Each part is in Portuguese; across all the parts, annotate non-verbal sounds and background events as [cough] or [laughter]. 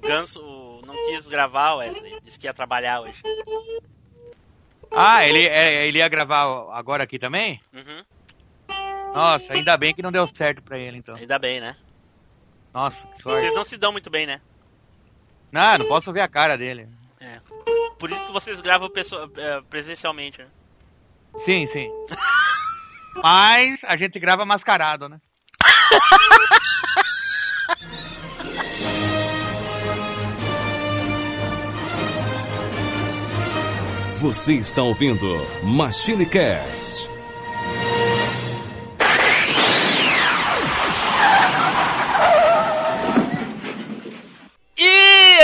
Ganso não quis gravar, Wesley. Disse que ia trabalhar hoje. Ah, ele, é, ele ia gravar agora aqui também? Uhum. Nossa, ainda bem que não deu certo pra ele, então. Ainda bem, né? Nossa, que sorte. Vocês não se dão muito bem, né? Não, não posso ver a cara dele. É. Por isso que vocês gravam pesso- eh, presencialmente, né? Sim, sim. Mas a gente grava mascarado, né? [laughs] Você está ouvindo MachineCast. E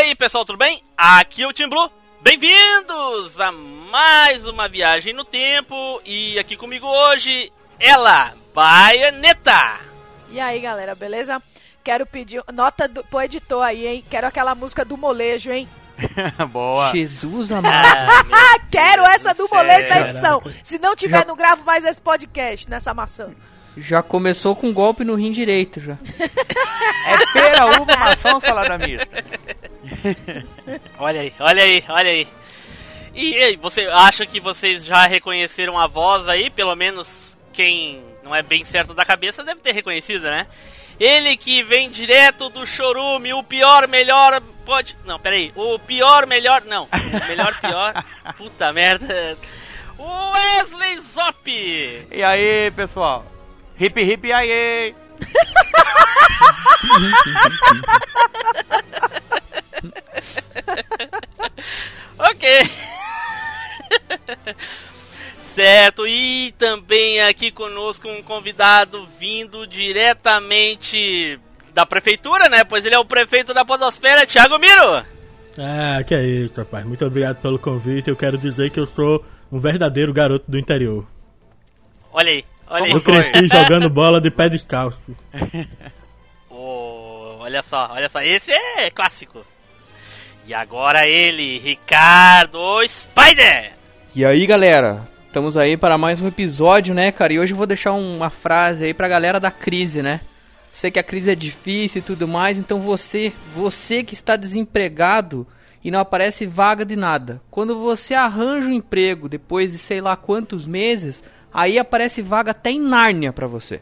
aí, pessoal, tudo bem? Aqui é o Tim Blue. Bem-vindos a mais uma viagem no tempo. E aqui comigo hoje, ela, Baianeta. E aí, galera, beleza? Quero pedir nota do, pro editor aí, hein? Quero aquela música do molejo, hein? Boa. Jesus amado. Ah, quero essa do molejo na céu. edição. Se não tiver, não gravo mais esse podcast nessa maçã. Já começou com um golpe no rim direito já. É pera, uva, maçã ou salada mista? Olha aí, olha aí, olha aí. E, ei, você acha que vocês já reconheceram a voz aí? Pelo menos quem não é bem certo da cabeça deve ter reconhecido, né? Ele que vem direto do chorume, o pior, melhor. Pode. Não, peraí. O pior, melhor. Não. o Melhor, pior. Puta merda. Wesley Zop! E aí, pessoal? Hip, hip, aê! Ok. certo, e também aqui conosco um convidado vindo diretamente da prefeitura, né? Pois ele é o prefeito da Podosfera, Thiago Miro. Ah, que é isso, rapaz. Muito obrigado pelo convite. Eu quero dizer que eu sou um verdadeiro garoto do interior. Olha aí, olha aí. Eu cresci jogando bola de pé descalço. Oh, olha só, olha só, esse é clássico. E agora ele, Ricardo Spider. E aí, galera? Estamos aí para mais um episódio, né, cara? E hoje eu vou deixar uma frase aí pra galera da crise, né? Sei que a crise é difícil e tudo mais, então você, você que está desempregado e não aparece vaga de nada. Quando você arranja um emprego depois de sei lá quantos meses, aí aparece vaga até em Nárnia pra você.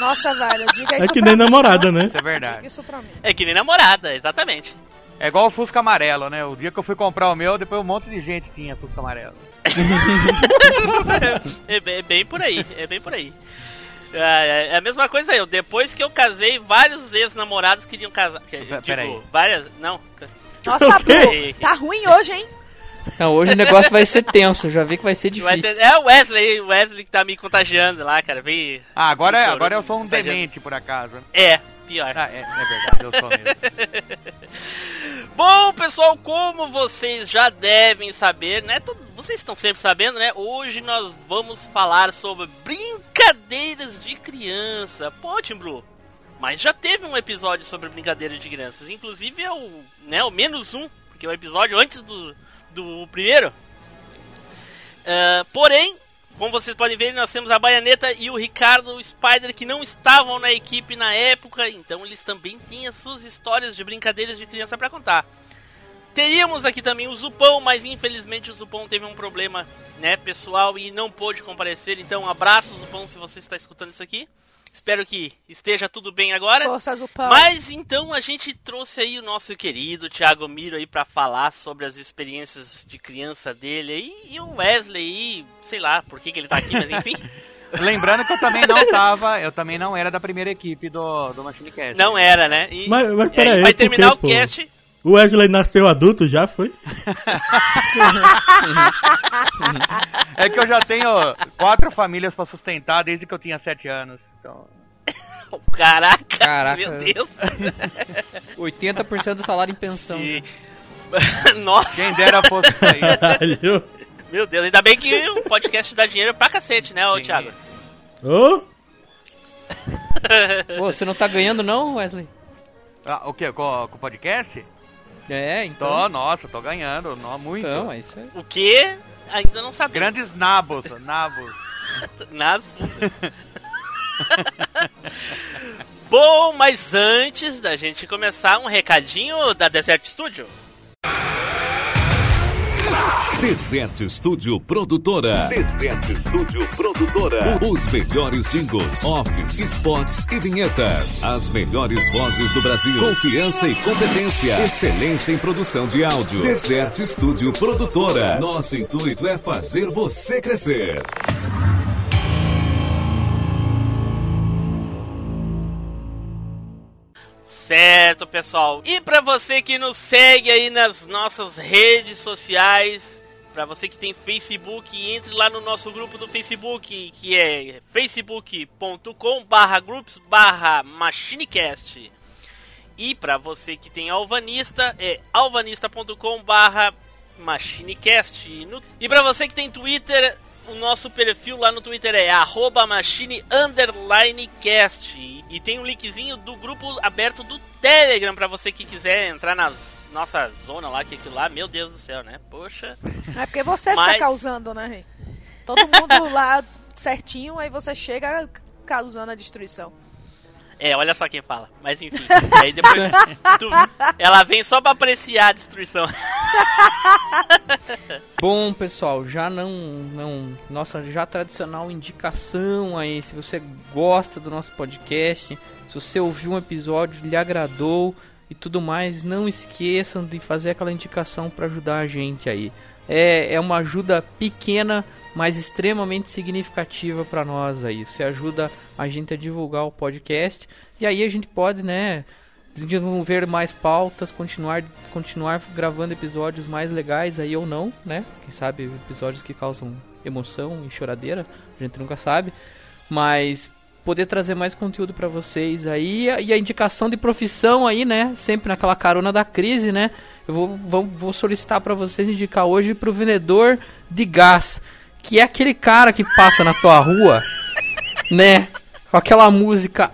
Nossa, velho, diga isso É que pra [laughs] nem mim. namorada, né? Isso é Diga verdade. isso [laughs] pra mim. É que nem namorada, exatamente. É igual o Fusca Amarelo, né? O dia que eu fui comprar o meu, depois um monte de gente tinha Fusca Amarelo. é, bem, [laughs] é bem por aí, é bem por aí. É, é a mesma coisa eu. Depois que eu casei, vários ex-namorados queriam casar. Que, Pe- digo, peraí. várias. Não. Nossa, Ok. Bru, tá ruim hoje, hein? Então hoje o negócio vai ser tenso, já vi que vai ser Vai difícil. ter- É o Wesley, o Wesley que tá me contagiando lá, cara. Vem. Ah, agora, Isso, agora eu eu sou um não- tá vendo? demente, por acaso. né? É, pior. Ah, é, é verdade, eu sou mesmo. Bom, pessoal, como vocês já devem saber, né? todo- vocês estão sempre sabendo, né? Hoje nós vamos falar sobre brincadeiras de criança. Pô, Timbru, mas já teve um episódio sobre brincadeiras de crianças. Inclusive é o, né, o menos um, que é o episódio antes do, do primeiro. Ah, porém, como vocês podem ver, nós temos a Baianeta e o Ricardo o Spider que não estavam na equipe na época, então eles também têm as suas histórias de brincadeiras de criança pra contar. Teríamos aqui também o Zupão, mas infelizmente o Zupão teve um problema, né, pessoal e não pôde comparecer. Então, um abraço Zupão se você está escutando isso aqui. Espero que esteja tudo bem agora. Forças do pão. Mas então a gente trouxe aí o nosso querido Thiago Miro aí pra falar sobre as experiências de criança dele aí, e o Wesley aí, sei lá por que, que ele tá aqui, mas [laughs] enfim. Lembrando que eu também não tava, eu também não era da primeira equipe do, do Machine Cast. não era, né? E, Mas- mas e peraí, vai por quê, terminar o pô? cast. O Wesley nasceu adulto já, foi? É que eu já tenho quatro famílias pra sustentar desde que eu tinha sete anos. Então, Caraca, Caraca. meu Deus. [laughs] 80% do salário em pensão. E- Nossa, quem dera fosse isso aí. [laughs] Caralho. meu Deus, ainda bem que o podcast dá dinheiro pra cacete, né, ô Sim. Thiago? Ô, Pô, você não tá ganhando não, Wesley? Ah, o quê? Com, com o podcast? É, Tô, então. nossa, tô ganhando, nó, muito. Então, é isso aí. O que? Ainda não sabia. Grandes nabos, nabos. Nas bundas. Bom, mas antes da gente começar, um recadinho da Desert Studio. Desert Studio Produtora. Desert Studio Produtora. Os melhores singles, offs, spots e vinhetas. As melhores vozes do Brasil. Confiança e competência. Excelência em produção de áudio. Desert Studio Produtora. Nosso intuito é fazer você crescer. Certo, pessoal. E pra você que nos segue aí nas nossas redes sociais, pra você que tem Facebook, entre lá no nosso grupo do Facebook, que é facebook.com/barra groups/barra machinecast. E pra você que tem alvanista, é alvanista.com/barra machinecast. E no- E pra você que tem Twitter, o nosso perfil lá no Twitter é arroba machine underline cast. E tem um linkzinho do grupo aberto do Telegram pra você que quiser entrar na nossa zona lá, que é aquilo lá, meu Deus do céu, né? Poxa. É porque você Mas- fica causando, né, Rei? Todo mundo lá certinho, aí você chega causando a destruição. É, olha só quem fala. Mas enfim, aí depois tu- ela vem só pra apreciar a destruição. Bom, pessoal, já não, não. Nossa, já tradicional indicação aí. Se você gosta do nosso podcast, se você ouviu um episódio, lhe agradou e tudo mais, não esqueçam de fazer aquela indicação para ajudar a gente aí. É, é uma ajuda pequena, mas extremamente significativa para nós aí. Você ajuda a gente a divulgar o podcast e aí a gente pode, né? desenvolver mais pautas, continuar, continuar gravando episódios mais legais aí ou não, né? Quem sabe episódios que causam emoção e choradeira, a gente nunca sabe. Mas poder trazer mais conteúdo pra vocês aí e a indicação de profissão aí, né? Sempre naquela carona da crise, né? Eu vou, vou, vou solicitar pra vocês indicar hoje pro vendedor de gás, que é aquele cara que passa na tua rua, né? Com aquela música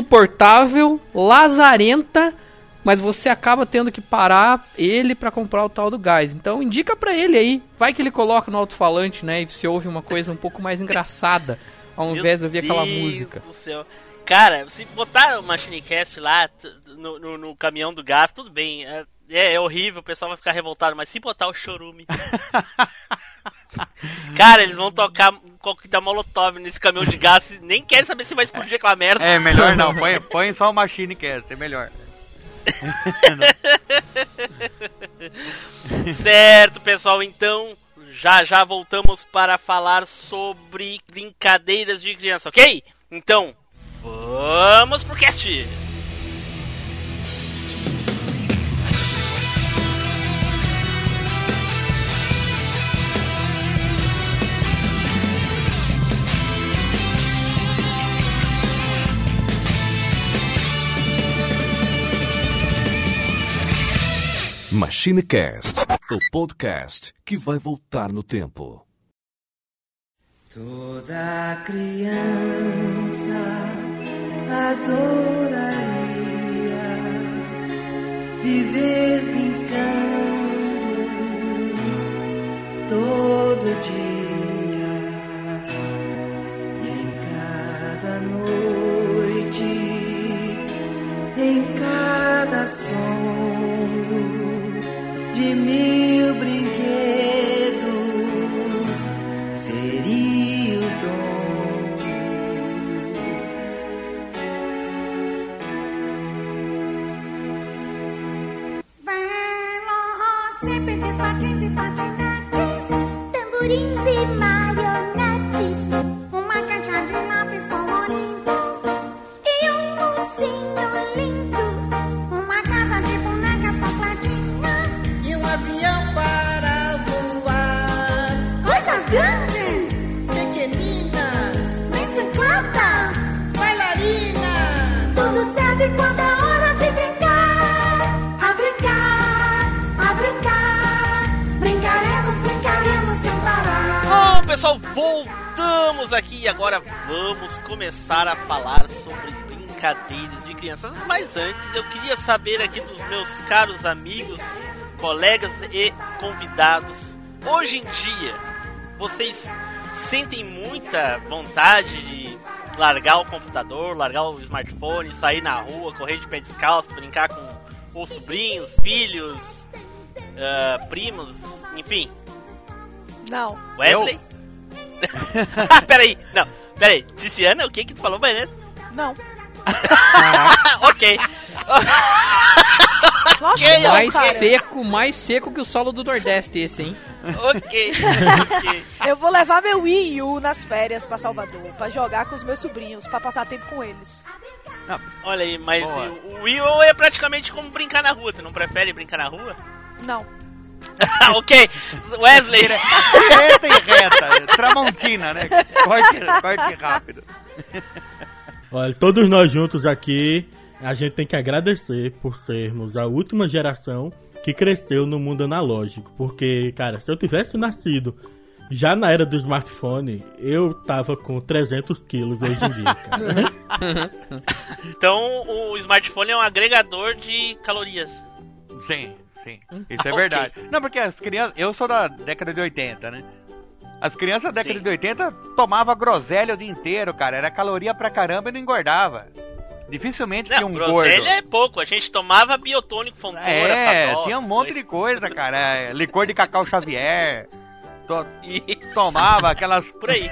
insuportável, lazarenta, mas você acaba tendo que parar ele pra comprar o tal do gás. Então indica pra ele aí, vai que ele coloca no alto-falante, né? E você ouve uma coisa um pouco mais engraçada, ao invés de ouvir aquela Deus música. do céu. Cara, se botar o Machinecast lá t- no, no- no caminhão do gás, tudo bem. É, é horrível, o pessoal vai ficar revoltado, mas se botar o [laughs] chorume. Cara, eles vão tocar coquetel molotov nesse caminhão de gás, nem querem saber se vai explodir aquela merda. É, melhor não. Põe, põe só o Machine Cast, é melhor. É. Certo, pessoal, então já já voltamos para falar sobre brincadeiras de criança, ok? Então, vamos pro cast! Machine Cast, o podcast que vai voltar no tempo. Toda criança adoraria viver brincando todo dia e em cada noite, em cada sono de mil brinquedos seria o dono. Velocípedes, patins e patinetes, tamborins e marionetes, uma caixa de lápis colorido e um mocinho lindo, uma casa de bonecas completinha, E um avião para voar, coisas grandes, pequeninas, bicicletas, bailarinas. tudo serve quando é hora de brincar, a brincar, a brincar, brincaremos, brincaremos sem parar. Bom, pessoal, voltamos aqui e agora vamos começar a falar sobre brincadeiras de crianças. Mas antes, eu queria saber aqui dos meus caros amigos, colegas e convidados. Hoje em dia, vocês sentem muita vontade de largar o computador, largar o smartphone, sair na rua, correr de pé descalço, brincar com os sobrinhos, filhos, ah, primos, enfim. Não. Wesley? ah, [laughs] peraí, não, peraí. Tiziana, o que que tu falou, Vanessa? Não. Ah, [laughs] ok. Lógico que Que não, Mais cara. seco, mais seco que o solo do Nordeste esse, hein? [laughs] ok, ok. Eu vou levar meu Wii U nas férias pra Salvador, pra jogar com os meus sobrinhos, pra passar tempo com eles. Olha aí, mas Boa. o o Will é praticamente como brincar na rua. Tu não prefere brincar na rua? Não. [laughs] Ah, ok, Wesley. Reta e reta. Tramontina, né? Corte, corte rápido. Olha, todos nós juntos aqui, a gente tem que agradecer por sermos a última geração que cresceu no mundo analógico. Porque, cara, se eu tivesse nascido já na era do smartphone, eu tava com 300 quilos hoje em dia, cara. Então o smartphone é um agregador de calorias. Sim, sim. Isso é Hum? Ok. verdade. Não, porque as crianças. Eu sou da década de 80, né? As crianças da década Sim. de 80 tomava groselha o dia inteiro, cara. Era caloria pra caramba e não engordava. Dificilmente tinha Não, um groselha gordo. é pouco. A gente tomava biotônico, fontura, É, farofa, tinha um monte de coisa, cara. É, Licor de cacau Xavier. To- E- tomava aquelas. Por aí.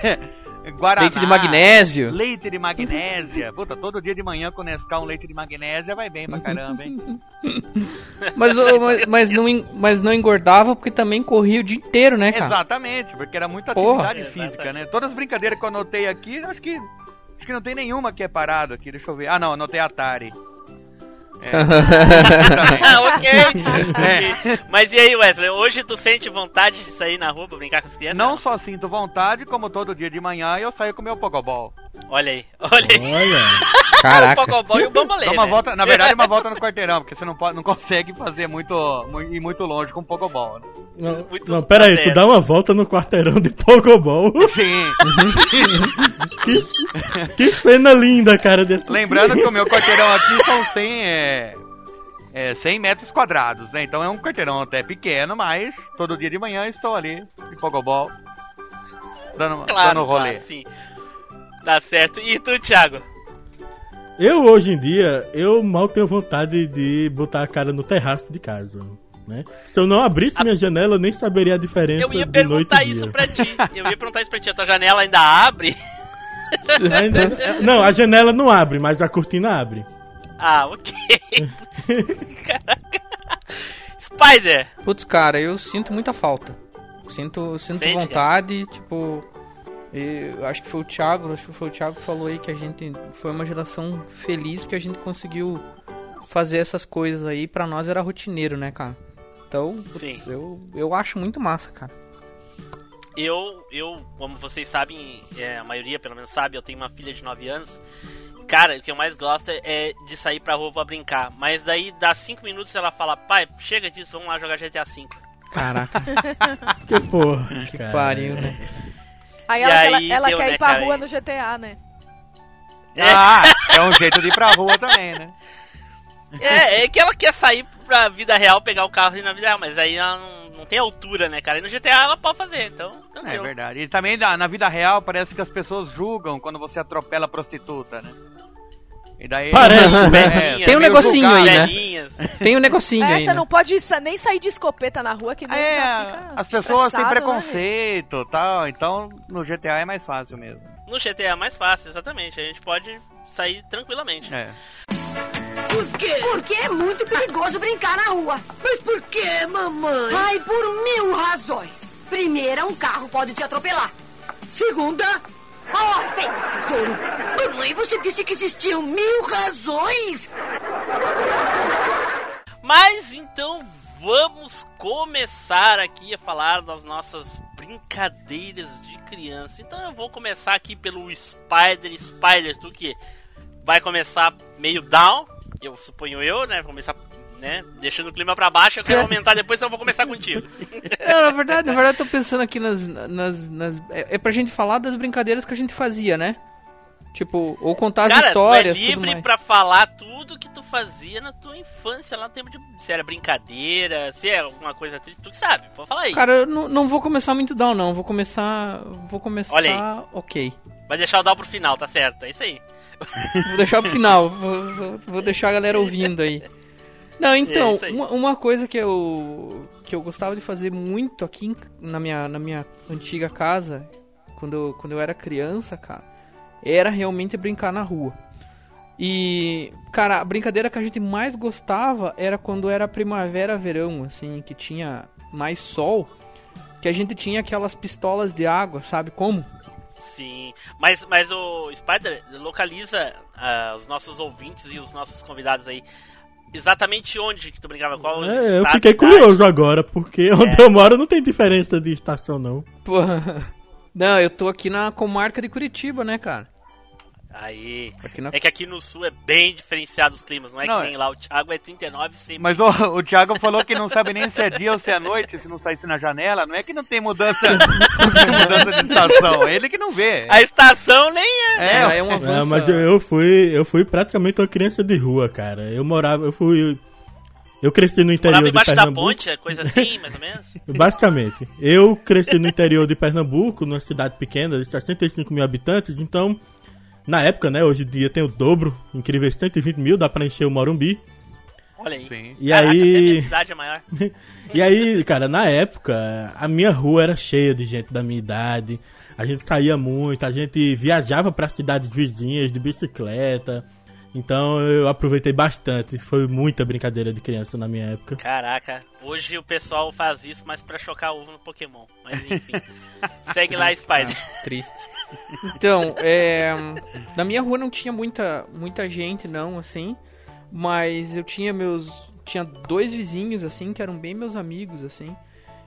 Guaraná. Leite de magnésio. Leite de magnésia. Puta, todo dia de manhã com Nescau um leite de magnésia vai bem [laughs] pra caramba, hein? Mas, ô, mas, mas não, en- mas não engordava porque também corria o dia inteiro, né, cara? Exatamente, porque era muita Porra. atividade É, física, exatamente. né? Todas as brincadeiras que eu anotei aqui, acho que acho que não tem nenhuma que é parado aqui. Deixa eu ver. Ah, não, anotei Atari. [laughs] Ah, ok. [laughs] É. Ok. Mas e aí, Wesley? Hoje tu sente vontade de sair na rua pra brincar com as crianças? Não só sinto vontade, como todo dia de manhã eu saio com meu pogobol. Olha aí, olha aí. Olha, [laughs] O Caraca. Pogobol e o Bambolê, Dá uma né? volta, na verdade, [laughs] uma volta no quarteirão, porque você não, pode, não consegue fazer muito mu- ir muito longe com o [laughs] pogobol. Né? não, Muito não, pera aí, prazer. tu dá uma volta no quarteirão de Pogobol. [laughs] Sim. que cena linda, cara, desse Lembrando que o meu quarteirão aqui são 100, é, é, 100 metros quadrados, né? Então é um quarteirão até pequeno, mas todo dia de manhã eu estou ali de pogobol, dando, Claro, dando rolê. claro, sim. Tá certo. E tu, Thiago? Eu hoje em dia, eu mal tenho vontade de botar a cara no terraço de casa, né? Se eu não abrisse minha janela, eu nem saberia a diferença Eu ia é de noite perguntar e isso dia. [laughs] pra ti. Eu ia perguntar isso pra ti. A tua janela ainda abre? [laughs] Ainda- é, Não, a janela não abre, mas a cortina abre. Ah, [laughs] ok. Caraca. Spider. Putz, cara, eu sinto muita falta. Sinto, sinto Sente, vontade, tipo. e eu acho que foi o Thiago, acho que foi o Thiago que falou aí que a gente foi uma geração feliz porque a gente conseguiu fazer essas coisas aí, pra nós era rotineiro, né, cara? Então, putz, Sim. eu, eu acho muito massa, cara. Eu, eu, como vocês sabem, é, a maioria pelo menos sabe, eu tenho uma filha de 9 anos. Cara, o que eu mais gosto é de sair pra rua pra brincar. Mas daí, dá 5 minutos, ela fala, pai, chega disso, vamos lá jogar GTA V. Caraca, [laughs] Que porra, que cara. pariu, né? Aí E ela, aí ela- ela deu, quer né, ir pra cara, rua aí? no GTA, né? Ah, é um jeito de ir pra rua também, [laughs] né? É, é que ela quer sair pra vida real, pegar o carro e ir na vida real, mas aí ela não, não tem altura, né, cara? E no GTA ela pode fazer, então É tranquilo. verdade. E também na, na vida real parece que as pessoas julgam quando você atropela a prostituta, né? E daí. é, Parece, né? Tem um meio negocinho julgado. aí, né? Velhinhas. Tem um negocinho É, aí, você né? não pode sa- nem sair de escopeta na rua, que nem É, já fica as pessoas têm estressado, né, preconceito e tal, então no GTA é mais fácil mesmo. No GTA é mais fácil, exatamente. A gente pode sair tranquilamente. É. Porque é muito perigoso brincar na rua. Mas por que, mamãe? Ai, por mil razões. Primeira, um carro pode te atropelar. Segunda, a ordem, tesouro. Mamãe, você disse que existiam mil razões. Mas então vamos começar aqui a falar das nossas brincadeiras de criança. Então eu vou começar aqui pelo Spider. Spider, tu que vai começar meio down, eu suponho eu, né? Vou começar, né? Deixando o clima pra baixo, eu [laughs] quero aumentar depois, então eu vou começar contigo. Não, na verdade, na verdade, eu tô pensando aqui nas. nas, nas é, é pra gente falar das brincadeiras que a gente fazia, né? Tipo, ou contar as Cara, histórias. tu é tudo livre mais. pra falar tudo que tu fazia na tua infância, lá no tempo de. Se era brincadeira, se era alguma coisa triste, tu que sabe, pode falar aí. Cara, eu não, não vou começar muito down, não. Vou começar. Vou começar. Olha aí. Ok. Vai deixar o Dal pro final, tá certo? É isso aí. Vou deixar pro final. Vou, vou- vou deixar a galera ouvindo aí. Não, É então, isso aí. uma, uma coisa que eu que eu gostava de fazer muito aqui em- na minha, na minha antiga casa, quando, eu- quando eu era criança, cara, era realmente brincar na rua. E, cara, a brincadeira que a gente mais gostava era quando era primavera, verão, assim, que tinha mais sol, que a gente tinha aquelas pistolas de água, sabe como? [laughs] Sim. Mas, mas o Spider localiza ah, os nossos ouvintes e os nossos convidados aí. Exatamente onde que tu brincava? Qual É, eu estado, É. fiquei cidade? curioso agora, porque onde eu moro não tem diferença de estação, não. Pô, não, eu tô aqui na comarca de Curitiba, né, cara? Aí. Aqui na... É que aqui no sul é bem diferenciado os climas, não é Não, que nem lá o Thiago é 39 sempre. Mas o, o Thiago falou que não sabe nem se é dia ou se é noite, se não saísse na janela. Não é que não tem mudança, [laughs] não tem mudança de estação, é ele que não vê. A estação nem é. Já É, é um avanço. É, mas eu- eu fui, eu fui praticamente uma criança de rua, cara. Eu morava, eu fui, eu cresci no interior Morava de embaixo da Pernambuco. ponte, é coisa assim, mais ou [laughs] menos. Basicamente, eu cresci no interior de Pernambuco, numa cidade pequena de 65 mil habitantes, então, na época, né, hoje em dia tem o dobro, incrível, 120 mil, dá pra encher o Morumbi. Olha aí. sim. E Caraca, até a minha aí, cidade é maior. e aí, cara, na época, a minha rua era cheia de gente da minha idade, a gente saía muito, a gente viajava para cidades vizinhas de bicicleta, então eu aproveitei bastante, foi muita brincadeira de criança na minha época. Caraca, hoje o pessoal faz isso, mas pra chocar ovo no Pokémon. Mas [laughs] enfim. Segue lá, Spider. Triste. Então, é, na minha rua não tinha muita, muita gente, não, assim. Mas eu tinha meus. Tinha dois vizinhos, assim, que eram bem meus amigos, assim.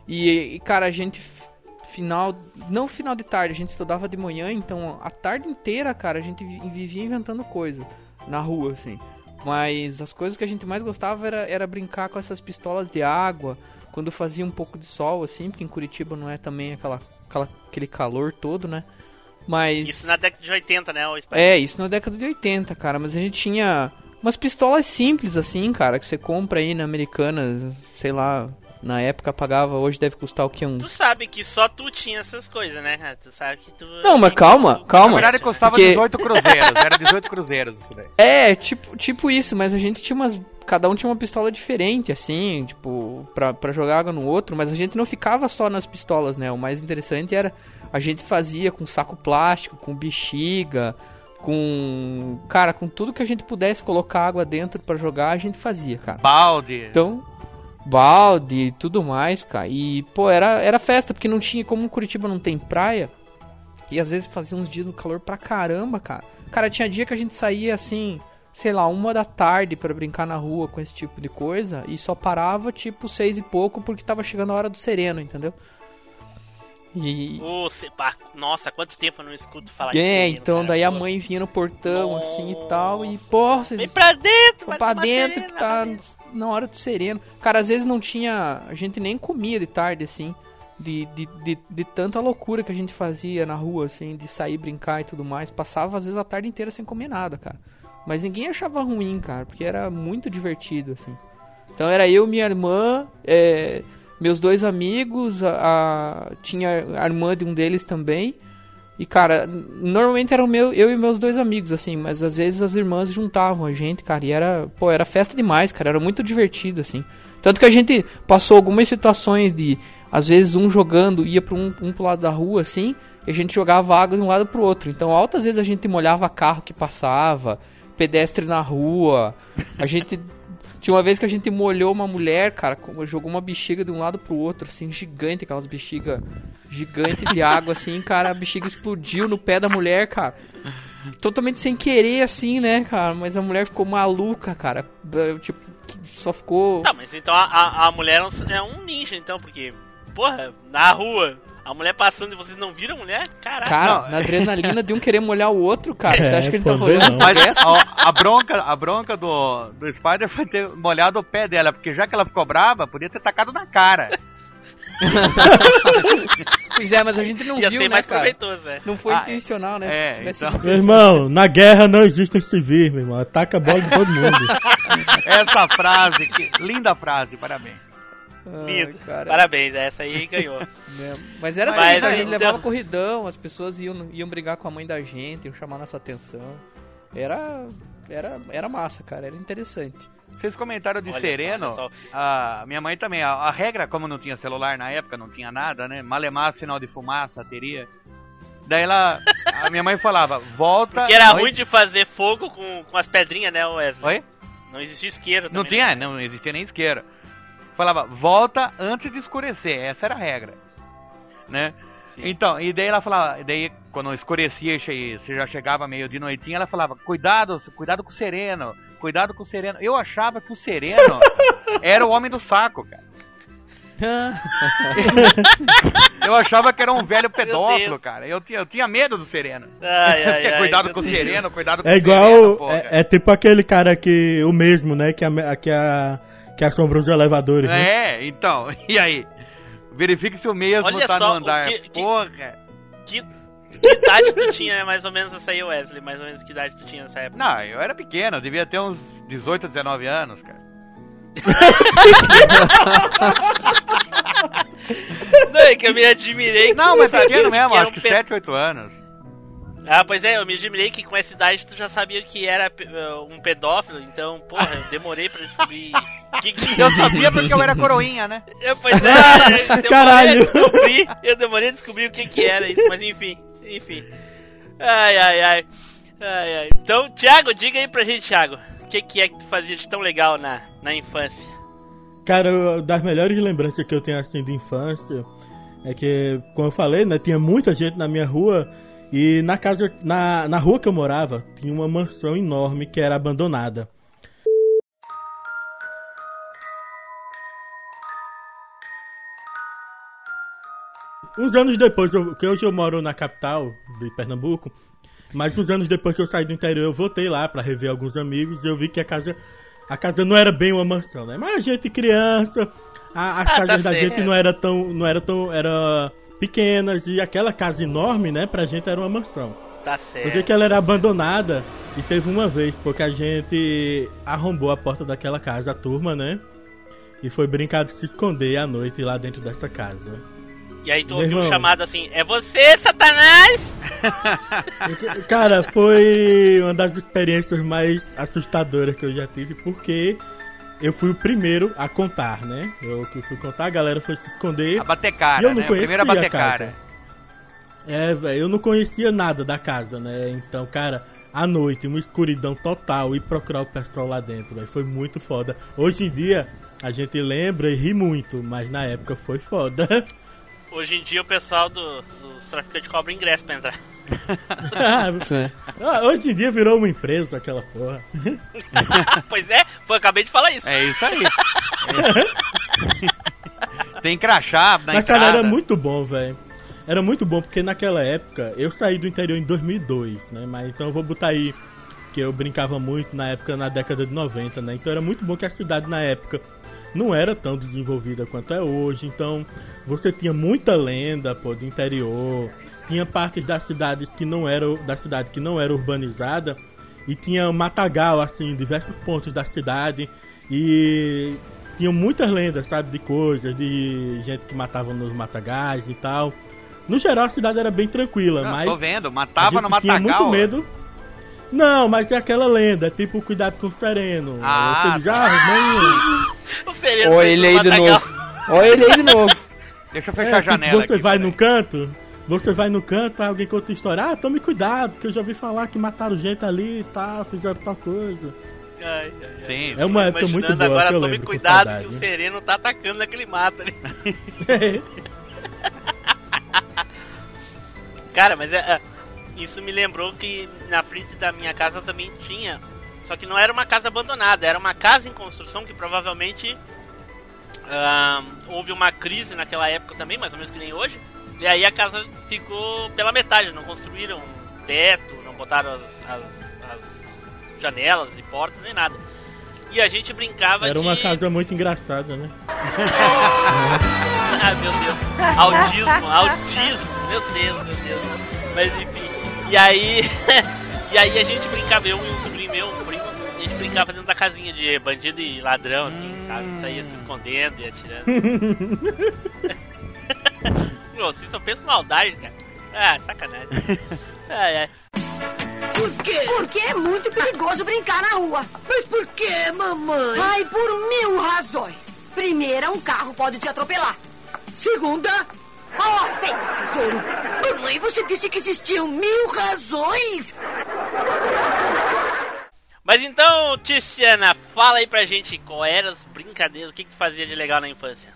E, e, cara, a gente. f- Final. Não final de tarde, a gente estudava de manhã, então a tarde inteira, cara, a gente vi- vivia inventando coisa na rua, assim. Mas as coisas que a gente mais gostava era, era brincar com essas pistolas de água, quando fazia um pouco de sol, assim, porque em Curitiba não é também aquela, aquela- aquele calor todo, né? Mas. Isso na década de 80, né, o Spider? É, isso na década de 80, cara, mas a gente tinha umas pistolas simples assim, cara, que você compra aí na Americanas, sei lá, na época pagava, hoje deve custar o que Tu uns. sabe que só tu tinha essas coisas, né? cara? Tu sabe que tu. Não, mas calma, tu- calma. Na verdade custava Porque- 18 cruzeiros, era 18 cruzeiros isso daí. É, tipo, tipo isso, mas a gente tinha umas cada um tinha uma pistola diferente assim, tipo, pra, pra jogar água no outro, mas a gente não ficava só nas pistolas, né? O mais interessante era a gente fazia com saco plástico, com bexiga, com, cara, com tudo que a gente pudesse colocar água dentro pra jogar, a gente fazia, cara. Balde. Então, balde e tudo mais, cara. E, pô, era, era festa, porque não tinha, como Curitiba não tem praia, e às vezes fazia uns dias no calor pra caramba, cara. Cara, tinha dia que a gente saía assim, sei lá, uma da tarde pra brincar na rua com esse tipo de coisa, e só parava tipo seis e pouco porque tava chegando a hora do sereno, entendeu? E. Ô, cê- pá, nossa, quanto tempo eu não escuto falar É, isso, então cara, daí a pô. mãe vinha no portão, assim e tal, e Nossa. porra, Vem vocês pra dentro, Vão vai pra tomar dentro que serena, tá vai na hora do sereno. Cara, às vezes não tinha. A gente nem comia de tarde, assim. De, de, de, de tanta loucura que a gente fazia na rua, assim, de sair brincar e tudo mais. Passava, às vezes, a tarde inteira sem comer nada, cara. Mas ninguém achava ruim, cara, porque era muito divertido, assim. Então era eu, minha irmã, é, meus dois amigos, a, a- tinha a irmã de um deles também. E, cara, n- normalmente eram meu, eu e meus dois amigos, assim, mas às vezes as irmãs juntavam a gente, cara, e era, pô, era festa demais, cara, era muito divertido, assim. Tanto que a gente passou algumas situações de, às vezes, um jogando, ia pra um, um pro lado da rua, assim, e a gente jogava água de um lado pro outro. Então, altas vezes a gente molhava carro que passava, pedestre na rua, a gente... Tinha uma vez que a gente molhou uma mulher, cara, com- jogou uma bexiga de um lado pro outro, assim, gigante, aquelas bexigas gigante de água, assim, cara, a bexiga explodiu no pé da mulher, cara. Totalmente sem querer, assim, né, cara? Mas a mulher ficou maluca, cara. Eh, Tipo, que só ficou. Tá, mas então a, a, a mulher é um- é um ninja, então, porque, porra, na rua, a mulher passando e vocês não viram a mulher? Caraca. Cara, Não. na adrenalina de um querer molhar o outro, cara. Você É, acha que ele pô, tá não rolando não. com Mas essa? a, a bronca, a bronca do, do Spider foi ter molhado o pé dela, porque já que ela ficou brava, podia ter tacado na cara. Pois é, mas a gente não Ia viu, ser né, mais cara? proveitoso, né? Não foi Ah, intencional, né? é, Se tivesse- então. Meu irmão, na guerra não existem civis, meu irmão, ataca a bola de todo mundo. Essa frase, que, linda frase, parabéns. Lindo. cara. Parabéns, essa aí [laughs] ganhou. Né? Mas era assim, Mas, cara, a gente então- levava corridão, as pessoas iam, iam brigar com a mãe da gente, iam chamar nossa atenção. Era, era, era massa, cara, era interessante. Vocês comentaram de Olha só, sereno. olha só. A minha mãe também. A, a regra, como não tinha celular na época, não tinha nada, né? Malemar, sinal de fumaça, teria. [laughs] Daí ela. A minha mãe falava, volta. Porque era Oi? ruim de fazer fogo com, com as pedrinhas, né, Wesley? Oi? Não existia isqueiro também. né? Não né? tinha, não existia nem isqueiro. Falava, volta antes de escurecer. Essa era a regra. Né? Então, e daí ela falava, e daí quando escurecia, che- você já chegava meio de noitinha, ela falava, cuidado, cuidado com o sereno, cuidado com o sereno. Eu achava que [laughs] o sereno era o homem do saco, cara. Eu achava que era um [laughs] velho pedófilo, Deus. É, cara. Eu tinha, eu tinha medo do Sereno. Ai, ai, ai, [laughs] cuidado meu com o Deus. Sereno, cuidado com o É Sereno, igual. porra. É, é tipo aquele cara que. O mesmo, né? Que, a, que, a, que assombrou os elevadores. né? É, então, [laughs] e aí? Verifique se o mesmo Olha tá só, no andar. o que- que- Porra! Que, que idade tu tinha né? mais ou menos essa aí, Wesley? Mais ou menos que idade tu tinha nessa época? Não, eu era pequeno, eu devia ter uns 18, 19 anos, cara. Não, é que eu me admirei que Não, tu mas sabia pequeno que mesmo, era acho um que pe- 7, 8 anos. Ah, pois é, eu me admirei que com essa idade tu já sabia que era pe- uh, um pedófilo, então, porra, eu demorei pra descobrir. que, que... Eu sabia porque eu era coroinha, né? Eu, pois [laughs] é, eu demorei Caralho. a descobrir, eu demorei a descobrir o que que era isso, mas enfim, enfim. Ai, ai, ai. Ai, ai. Então, Thiago, diga aí pra gente, Thiago, o que que é que tu fazia de tão legal na, na infância? Cara, eu- das melhores lembranças que eu tenho assim de infância é que, como eu falei, né, tinha muita gente na minha rua e na casa, na, na rua que eu morava, tinha uma mansão enorme que era abandonada. Uns anos depois, eu, que hoje eu moro na capital de Pernambuco, mas uns anos depois que eu saí do interior, eu voltei lá pra rever alguns amigos e eu vi que a casa, a casa não era bem uma mansão, né? Mas a gente criança, a, as Ah, tá casas da certo. gente não era tão, não era tão, era pequenas e aquela casa enorme, né? Pra gente era uma mansão. Tá Eu sei certo. que ela era abandonada e teve uma vez, porque a gente arrombou a porta daquela casa, a turma, né? E foi brincar de se esconder à noite lá dentro dessa casa. E aí tu Meu ouviu um irmão. chamado assim, é você, Satanás? E, Cara, foi uma das experiências mais assustadoras que eu já tive, porque eu fui o primeiro a contar, né? Eu que fui contar, a galera foi se esconder. A batecara, E eu não né? Primeiro a conhecia a batecara. É, velho, eu não conhecia nada da casa, né? Então, cara, à noite, uma escuridão total e procurar o pessoal lá dentro, velho, foi muito foda. Hoje em dia, a gente lembra e ri muito, mas na época foi foda. [laughs] Hoje em dia o pessoal do, dos traficantes cobra ingresso pra [laughs] entrar. [laughs] Ah, Hoje em dia virou uma empresa aquela porra. pois é, foi, eu acabei de falar isso. É isso aí. [laughs] É. Tem crachá na Mas, entrada. cara, era muito bom, velho. Era muito bom, porque naquela época, eu saí do interior em 2002, né? Mas então eu vou botar aí que eu brincava muito na época, na década de 90, né? Então era muito bom que a cidade na época não era tão desenvolvida quanto é hoje. Então você tinha muita lenda, pô, do interior. Tinha partes da cidade que não era, da cidade que não era urbanizada. E tinha matagal, assim, em diversos pontos da cidade. E tinha muitas lendas, sabe, de coisas, de gente que matava nos matagais e tal. No geral, a cidade era bem tranquila, Não, mas Tô vendo, a matava gente Ah, no tinha matagal. né? muito medo. Não, mas é aquela lenda, tipo cuidado com o sereno. Ah, Você diz, ah, mãe, O sereno [laughs] Olha fez ele no aí de Matagal. novo. Olha ele aí de novo. Deixa eu é, fechar a tipo, janela você aqui. vai peraí. no canto, você vai no canto, aí alguém conta a história, ah, tome cuidado, porque eu já ouvi falar que mataram gente ali e tal, fizeram tal coisa. [laughs] Ai, ai, ai. Sim, É uma época Imaginando muito boa, agora, que eu tome lembro, com cuidado que saudade. o sereno tá atacando naquele mato ali. [laughs] Cara, mas é, é, isso me lembrou que na frente da minha casa também tinha. Só que não era uma casa abandonada, era uma casa em construção que provavelmente ah, houve uma crise naquela época também, mais ou menos que nem hoje. E aí a casa ficou pela metade, não construíram teto, não botaram as, as- as janelas e portas nem nada. E a gente brincava Era de... uma casa muito engraçada, né? Ah, meu Deus. Autismo, autismo. Meu Deus, meu Deus. Mas enfim. E aí. [laughs] e aí a gente brincava, eu e um sobrinho meu, um primo, a gente brincava dentro da casinha de bandido e ladrão, assim, sabe? Saía se escondendo e atirando. Pô, vocês só pensam maldade, cara. Ah, sacanagem. Ai, ai. Por quê? Porque é muito perigoso brincar na rua. Mas por quê, mamãe? Ai, por mil razões. Primeira, um carro pode te atropelar. Segunda, A ordem, tesouro. mamãe, você disse que existiam mil razões. Mas então, Tiziana, fala aí pra gente qual era as brincadeiras, o que, que tu fazia de legal na infância?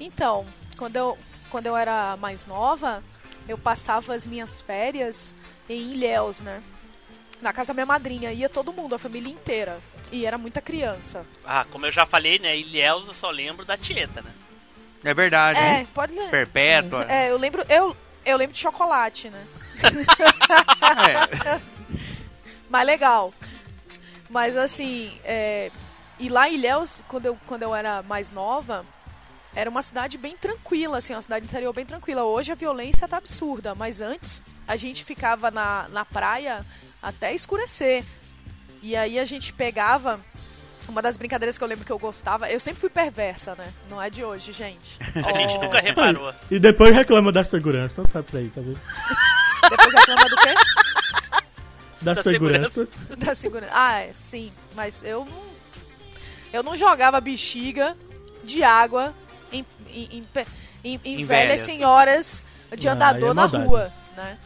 Então, quando eu, quando eu era mais nova, eu passava as minhas férias em Ilhéus, né? Na casa da minha madrinha. Ia todo mundo, a família inteira. E era muita criança. Ah, como eu já falei, né? Ilhéus eu só lembro da Tieta, né? um É verdade. É, hein? pode ler. Perpétua. É, eu lembro, eu, eu lembro de chocolate, né? [laughs] É. Mas legal. Mas assim, é, e lá em Ilhéus, quando eu, quando eu era mais nova, era uma cidade bem tranquila, assim, uma cidade interior bem tranquila. Hoje a violência tá absurda, mas antes a gente ficava na, na praia até escurecer. E aí a gente pegava. Uma das brincadeiras que eu lembro que eu gostava, eu sempre fui perversa, né? Não é de hoje, gente. [laughs] A É. gente Ó, nunca reparou. E depois reclama da segurança, sabe pra aí, tá vendo? [laughs] Depois reclama do quê? Da, Da segurança. segurança. da segurança. Ah, é, sim. Mas eu não. Eu não jogava bexiga de água em, em, em pe- em- em Em velhas. velhas senhoras de Ah, aí andador é na maldade. rua, né?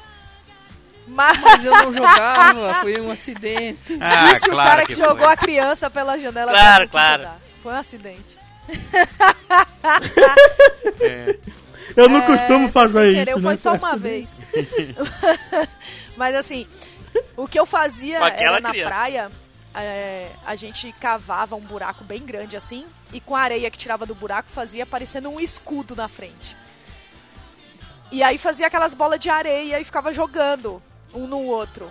Mas [laughs] Mas eu não jogava, foi um acidente. Ah, [laughs] disse o claro cara que, foi. jogou a criança pela janela. Claro, pra não claro. ajudar. Foi um acidente. Eu não costumo fazer É, Sem querer, isso, foi né? só [laughs] uma vez. Mas assim, o que eu fazia Com aquela era na criança. praia, é, a gente cavava um buraco bem grande assim, e com a areia que tirava do buraco fazia parecendo um escudo na frente. E aí fazia aquelas bolas de areia e ficava jogando um no outro.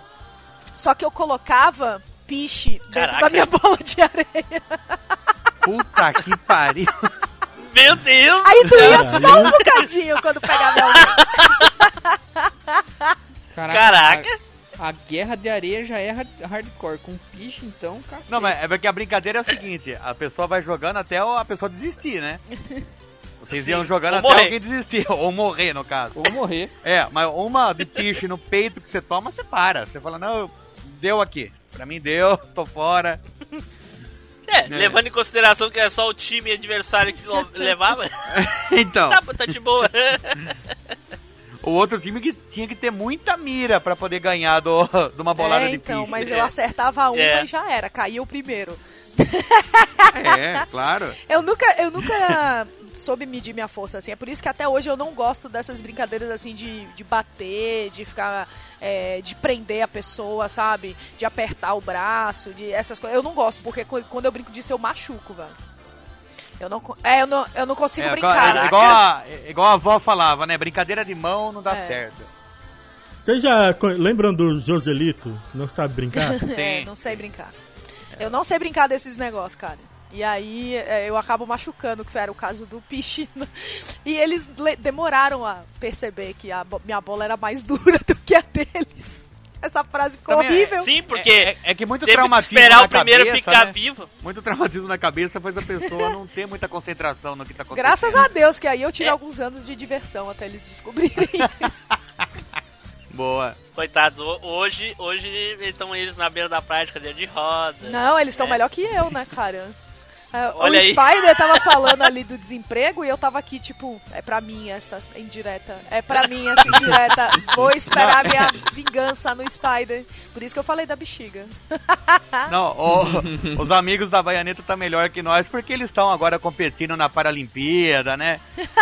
Só que eu colocava piche dentro Caraca. da minha bola de areia. Puta que pariu. Meu Deus! Aí doía só um bocadinho quando pegava alguém. Caraca! A, a guerra de areia já é hard- hardcore. Com piche, então, cacete. Não, mas é porque a brincadeira é o seguinte: a pessoa vai jogando até a pessoa desistir, né? Vocês iam jogando ou até morrer. alguém desistir, ou morrer, no caso. Vou morrer. É, mas uma de piche no peito que você toma, você para. Você fala, não, deu aqui. Pra mim deu, tô fora. É, levando em consideração que era só o time adversário que [laughs] lo- levava, Então, tá, tá de boa. o outro time que tinha que ter muita mira pra poder ganhar do, de uma bolada é, de então, piche. mas É. eu acertava uma É. e já era, caiu o primeiro. É, claro. Eu nunca, eu nunca [laughs] soube medir minha força, assim. É por isso que até hoje eu não gosto dessas brincadeiras, assim, de, de bater, de ficar... é, de prender a pessoa, sabe? De apertar o braço, de essas coisas. Eu não gosto, porque co- quando eu brinco disso eu machuco, velho. Eu não, co- é, eu não, eu não consigo É, brincar. igual, né? igual a, é, igual a avó falava, né? Brincadeira de mão não dá É. certo. Vocês já co- lembram do Joselito? Não sabe brincar? [laughs] É, Sim. não sei brincar. Eu não sei brincar desses negócios, cara. E aí é, eu acabo machucando, que era o caso do Pichino. [laughs] E eles le- demoraram a perceber que a bo- minha bola era mais [laughs] dura do que a deles. Essa frase ficou Também é- horrível. Sim, porque É, é- é que muito teve que traumatismo esperar na o primeiro cabeça, ficar né? vivo. Muito traumatismo na cabeça faz a pessoa não ter muita concentração no que tá acontecendo. Graças a Deus, que aí eu tive É. alguns anos de diversão até eles [laughs] descobrirem. Boa. Coitados, ho- hoje, hoje estão eles na beira da praia de cadeira de roda. Não, eles estão É. melhor que eu, né, cara? É, Olha o aí. Spider [laughs] tava falando ali do desemprego e eu tava aqui, tipo, é pra mim essa indireta. É pra mim essa indireta. Vou esperar minha vingança no Spider. Por isso que eu falei da bexiga. Não, [laughs] o- os amigos da Baianeta tá melhor que nós porque eles estão agora competindo na Paralimpíada, né?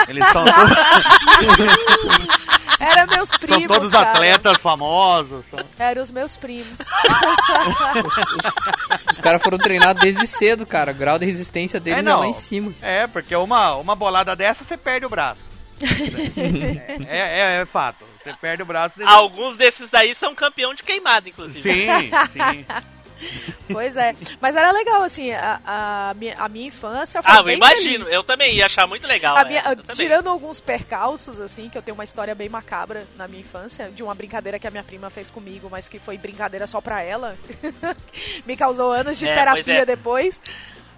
Eles são to- Era meus são primos. todos cara. atletas famosos. É, são- Eram os meus primos. Os caras foram treinados desde cedo, cara. O grau de resistência deles é, não. lá em cima. É, porque uma, uma bolada dessa você perde o braço. é, é, é fato. Você perde o braço. desse- Alguns desses daí são campeão de queimada, inclusive. Sim, sim. Pois é. Mas era legal, assim, a, a minha, a minha infância foi Ah, eu bem imagino, feliz. eu também ia achar muito legal. A é, minha- eu também. tirando alguns percalços, assim, que eu tenho uma história bem macabra na minha infância, de uma brincadeira que a minha prima fez comigo, mas que foi brincadeira só pra ela. [laughs] Me causou anos de É, pois terapia é. depois.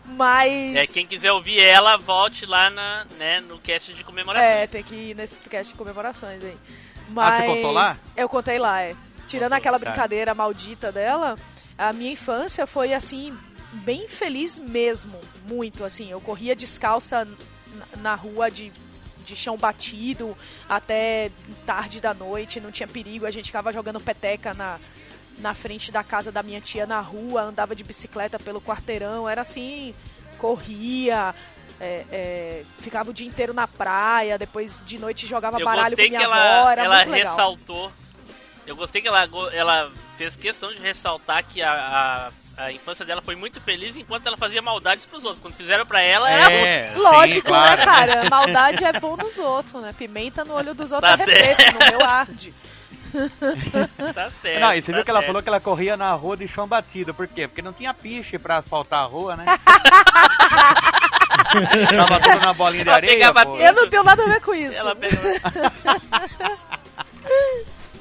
Mas. É, quem quiser ouvir ela, volte lá na, né, no cast de comemoração. É, tem que ir nesse cast de comemorações aí. Ah, Mas. contou lá? Eu contei lá, é. Tirando Contou, aquela tá. brincadeira maldita dela, a minha infância foi assim, bem feliz mesmo. Muito, assim. Eu corria descalça n- na rua de, de chão batido até tarde da noite, não tinha perigo. A gente ficava jogando peteca na. Na frente da casa da minha tia na rua, andava de bicicleta pelo quarteirão, era assim, corria, é, é, ficava o dia inteiro na praia, depois de noite jogava Eu baralho gostei com que minha avó, ela, era ela muito legal. ressaltou. Eu gostei que ela, go- ela fez questão de ressaltar que a, a, a infância dela foi muito feliz enquanto ela fazia maldades pros outros. Quando fizeram pra ela, É. era muito. sim, É, Lógico, claro, né, cara? Maldade é bom nos outros, né? Pimenta no olho dos outros Tá é refresco, no meu arde. Tá certo. Não, e você tá viu que ela certo. falou que ela corria na rua de chão batido. Por quê? Porque não tinha piche pra asfaltar a rua, né? Tava tudo na bolinha de Ela areia, pegava pô. tudo. Eu não tenho nada a ver com isso. Ela pegou.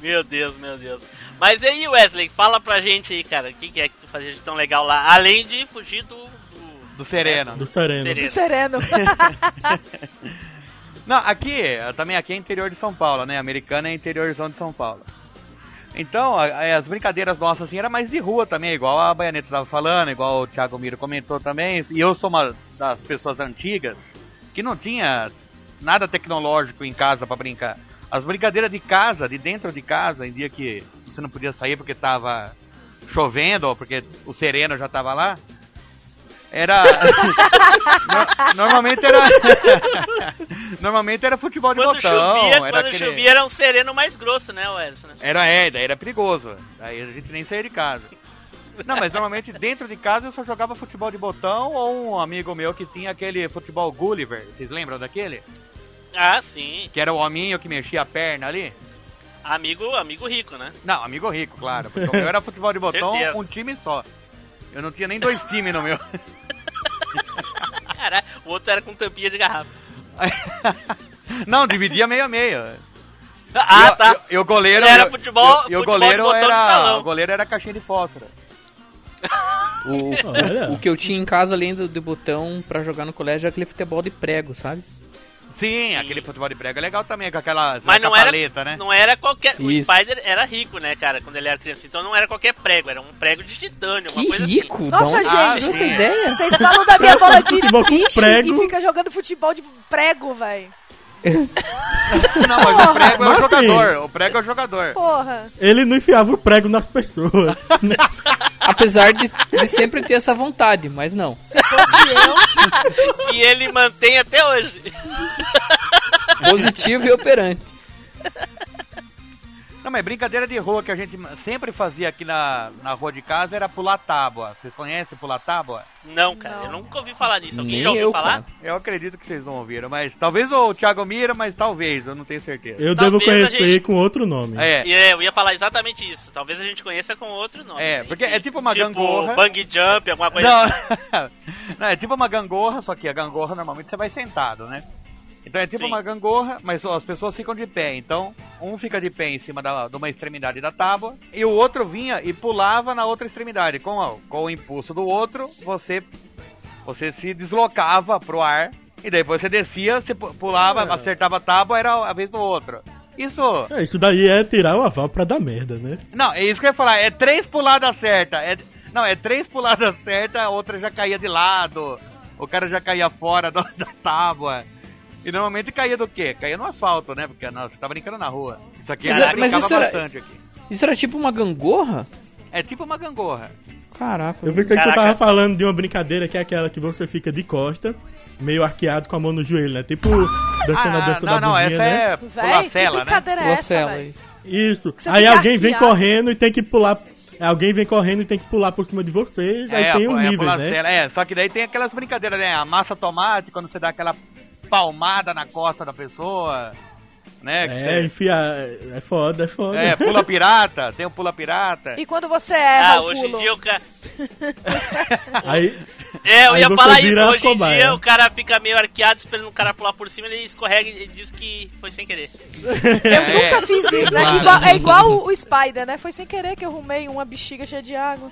[laughs] meu Deus, meu Deus. Mas e aí, Wesley, fala pra gente aí, cara, o que, que é que tu fazia de tão legal lá? Além de fugir do. do... Do sereno. Do Sereno. Sereno. Do [laughs] sereno. Não, aqui, eh, também aqui é interior de São Paulo, né? Americana é interiorzão de São Paulo. Então, a- a- as brincadeiras nossas assim era mais de rua também, igual a Baianeta tava falando, igual o Thiago Miro comentou também. E eu sou uma das pessoas antigas que não tinha nada tecnológico em casa pra brincar. As brincadeiras de casa, de dentro de casa, em dia que você não podia sair porque tava chovendo ou porque o sereno já tava lá, era [laughs] No- normalmente era [laughs] normalmente era futebol de Quando botão, chovia, era quando aquele- chovia era um sereno mais grosso, né, Wesley? era, é, daí era perigoso. Daí a gente nem saía de casa. Não, mas normalmente dentro de casa eu só jogava futebol de botão ou um amigo meu que tinha aquele futebol Gulliver. Vocês lembram daquele? Ah, sim. Que era o hominho que mexia a perna ali? Amigo, amigo rico, né? Não, amigo rico, claro. Porque o meu era futebol de botão, Certeza. um time só. Eu não tinha nem dois times no meu. [laughs] Caralho, o outro era com tampinha de garrafa. não, dividia meio a meio. Ah, E o- tá. E o goleiro Ele era e o- futebol- e o futebol de goleiro botão de era salão. o goleiro era caixinha de fósforo. O, Olha. o que eu tinha em casa, além do, do botão pra jogar no colégio, era aquele futebol de prego, sabe? Sim, Sim. aquele futebol de prego é legal também com aquela Mas não era, paleta, né? não era qualquer. O Isso. Spider era rico, né, cara, quando ele era criança. Então não era qualquer prego, era um prego de titânio, uma Que coisa assim. rico! um Ah, da Nossa, onde gente. surgiu essa ideia? Vocês falam tá da minha bola de Futebol com bicho prego. e fica jogando futebol de prego, velho. Não, mas o prego é o Mas assim- jogador. O prego é o jogador. Porra. Ele não enfiava o prego [laughs] nas pessoas. Apesar de, de sempre ter essa vontade, mas não. Se fosse eu, assim. Que ele mantém até hoje. Positivo e operante. Não, mas brincadeira de rua que a gente sempre fazia aqui na, na rua de casa era pular tábua. Vocês conhecem pular tábua? Não, cara, eu Não. nunca ouvi falar disso. Alguém Nem já ouviu eu, falar? cara. Eu acredito que vocês não ouviram, mas talvez o Thiago Mira, mas talvez, eu não tenho certeza. Eu Talvez devo conhecer a gente- com outro nome. É, E É, eu ia falar exatamente isso. Talvez a gente conheça com outro nome. É, né? porque é tipo uma tipo gangorra. Bang Jump, alguma coisa não, assim. [laughs] não, é tipo uma gangorra, só que a gangorra normalmente você vai sentado, né? Então é tipo Sim. uma gangorra, mas ó, as pessoas ficam de pé. Então, um fica de pé em cima da, de uma extremidade da tábua e o outro vinha e pulava na outra extremidade. Com, a- com o impulso do outro, você, você se deslocava pro ar e daí você descia, você pu- pulava, Ah. acertava a tábua, era a vez do outro. Isso. É, isso daí é tirar o aval pra dar merda, né? Não, é isso que eu ia falar. É três puladas certas. É, não, é três puladas [laughs] certas, a outra já caía de lado. O cara já caía fora [laughs] da, da tábua. E normalmente caía do quê? Caía no asfalto, né? Porque não, você tá brincando na rua. Isso aqui Mas a gente é- mas brincava isso era- bastante aqui. Isso era tipo uma gangorra? É tipo uma gangorra. Caraca. Eu pensei que Caraca. tu tava falando de uma brincadeira que é aquela que você fica de costa, meio arqueado com a mão no joelho, né? Tipo dançando a Ah, dança não, da não, bundinha, essa né? é velho. Que pulacela, né? brincadeira é essa, Locela, velho? isso. Isso. Você Aí fica alguém vem arqueado. correndo e tem que pular. Alguém vem correndo e tem que pular por cima de vocês. aí a tem um pu- é a nível, né? pulacela. É, só que daí tem aquelas brincadeiras, né? A massa tomate, quando você dá aquela palmada na costa da pessoa, né? que É, você- enfiar. É foda, é foda. é, pula pirata, tem o pula pirata. E quando você erra Ah, o hoje em pulo? dia o cara. Aí, É, eu Aí ia você falar isso. vira Hoje em cobaia. dia o cara fica meio arqueado esperando o cara pular por cima, ele escorrega e diz que foi sem querer. Eu É, nunca fiz isso, né? claro. Igual- é igual o, o Spider, né? Foi sem querer que eu arrumei uma bexiga cheia de água.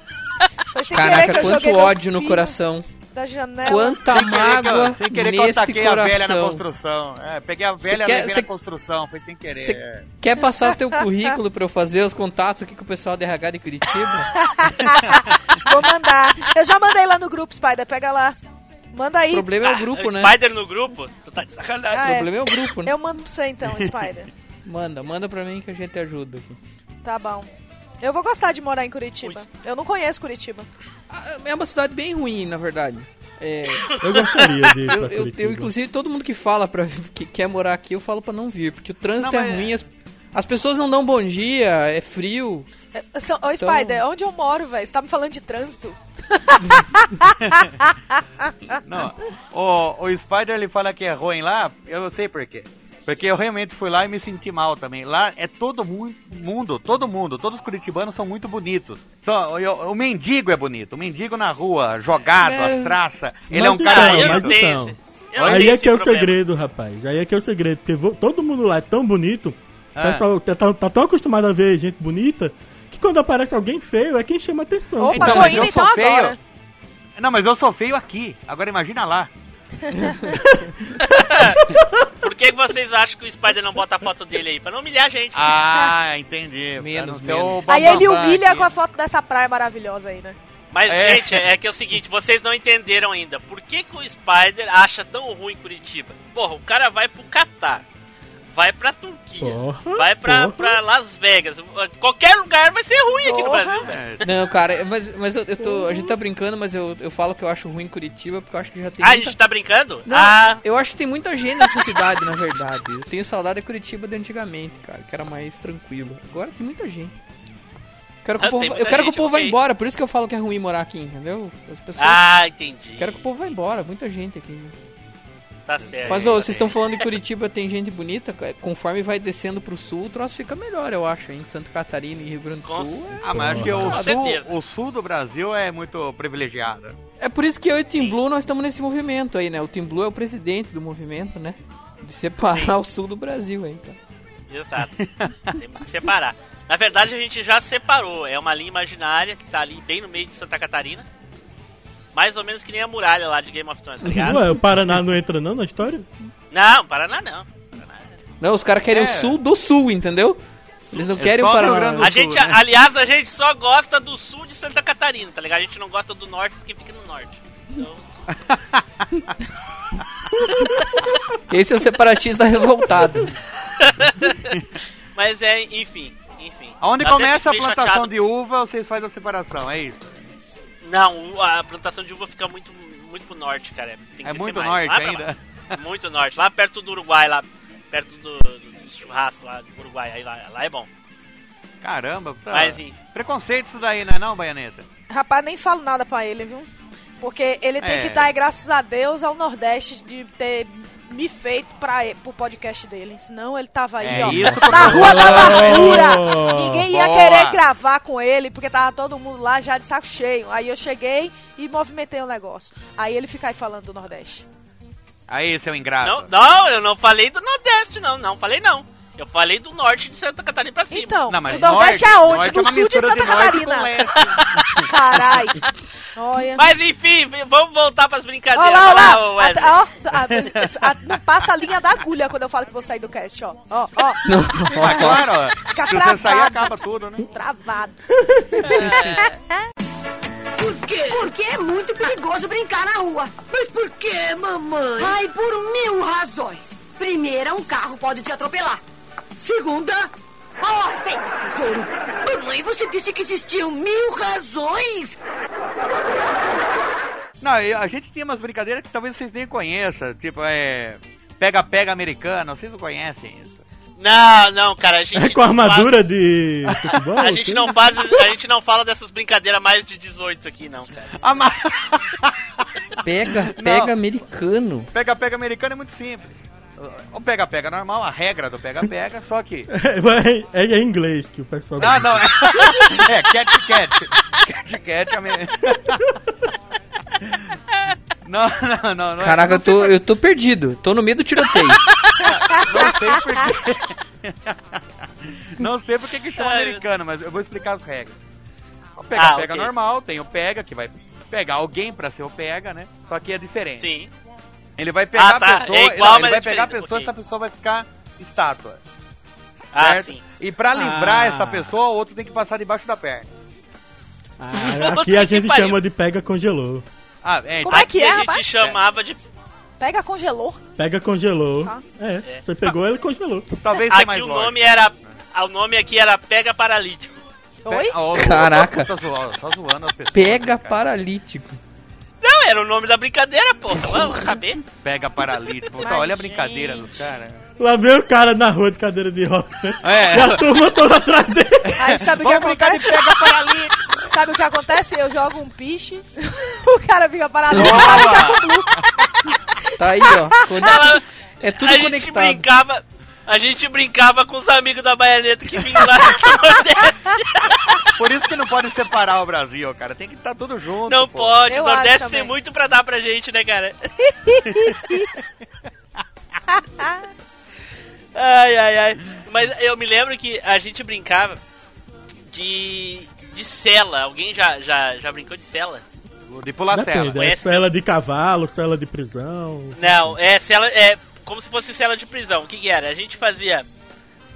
Foi sem querer Caraca, é que eu quanto joguei É meu ódio no filho. coração. da janela. Quanta mágoa sem querer que eu neste ataquei a velha na coração. construção. É, peguei a velha quer- levei cê- na construção, foi sem querer. Cê- é. Quer passar teu currículo pra eu fazer os contatos aqui com o pessoal da RH de [laughs] Curitiba? Vou mandar. Eu já mandei lá no grupo, Spider. Pega lá. Manda O aí. problema é o Ah, grupo, né? O Spider no grupo? Tu tá de sacanagem. Ah, é. problema é o grupo, né? Eu mando pra você então, Spider. [laughs] Manda, manda pra mim que a gente ajuda aqui. Tá bom. Eu vou gostar de morar em Curitiba. Eu não conheço Curitiba. Ah, É uma cidade bem ruim, na verdade. É, Eu gostaria de ir pra eu, eu, Curitiba. eu, inclusive, todo mundo que fala pra, [laughs] que quer morar aqui, eu falo pra não vir, porque o trânsito Não, é mas- ruim, as, as pessoas não dão bom dia, é frio. É, são- Ô, Então- Spider, onde eu moro, velho? Você tá me falando de trânsito? Não, o, o Spider ele fala que é ruim lá, eu sei por quê. Porque eu realmente fui lá e me senti mal também. Lá é todo mu- mundo, todo mundo, todos os curitibanos são muito bonitos. Só, o, o mendigo é bonito, o mendigo na rua, jogado, É. as traças. Ele Mas é um cara então, eu não mas lindo. tenho então. esse- eu não Aí tenho é esse que é o problema. segredo, rapaz. Aí é que é o segredo. Porque vo- todo mundo lá é tão bonito. O É. Ah. pessoal tá, tá- tá tão acostumado a ver gente bonita. Que quando aparece alguém feio é quem chama atenção. Opa, Então, tô mas indo eu então sou feio. agora. Não, mas eu sou feio aqui. Agora imagina lá. Por que que vocês acham que o Spider não bota a foto dele aí? Pra não humilhar a gente. Ah, [laughs] entendi. Pra Menos, não ser menos. o Aí bambambam ele humilha aqui. com a foto dessa praia maravilhosa aí, né? Mas, É. gente, é que é o seguinte, vocês não entenderam ainda. Por que, que o Spider acha tão ruim Curitiba? Porra, o cara vai pro Catar, vai pra Turquia, Porra, vai pra, porra. pra Las Vegas. Qualquer lugar vai ser ruim aqui no Brasil, velho. Não, cara, é, mas, mas eu, eu tô. A gente tá brincando, mas eu, eu falo que eu acho ruim Curitiba, porque eu acho que já tem. Ah, a muita- gente tá brincando? Não, Ah, Eu acho que tem muita gente nessa cidade, na verdade. Eu tenho saudade de Curitiba de antigamente, cara, que era mais tranquilo. Agora tem muita gente. Quero que Ah, o povo, tem eu muita quero que o gente, povo vá ok. embora, por isso que eu falo que é ruim morar aqui, entendeu? As pessoas. ah, entendi. Quero que o povo vá embora, muita gente aqui. Tá certo. Mas ô, vocês estão falando de Curitiba, tem gente bonita, cara. conforme vai descendo pro sul, o troço fica melhor, eu acho, hein? Santa Catarina e Rio Grande do Com Sul. é- Ah, mas acho que o Com certeza. sul, o sul do Brasil é muito privilegiado. É por isso que eu e o Tim Blue nós estamos nesse movimento aí, né? O Tim Blue é o presidente do movimento, né? De separar Sim. o sul do Brasil aí, cara. Exato. [laughs] Temos que separar. Na verdade, a gente já separou. É uma linha imaginária que tá ali bem no meio de Santa Catarina. Mais ou menos que nem a muralha lá de Game of Thrones, tá ligado? Ué, o Paraná não entra não na história? Não, Paraná não. Não, os caras É. querem o sul do sul, entendeu? Eles não É querem só o o Rio Paraná. Grande do A Sul. gente, né? aliás, a gente só gosta do sul de Santa Catarina, tá ligado? A gente não gosta do norte porque fica no norte. Então, Esse é o [laughs] separatista revoltado. mas é, enfim, enfim. Onde Dá até começa a fiquei plantação chateado. de uva, vocês fazem a separação, é isso. Não, o- a plantação de uva fica muito muito pro norte, cara. Tem que É descer muito mais. norte Lá pra ainda. [laughs] lá. Muito norte, lá perto do Uruguai, lá perto do, do churrasco lá do Uruguai, aí lá, lá é bom. Caramba, tá. Mas enfim. Preconceito isso daí, não é não, Baianeta? Rapaz, nem falo nada pra ele, viu? Porque ele tem É. que dar graças a Deus ao Nordeste de ter me feito pra, e- pro podcast dele. Senão ele tava aí, É ó. isso [laughs] que eu na tô rua da Oh, amargura. Ninguém ia boa. querer gravar com ele, porque tava todo mundo lá já de saco cheio. Aí eu cheguei e movimentei o negócio. Aí ele fica aí falando [laughs] do Nordeste. Aí, seu Não, é um ingrato. não, eu não falei do Nordeste, não, não falei não. Eu falei do norte de Santa Catarina pra cima. Então, Não, o Nordeste é onde? norte Do uma sul de mistura Santa norte com Catarina. leste. Carai. Olha. Mas enfim, v- vamos voltar pras Olha brincadeiras. lá, Olha olha lá, lá. Wesley. A- ó, a- a- não passa a linha da agulha quando eu falo que vou sair do cast, ó. Ó, ó. Ah, claro, ó. [laughs] Fica se você sair, travado. acaba tudo, né? Travado. Por quê? Porque é muito perigoso brincar na rua. Mas por quê, mamãe? Ai, por mil razões. Primeira, um carro pode te atropelar. Segunda, A ordem, tesouro. mamãe, você disse que existiam mil razões. Não, eu- a gente tem umas brincadeiras que talvez vocês nem conheçam, tipo, é... Pega-pega americano, vocês não conhecem isso. Não, não, cara, a [laughs] gente. É com a não faz- armadura de [laughs] futebol? A gente não faz, a gente não fala dessas brincadeiras mais de 18 aqui, não, cara. Ah, mas- Pega, Não. pega americano. [laughs] Pega-pega americano é muito simples. O pega-pega normal, a regra do pega-pega, só que... [laughs] é, é em inglês que o pessoal... Ah, não, é... [laughs] é cat cat. Cat cat é... me- [laughs] Não, não, não, não. é- Caraca, não eu sei tô, eu tô perdido. Tô no meio do tiroteio. Não sei por quê. Não sei por que que chama Ai, americano, mas eu vou explicar as regras. O Ah, pega-pega ok. normal, tem o pega que vai pegar alguém pra ser o pega, né? Só que é diferente. Sim. Ele vai pegar Ah, tá. a pessoa, É igual, não, ele mas vai é pegar a diferente, pessoa, ok. essa pessoa vai ficar estátua. Ah, certo? sim. E pra livrar Ah. essa pessoa, o outro tem que passar debaixo da perna. Ah, aqui a Puta [laughs] que gente pariu. chama de pega congelou. Ah, é, então, Como é que Aqui é, a gente rapaz? chamava de. Pega congelou. Pega congelou. Tá. É, você pegou ele congelou. talvez seja tá? Aqui mais o lógico. nome era. ah, O nome aqui era Pega Paralítico. Oi? Ó, ó, Caraca. Tá zoando, só zoando as pessoas. Pega né, cara? paralítico. Não, era o nome da brincadeira, porra. Vamos saber. Pega paralítico. Puta, Mas, olha a brincadeira gente. dos caras. Lá veio o cara na rua de cadeira de roda. É. E a turma toda atrás dele. Aí sabe o que Vamos brincar de acontece? pega paralítico. Sabe o que acontece? Eu jogo um piche, [laughs] o cara fica parado. Tá [laughs] aí, ó. Conect... Ela- É a tudo gente conectado. brincava. A gente brincava com os amigos da Baianeta que vinham lá do Nordeste. Por isso que não pode separar o Brasil, cara. Tem que estar tudo junto. Não pô. pode, Eu o acho Nordeste tem também. muito pra dar pra gente, né, cara? ai, ai, ai. Mas eu me lembro que a gente brincava de. de cela. Alguém já, já, já brincou de cela? De pular cela. Depende, é Conhece- cela de cavalo, cela de prisão. Não, é cela. É como se fosse cela de prisão. O que, que era? A gente fazia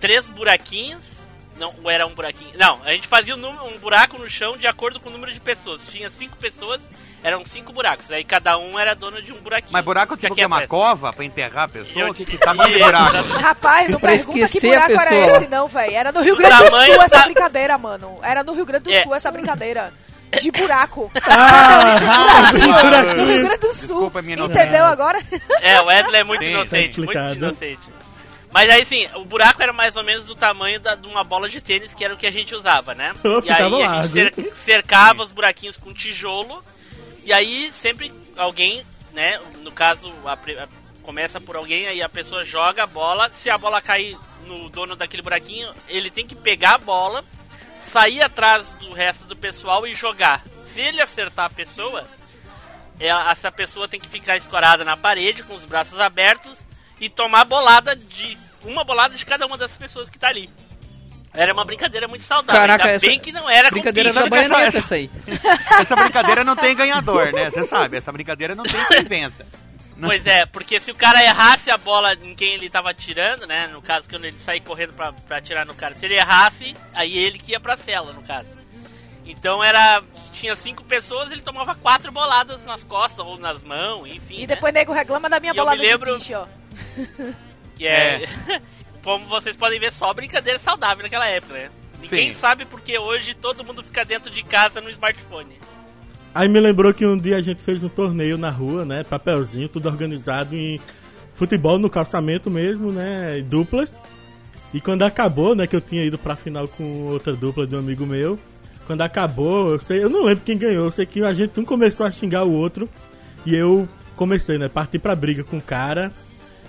três buraquinhos. Não, ou era um buraquinho. Não, a gente fazia um, nú- um buraco no chão de acordo com o número de pessoas. Tinha cinco pessoas, eram cinco buracos. Aí cada um era dono de um buraquinho. Mas buraco Fica tipo que é uma quieto, cova pra enterrar a pessoa? Eu O que que te- tá [laughs] com Isso, buraco? exatamente. [laughs] Rapaz, não Pra pergunta que esquecer a buraco era pessoa. esse, não, velho. Era no Rio Grande do Tamanho Sul essa da- brincadeira, mano. Era no Rio Grande do É. Sul essa brincadeira. De buraco. Ah, No Rio Grande do Sul. Desculpa a minha inocência. Entendeu agora? É, o Wesley é muito Sim, tá inocente, muito explicado. inocente. Mas aí sim, o buraco era mais ou menos do tamanho da- de uma bola de tênis, que era o que a gente usava, né? Eu e aí ficava a largo. gente cer- cercava os buraquinhos com tijolo, e aí sempre alguém, né? No caso, a pri- a- começa por alguém, aí a pessoa joga a bola, se a bola cair no dono daquele buraquinho, ele tem que pegar a bola, sair atrás do resto do pessoal e jogar. Se ele acertar a pessoa, ela- É, essa pessoa tem que ficar escorada na parede com os braços abertos e tomar bolada de uma bolada de cada uma das pessoas que tá ali. Era uma brincadeira muito saudável. Caraca, Ainda essa bem que não era com Brincadeira bicho. né? da baioneta essa aí. Essa brincadeira não tem ganhador, né? Você sabe, essa brincadeira não tem quem vença. Pois é, porque se o cara errasse a bola em quem ele tava atirando, né? No caso, quando ele sair correndo pra, pra atirar no cara, se ele errasse, aí ele que ia pra cela, no caso. Então era. Tinha cinco pessoas, ele tomava quatro boladas nas costas ou nas mãos, enfim. E né? depois nego reclama da minha E eu me bolada lembro- de piche, ó. Que é. [laughs] Como vocês podem ver, só brincadeira saudável naquela época, né? Ninguém Sim. sabe porque hoje todo mundo fica dentro de casa no smartphone. Aí me lembrou que um dia a gente fez um torneio na rua, né? Papelzinho, tudo organizado em futebol no calçamento mesmo, né? Duplas. E quando acabou, né? Que eu tinha ido pra final com outra dupla de um amigo meu. Quando acabou, eu, sei, eu não lembro quem ganhou. Eu sei que a gente um começou a xingar o outro. E eu comecei, né? Parti pra briga com o cara.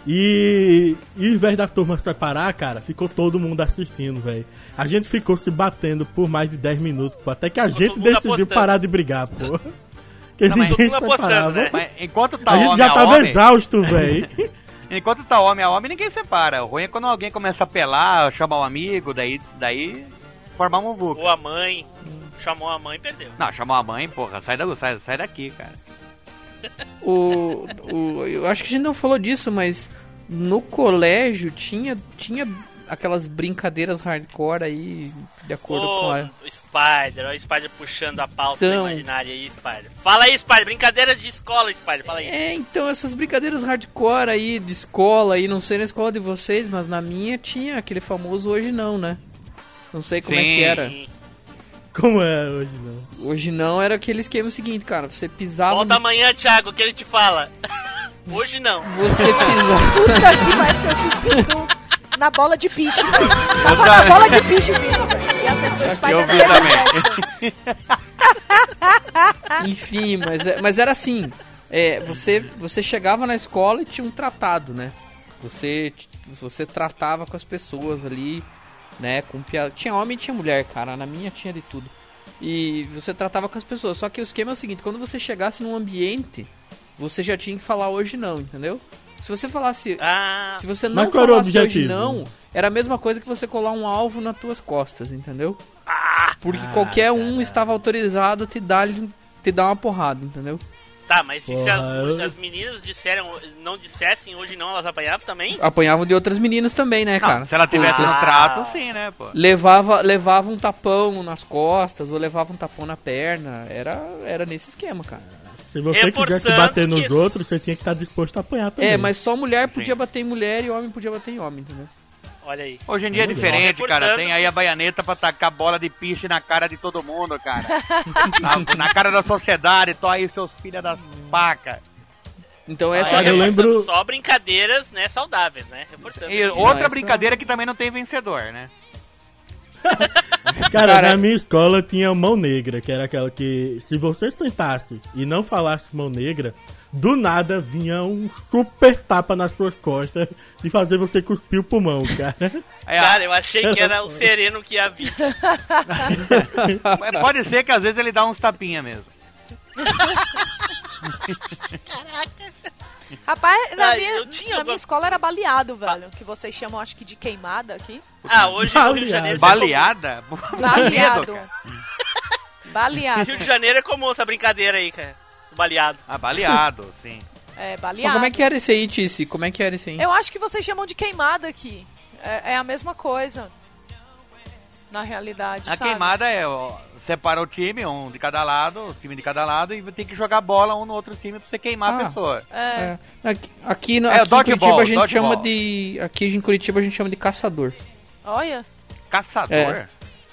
E, e ao invés da turma separar, cara, ficou todo mundo assistindo, velho. A gente ficou se batendo por mais de 10 minutos, pô, até que a Ficou gente todo mundo decidiu apostando. parar de brigar, [laughs] pô. Que Não, mas- ninguém Todo mundo apostando, separava. né? Mas enquanto tá A gente homem é já a tava homem, exausto, [laughs] velho. enquanto tá homem a homem, ninguém separa. O ruim é quando alguém começa a pelar, chamar um amigo, daí, daí formar um buco. Ou a mãe chamou a mãe e perdeu. Não, chamar a mãe, porra, sai, da, sai, sai daqui, cara. O, o, eu acho que a gente não falou disso, mas no colégio tinha, tinha aquelas brincadeiras hardcore aí, de acordo com Ô, a. o Spider, olha o Spider puxando a pauta Então. imaginária aí, Spider. Fala aí, Spider, brincadeira de escola, Spider, fala aí. É, então essas brincadeiras hardcore aí de escola aí, não sei na escola de vocês, mas na minha tinha aquele famoso hoje não, né? Não sei como é Sim. que era. Como é hoje, não? Hoje não era aquele esquema seguinte, cara, você pisava Volta no- amanhã, Thiago, que ele te fala. Hoje não. [laughs] você pisava Puta que vai ser vivido na bola de piche. velho. Tava na cara. bola de piche, vindo, velho. E acertou o Eu Spider vi na também. Enfim, mas, é- mas era assim. É, você, você chegava na escola e tinha um tratado, né? Você, t- você tratava com as pessoas ali, né? Com pia... Tinha homem e tinha mulher, cara. Na minha tinha de tudo. E você tratava com as pessoas. Só que o esquema é o seguinte, quando você chegasse num ambiente, você já tinha que falar hoje não, entendeu? Se você falasse. Ah, Se você Mas não qual era o falasse hoje objetivo? não, era a mesma coisa que você colar um alvo Ah! nas tuas costas, entendeu? Porque qualquer um estava autorizado a te dar, te te dar uma porrada, entendeu? Tá, mas e se Porra, as, eu- as meninas disseram, não dissessem hoje não, elas apanhavam também? Apanhavam de outras meninas também, né, Não, cara? se ela tivesse Ah. no trato, sim, né, pô? Levava, levava um tapão nas costas ou levava um tapão na perna. Era, era nesse esquema, cara. Se você quiser se Reforçando bater nos que- outros, você tinha que estar disposto a apanhar também. É, mas só mulher podia bater em mulher e homem podia bater em homem, entendeu? Olha aí. Hoje em dia é Vamos diferente, lá. cara. Tem aí a Reforçando. baianeta pra tacar bola de piche na cara de todo mundo, cara. na, na cara da sociedade, tô aí seus filhos das pacas. Então essa Ah, Olha, é eu a- lembro- Só brincadeiras, né, saudáveis, né? Reforçando. E aqui. outra essa- brincadeira que também não tem vencedor, né? Cara, Cara, na minha escola tinha mão negra, que era aquela que se você sentasse e não falasse mão negra, do nada vinha um super tapa nas suas costas e fazer você cuspir o pulmão, cara. [laughs] É, Cara, eu achei que era o sereno que havia. mas pode ser que às vezes ele dá uns tapinha mesmo. Rapaz, na, Ah, minha, eu tinha na alguma- minha escola era baleado, velho. Que vocês chamam, acho que, de [laughs] queimada aqui. Ah, hoje no Rio de Janeiro... isso é Baleada? [laughs] Baleado. cara. comum. Baleado. Rio de Janeiro é comum essa brincadeira aí, cara. O baleado. Ah, baleado, sim. É, Pô, baleado. como é que era esse aí, Tice? Como é que era esse aí? Eu acho que vocês chamam de queimada aqui. É, é a mesma coisa. Na realidade, A sabe? queimada é, ó, separa o time, um de cada lado, o time de cada lado, e tem que jogar bola um no outro time pra você queimar Ah. a pessoa. É, É. Aqui, aqui, no- É, aqui em dodgeball, Curitiba a gente chama dodgeball. de. Aqui em Curitiba a gente chama de caçador. Olha. Caçador?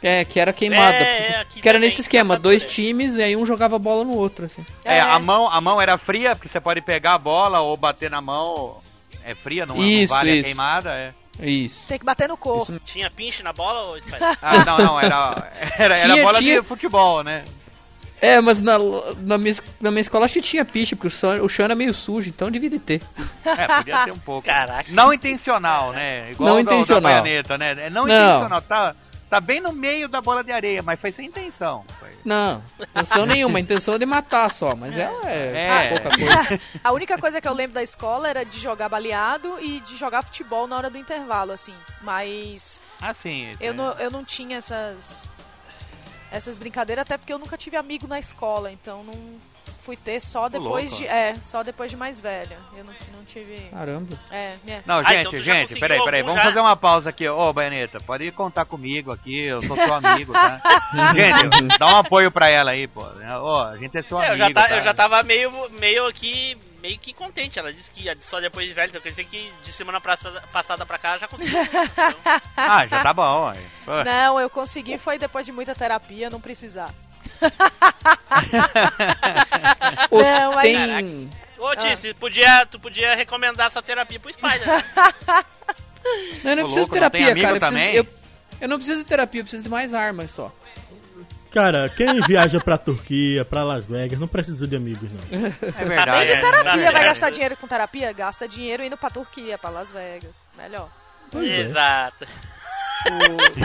É. É, que era queimada. É, é, aqui que era também, nesse esquema, caçador, dois é. times e aí um jogava bola no outro, assim. É, a mão, a mão era fria, porque você pode pegar a bola ou bater na mão. É fria, não, é- não Isso, vale a isso. queimada, [laughs] é. Isso. Tem que bater no corpo. Tinha pinche na bola ou Spike? Ah, não, não, era, era, era Tinha- bola tinha- de futebol, né? É, mas na, na, minha, na minha escola acho que tinha piche, porque o chão, o chão era meio sujo, então devia de ter. É, podia ter um pouco. Caraca. Não intencional, né? Igual Não o da- o intencional. Da planeta, né? É não, Não. intencional, tá, tá bem no meio da bola de areia, mas foi sem intenção. Foi- Não, intenção nenhuma, a intenção é de matar só, mas ela é, É. pouca coisa. A única coisa que eu lembro da escola era de jogar baleado e de jogar futebol na hora do intervalo, assim. Mas Assim, isso, eu, né? não, eu não tinha essas essas brincadeiras, até porque eu nunca tive amigo na escola, então não fui ter só depois louco. de. É, só depois de mais velha. Eu não, não tive. Caramba. É, minha- Não, Ah, gente, então tu já gente, conseguiu peraí, peraí, algum vamos já? fazer uma pausa aqui. Ô, Baianeta, pode contar comigo aqui, eu sou seu amigo, tá? gente, dá um apoio pra ela aí, pô. Ô, a gente é seu É, amigo, eu, já tá- tá? eu já tava meio, meio aqui, meio que contente. Ela disse que só depois de velho, então quer dizer que de semana passada, passada pra cá já [laughs] conseguiu. Ah, já tá bom. Aí. Pô. Não, eu consegui, foi depois de muita terapia, não precisar. Ô, Não, aí- tem, Ô, Ah. Tice, podia, tu podia recomendar essa terapia pro Spider, né? Não, eu não Ô, preciso de louco, não tem terapia, amigo cara. Eu preciso, também? eu, eu não preciso de terapia, eu preciso de mais armas só. Cara, quem viaja pra Turquia, pra Las Vegas, não precisa de amigos, não. É bem verdade. de terapia. é. Terapia, vai certo. gastar dinheiro com terapia? Gasta dinheiro indo pra Turquia, pra Las Vegas. Melhor. Pois é. Exato.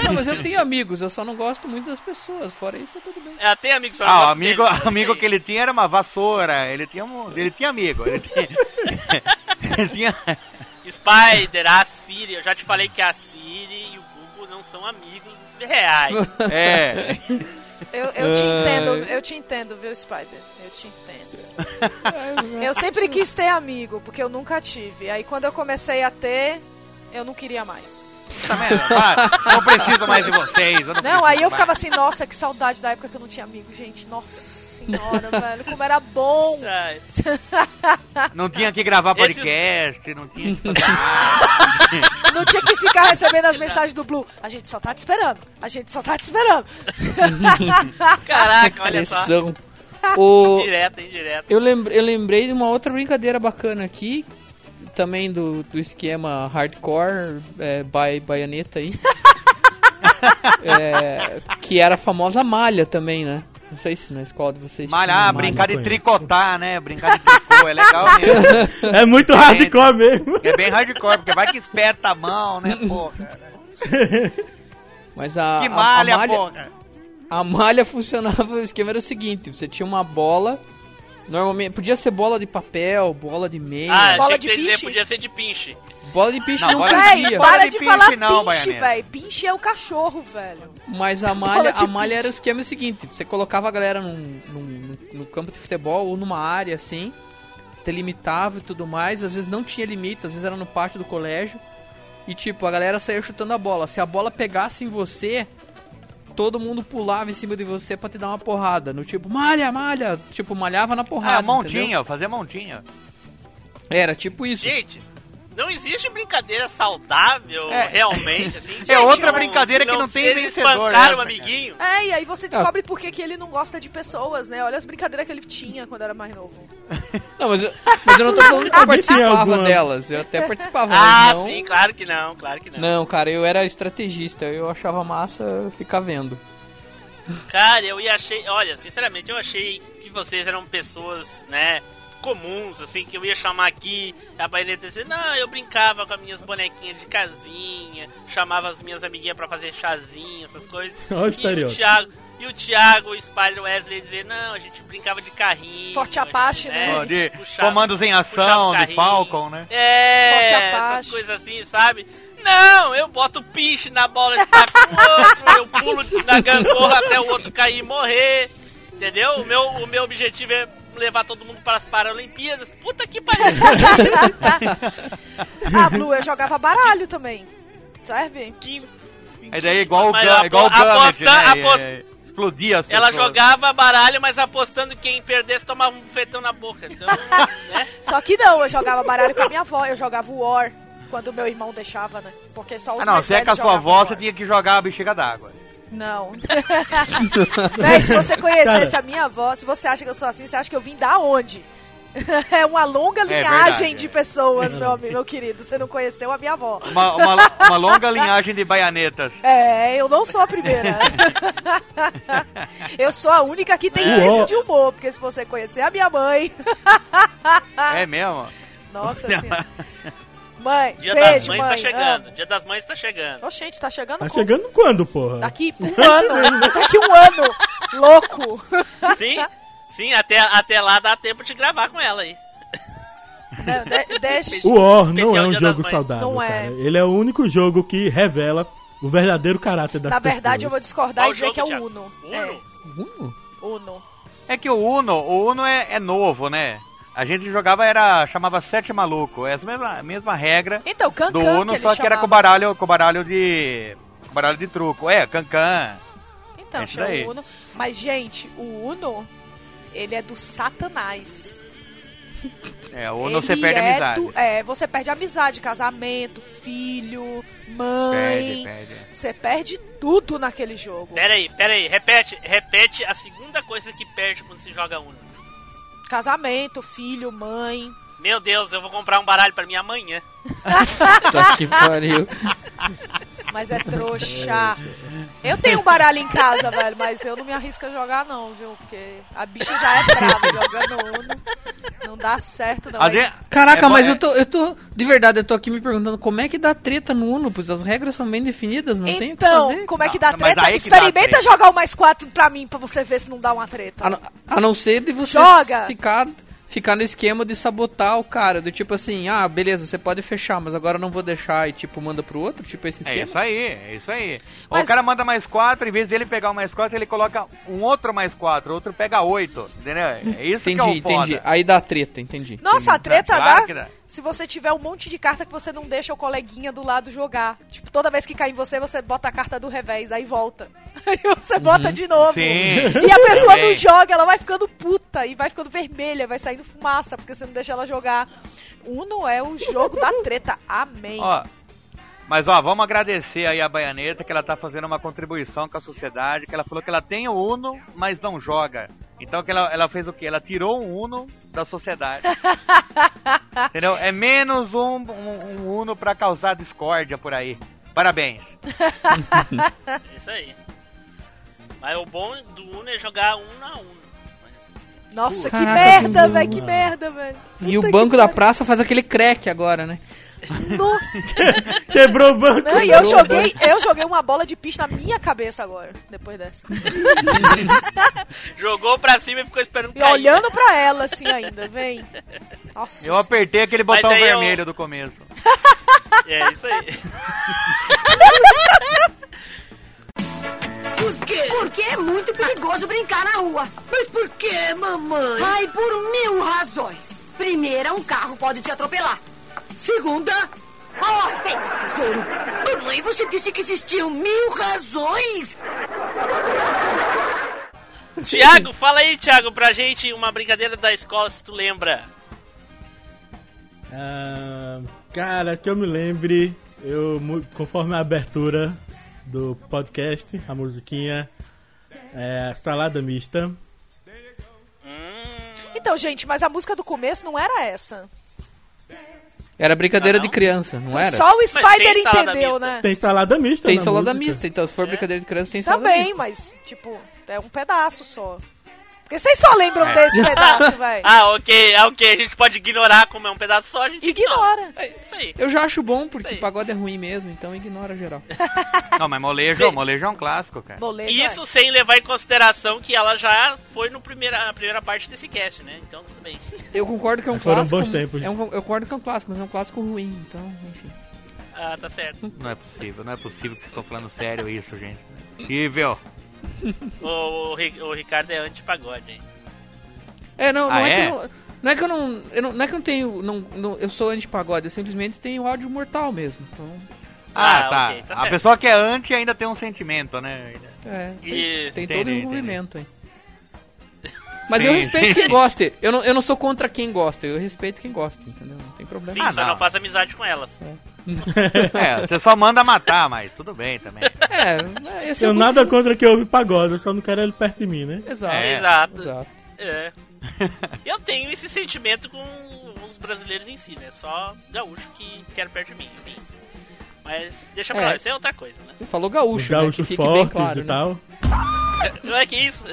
Não, mas eu tenho amigos, eu só não gosto muito das pessoas. Fora isso, é tudo bem. Ela tem amigo só não Ah, o gosta amigo, dele, né? amigo Isso que aí. ele tinha era uma vassoura, ele tinha um, ele tinha amigo, ele tinha, [laughs] ele tinha- Spider, a Siri, eu já te falei que a Siri e o Google não são amigos reais. é, Eu, eu te Ai. entendo, eu te entendo, viu, Spider? Eu te entendo. Eu sempre quis ter amigo, porque eu nunca tive. Aí quando eu comecei a ter, eu não queria mais. tá vendo? Vai, não preciso mais de vocês. Eu não, Não, preciso aí eu mais. ficava assim, nossa, que saudade da época que eu não tinha amigo, gente. Nossa senhora, velho, como era bom. Ai, Não tinha que gravar Esses- podcast, não tinha que fazer Não tinha que ficar recebendo as mensagens do Blue. A gente só tá te esperando. A gente só tá te esperando. Caraca, olha só. Pressão. Ô, [laughs] Direto, indireto. eu, lembrei, eu lembrei de uma outra brincadeira bacana aqui, também do, do esquema hardcore é, by [laughs] baianeta aí. É, que era a famosa malha também, né? Não sei se na escola de vocês. tinha Malhar, brincar de conheço. tricotar, né? Brincar de tricô, é legal mesmo. É muito hardcore mesmo. É bem hardcore, porque vai que espeta a mão, Uhum. né, porra? Mas a, Que a- malha, a malha é porra! A malha funcionava, o esquema era o seguinte, você tinha uma bola Normalmente, podia ser bola de papel, bola de meia. Ah, Bola achei de que tu ia dizer, pinche? podia ser de pinche. Bola de piche Não, não, bola de cabia. Véi, pinche. para Bola de, de falar pinche não, pinche, Baianeta. velho. Pinche é o cachorro, velho. Mas a malha, Bola de a malha piche. era o esquema seguinte: você colocava a galera num, num, num- no campo de futebol ou numa área assim, delimitava e tudo mais. Às vezes não tinha limites, às vezes era no pátio do colégio. E tipo, a galera saía chutando a bola. Se a bola pegasse em você, todo mundo pulava em cima de você pra te dar uma porrada. No tipo, malha, malha. Tipo, malhava na porrada. Ah, entendeu? montinha, fazer montinha. Era tipo isso. Gente, não existe brincadeira saudável É. realmente, assim. É não- outra brincadeira que não tem seja vencedor, espancar né, um amiguinho. É, e aí você descobre por que, que ele não gosta de pessoas, né? Olha as brincadeiras que ele tinha quando era mais novo. Não, mas eu, mas eu não tô falando que eu participava alguma- delas. Eu até participava. Ah, mas não... sim, claro que não, claro que não. Não, cara, eu era estrategista, eu achava massa ficar vendo. Cara, eu ia achei, olha, sinceramente, eu achei que vocês eram pessoas, né, comuns, assim, que eu ia chamar aqui, a baioneta ia dizer, não, eu brincava com as minhas bonequinhas de casinha, chamava as minhas amiguinhas pra fazer chazinho, essas coisas. [laughs] Olha o e o estereótipo. Thiago, e o Thiago, o Spider Wesley ia dizer, não, a gente brincava de carrinho. Forte a gente, Apache, né? Ó, de puxava- comandos em puxava É, o ação, de carrinho. Falcon, né? É, Forte essas Apache. coisas assim, sabe? Não, eu boto piche na bola de tá com o outro, eu pulo na gangorra até o outro cair e morrer. Entendeu? O meu, o meu objetivo é levar todo mundo para as Paralimpíadas. Puta que pariu! Ah, Blue, eu jogava baralho também. Serve? Que- Aí daí é igual o Mas Gun- apo- igual o Gambit, né? aposta- aposta- É, Explodia as Ela pessoas. jogava baralho, mas apostando que quem perdesse tomava um fetão na boca. Então, né? Só que não, eu jogava baralho com a minha avó, eu jogava War quando meu irmão deixava, né? Porque só os Ah, não, mais se é velhos com a sua jogavam avó, War. você tinha que jogar a bexiga d'água. [laughs] Não. Véi, se você conhecesse a minha avó, se você acha que eu sou assim, você acha que eu vim da onde? [laughs] É uma longa linhagem verdade, de é. pessoas, meu amigo, meu querido. Você não conheceu a minha avó. Uma, uma, lo- uma longa linhagem de baianetas. É, eu não sou a [laughs] primeira. eu sou a única que tem É. senso de humor, porque se você conhecer a minha mãe. [laughs] Ah. É mesmo? Nossa senhora. Mãe, Dia das beijo, Mães mãe. tá chegando. Dia das Mães tá chegando. Ah. Ô, gente, tá chegando Tá como? chegando quando, Tá porra? Daqui [laughs] um ano. daqui um ano. [laughs] Louco. Sim, sim, até, até lá dá tempo de gravar com ela aí. Não, de- deixa. O War não é Especial um Dia jogo das Mães. saudável, Não é. cara. Ele é o único jogo que revela o verdadeiro caráter das Na verdade, eu vou pessoas. discordar Qual e dizer jogo, que é o Thiago? Uno. Uno? Uh, É, Uno. É que o Uno, o Uno é, é novo, né? A gente jogava, era chamava Sete Maluco. É a mesma, a mesma regra Então, Cancan do que Uno, ele só que era chamava. com baralho, com baralho de... com baralho de truco. É, Cancan. Então, Esse chama daí. o Uno. Mas, gente, o Uno, ele é do satanás. É, o Uno Ele você perde é amizade. do- é, você perde amizade, casamento, filho, Perde, mãe. perde. Você perde tudo naquele jogo. Pera aí, pera aí, repete, repete a segunda coisa que perde quando se joga Uno. Casamento, filho, mãe. Meu Deus, eu vou comprar um baralho pra mim amanhã. [laughs] tá que pariu. Mas é trouxa. Eu tenho um baralho em casa, velho, mas eu não me arrisco a jogar, não, viu? Porque a bicha já é brava jogando Uno. Não dá certo, não. Às Aí- vezes- Caraca, é bom- mas é- eu tô, eu tô. De verdade, eu tô aqui me perguntando como é que dá treta no Uno, pois as regras são bem definidas, não tem o que Então, fazer. como é que Não, dá mas treta? aí que dá Experimenta treta. Ah, jogar o mais quatro pra mim, pra você ver se não dá uma treta. né? A, não- a não ser de você Joga! ficar ficar no esquema de sabotar o cara, do tipo assim, ah, beleza, você pode fechar, mas agora eu não vou deixar e tipo manda pro outro, tipo esse É esquema. isso aí, é isso aí. Mas- O cara manda mais quatro, em vez dele pegar um mais quatro, ele coloca um outro mais quatro, outro pega oito, entendeu? É isso que é o entendi, foda. entendi. Aí dá treta, entendi. Nossa, a treta Claro dá, que dá. se você tiver um monte de carta que você não deixa o coleguinha do lado jogar. Tipo, toda vez que cai em você, você bota a carta do revés, aí volta. [laughs] Aí você Uhum. bota de novo. Sim. E a pessoa não Também. joga, ela vai ficando puta e vai ficando vermelha, vai saindo fumaça, porque você não deixa ela jogar. Uno é o jogo da treta. Amém. Ó, mas ó, vamos agradecer aí a Baianeta que ela tá fazendo uma contribuição com a sociedade, que ela falou que ela tem o Uno, mas não joga. Então que ela, ela fez o quê? Ela tirou um Uno da [laughs] sociedade. Entendeu? É menos um, um, um Uno pra causar discórdia por aí. Parabéns. É Isso aí. Mas o bom do Uno é jogar um a um. Nossa, que Caraca, merda, Bruno, velho, que mano. merda, velho. E o Puta banco que da pariu. praça faz aquele crack agora, né? [laughs] Nossa. Quebrou o banco. Não, e eu joguei, né? eu joguei uma bola de piche na minha cabeça agora, depois dessa. Jogou pra cima e ficou esperando E cair. olhando pra ela assim ainda, vem. Nossa. Eu apertei aquele botão aí eu- vermelho do começo. É isso aí. [laughs] Por quê? Porque é muito perigoso brincar na rua. Mas por quê, mamãe? Ai, por mil razões. Primeira, um carro pode te atropelar. Segunda, A ordem, tesouro. mamãe, você disse que existiam mil razões. Tiago, fala aí, Tiago, pra gente uma brincadeira da escola, se tu lembra. Ah, cara, que eu me lembre, eu, mu- conforme a abertura do podcast, a musiquinha, é, salada mista. Então, gente, mas a música do começo não era essa. Era brincadeira Ah, não? de criança, Tá não era? Só o Spider tem salada entendeu, mista. né? Tem salada mista, Tem na salada música. É. mista, então se for brincadeira de criança tem salada Também, mista. Tá mas, tipo, é um pedaço só. Porque vocês só lembram [laughs] desse pedaço, velho. É. Ah, ok, ah, ok. A gente pode ignorar como é um pedaço só, a gente Ignora. Não. É isso aí. Eu já acho bom, porque Sei. pagode é ruim mesmo, então ignora geral. Não, mas molejo, Sei. molejo é um clássico, cara. Boleto, E isso sem levar em consideração que ela já foi no primeira, na primeira parte desse cast, né? Então tudo bem. Eu concordo que é um Foram clássico. bons tempos. É um, eu concordo que é um clássico, mas é um clássico ruim, então, enfim. Ah, tá certo. Não é possível, não é possível que vocês estão falando sério isso, gente. Não é possível. O, o Ri- o Ricardo é anti-pagode, hein? É, não, não Ah, é, que é? eu não, não é que eu não, eu não. Não é que eu não tenho. Não, não- eu sou anti-pagode, eu simplesmente tenho ódio mortal mesmo. Então. Ah, Ah, tá. ok, tá a certo. pessoa que é anti ainda tem um sentimento, né? É. E- Tem, tem Entendi, todo o entendi. movimento [laughs] aí. Mas eu Sim, respeito sim. quem gosta. Eu não, eu não sou contra quem gosta, eu respeito quem gosta, entendeu? Não tem problema. Sim, Ah, só não. não faça amizade com elas. É, você só manda matar, mas tudo bem também. É, esse é Eu o nada motivo. contra que ouve pagode, eu só não quero ele perto de mim, né? Exato. É. Exato. Exato. É. Eu tenho esse sentimento com os brasileiros em si, né? Só gaúcho que quer perto de mim. enfim. Mas deixa pra É. lá, isso é outra coisa, né? Você falou Os gaúcho, né? Que gaúchos fique bem fortes claro. e né? tal. Não é que isso?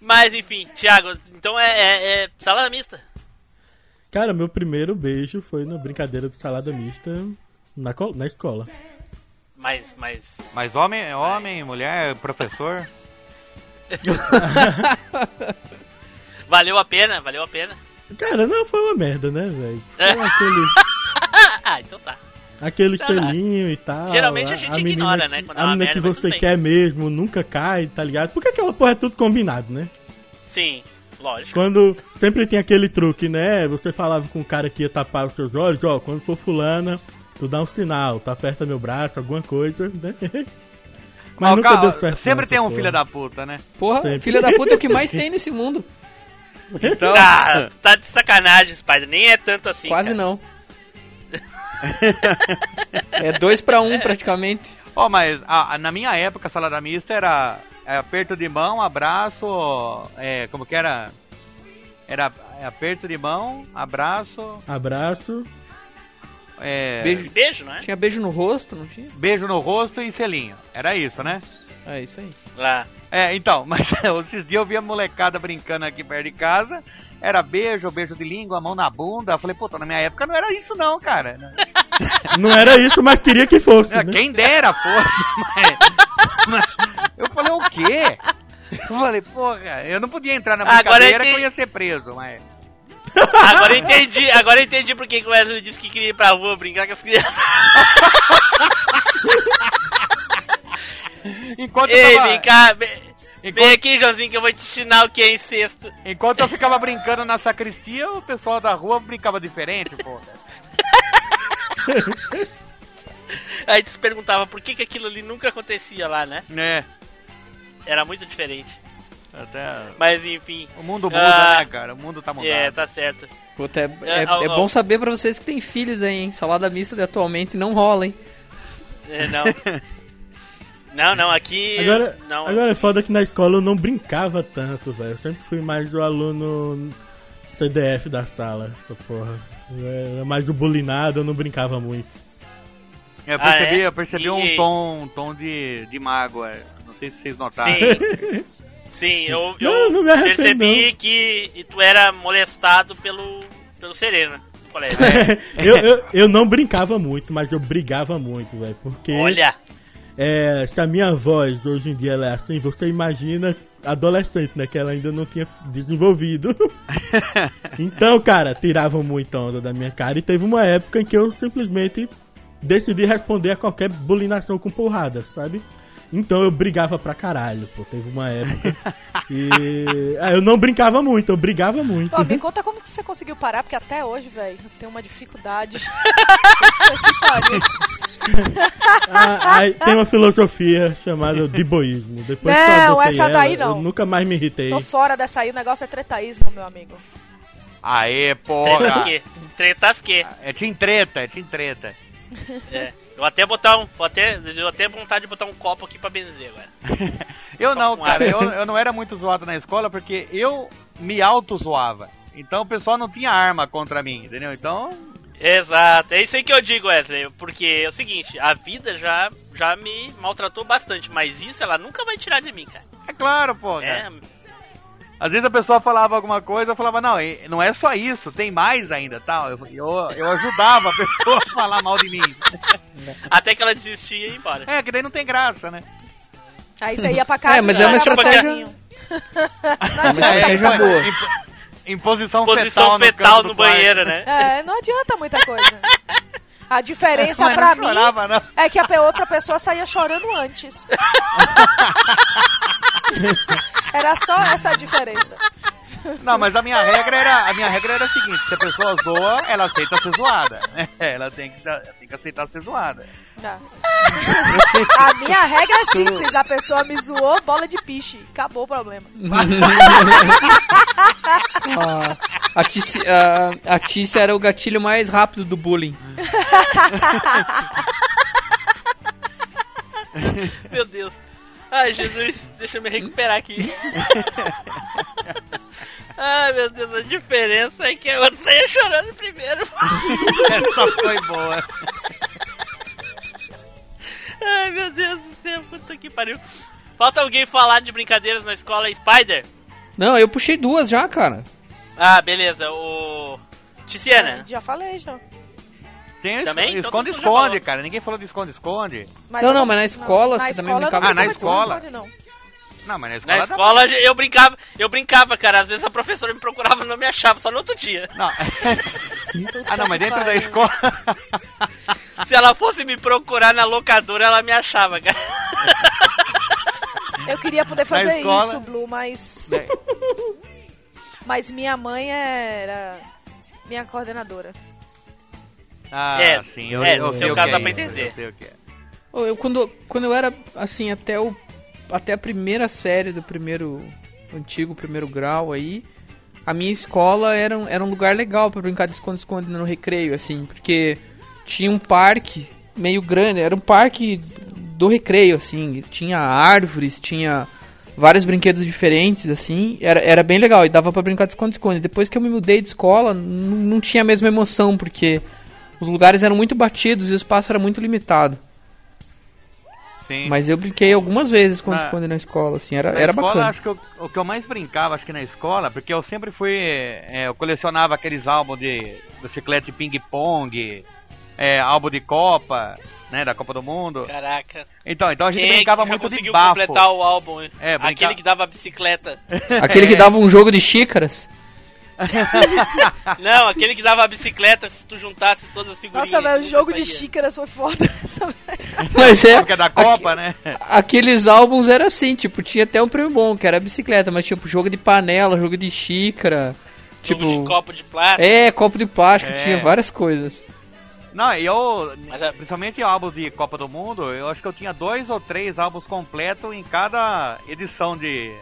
Mas enfim, Thiago, então é, é, é salada mista. Cara, meu primeiro beijo foi na brincadeira do salada mista na, co- na escola. Mas, mas. Mas homem, homem, mulher, professor. Valeu a pena, valeu a pena. Cara, não, foi uma merda, né, velho? [laughs] Foi aquele, Ah, então tá. aquele Tá lá. selinho e tal. Geralmente a gente menina ignora, que- né, quando é a uma menina merda, que mas você tudo bem. quer mesmo nunca cai, tá ligado? Porque aquela porra é tudo combinado, né? Sim, lógico. Quando sempre tem aquele truque, né? Você falava com o cara que ia tapar os seus olhos, ó, quando for fulana, tu dá um sinal, tu aperta meu braço, alguma coisa, né? [laughs] Mas Ó, nunca cara, deu certo. Sempre nessa tem um porra. filho da puta, né? Porra, Sempre. filha da puta é o que mais tem nesse [laughs] mundo. Então, Ah, tá de sacanagem, Spider. Nem é tanto assim. Quase cara. [laughs] não. é dois pra um praticamente. ó, mas a- a- na minha época a salada mista era é, aperto de mão, abraço, é, como que era? Era é, aperto de mão, abraço, Abraço. é, Beijo. Beijo, não é? Tinha beijo no rosto, não tinha? beijo no rosto e selinho. Era isso, né? É isso aí. Lá. É, então, [laughs] mas esses dias eu vi a molecada brincando aqui perto de casa. Era beijo, beijo de língua, mão na bunda. Eu falei, puta, na minha época não era isso não, cara. Não era isso, mas queria que fosse. É, né? Quem dera fosse, mas, mas Eu falei, o quê? Eu falei, porra, eu não podia entrar na Agora é brincadeira eu que eu entendi. ia ser preso, mas... Agora eu entendi, agora eu entendi por que que o Wesley disse que queria ir pra rua brincar com as crianças. Enquanto, eu, Ei, tava- vem cá. Vem, vem enquanto, aqui, Joãozinho, que eu vou te ensinar o que é incesto. enquanto eu ficava brincando na sacristia, o pessoal da rua brincava diferente, porra. Aí tu se perguntava por que, que aquilo ali nunca acontecia lá, né? Né? Era muito diferente. Até... Mas enfim. O mundo muda, Ah, né, cara? O mundo tá mudando. É, tá certo. Puta, é, é- É, ó, é ó. bom saber pra vocês que tem filhos aí, hein? Salada mista atualmente não rola, hein? É, [laughs] não. não, não, aqui. Agora, não. agora é foda que na escola eu não brincava tanto, velho. Eu sempre fui mais o aluno CDF da sala, essa porra. Eu era mais o bulinado, eu não brincava muito. [laughs] Eu percebi, Ah, é? eu percebi E- um tom, um tom de, de mágoa. Não sei se vocês notaram. Sim. Sim, eu, Tá. Não, eu não me arrependo, percebi não. que tu era molestado pelo, pelo Serena no [laughs] colégio. eu, eu, eu não brincava muito, mas eu brigava muito, velho. Porque Olha, é, se a minha voz hoje em dia ela é assim, você imagina adolescente, né? Que ela ainda não tinha desenvolvido. então, cara, tiravam muita onda da minha cara. E teve uma época em que eu simplesmente decidi responder a qualquer bulinação com porrada, sabe? Então eu brigava pra caralho, pô. Teve uma época que. Ah, eu não brincava muito, eu brigava muito. Ó, me conta como que você conseguiu parar, porque até hoje, velho, eu tenho uma dificuldade. [laughs] Ah, aí tem uma filosofia chamada de boísmo. Depois que eu Não, adotei essa daí ela, não. Eu nunca mais me irritei. Tô fora dessa aí, o negócio é tretaísmo, meu amigo. Aê, porra! tretas que. Tretas que. É Team Treta, é Team Treta. É. Eu até botar um. Vou até, eu até vontade de botar um copo aqui pra benzer agora. Eu não, com ar. cara, eu, eu não era muito zoado na escola porque eu me auto-zoava. Então o pessoal não tinha arma contra mim, entendeu? Então. Exato, é isso aí que eu digo, Wesley, porque é o seguinte, a vida já, já me maltratou bastante, mas isso ela nunca vai tirar de mim, cara. É claro, pô. É, cara. Às vezes a pessoa falava alguma coisa, eu falava, não, e- não é só isso, tem mais ainda, tal. Eu, eu, eu ajudava a pessoa a falar mal de mim. até que ela desistia e ia embora. É, que daí não tem graça, né? Aí você ia pra casa É, mas e é uma chorava estratégia- sozinho. Mas estratégia pô, boa. em- em posição, Posição fetal, fetal canto no, do quarto. banheiro, né? É, não adianta muita coisa. A diferença Mas é pra não mim chorava, não. é que a pe- outra pessoa saía chorando antes. Era só essa a diferença. Não, mas a minha regra era a minha regra era a seguinte: se a pessoa zoa, ela aceita ser zoada. [laughs] É, Ela tem que, se- tem que aceitar ser zoada. Tá. A minha regra é simples, a pessoa me zoou, bola de piche. Acabou o problema. A Tícia, a, a Tícia era o gatilho mais rápido do bullying. Meu Deus. Ai, Jesus, deixa eu me recuperar [laughs] aqui. Ai, meu Deus, a diferença é que eu saía chorando primeiro. Essa foi boa. Ai, meu Deus do céu, puta que pariu. Falta alguém falar de brincadeiras na escola, é Spider? Não, eu puxei duas já, cara. Ah, beleza, o... Ticiana, Já falei, já. Tem Também? Então Todo mundo já esconde-esconde, falou. cara. Ninguém falou de esconde-esconde. Mas Não, eu não, mas na escola na você também escola eu não brincava Ah, na brincava de escola. esconde, não. Não, mas na Na escola. dá- escola eu brincava, eu brincava, cara. Às vezes a professora me procurava e não me achava, só no outro dia. Não. [laughs] ah, não, mas dentro da escola. [laughs] Se ela fosse me procurar na locadora, ela me achava, cara. Eu queria poder fazer escola. isso, Blue, mas. Né? Mas minha mãe era minha coordenadora. Ah, É, sim, eu, é, eu no sei seu o caso que dá é pra isso, entender. Eu sei o que é. Ô, Eu, quando, quando eu era, assim, até o até a primeira série do primeiro antigo, primeiro grau aí, a minha escola era, um- era um lugar legal pra brincar de esconde-esconde no recreio, assim, porque tinha um parque meio grande, era um parque do recreio, assim, tinha árvores, tinha vários brinquedos diferentes, assim, era, era bem legal e dava pra brincar de esconde-esconde. Depois que eu me mudei de escola, n- não tinha a mesma emoção, porque os lugares eram muito batidos e o espaço era muito limitado. Sim. Mas eu brinquei algumas vezes quando Na- esconde na escola, assim, era, Na era escola, bacana. acho que eu- o que eu mais brincava, acho que na escola, porque eu sempre fui. é, eu colecionava aqueles álbuns de do chiclete ping-pong, é, álbum de Copa, né? Da Copa do Mundo. Caraca. Então, então a gente Quem é que brincava já muito de conseguiu bafo. completar o álbum? hein? É, brinca- Aquele que dava a [laughs] bicicleta. Aquele que dava um jogo de xícaras. não, aquele que dava a bicicleta se tu juntasse todas as figurinhas. Nossa, velho, o juntas, jogo de saía. xícaras foi foda. [laughs] Nossa, velho. Mas é. Porque é da aque- Copa, né? Aqueles álbuns era assim, tipo, tinha até um prêmio bom, que era bicicleta, mas tipo, jogo de panela, jogo de xícara. Jogo tipo. de copo de plástico. É, copo de plástico, É. tinha várias coisas. Não, e eu. Mas é- Principalmente álbuns de Copa do Mundo, eu acho que eu tinha dois ou três álbuns completos em cada edição de.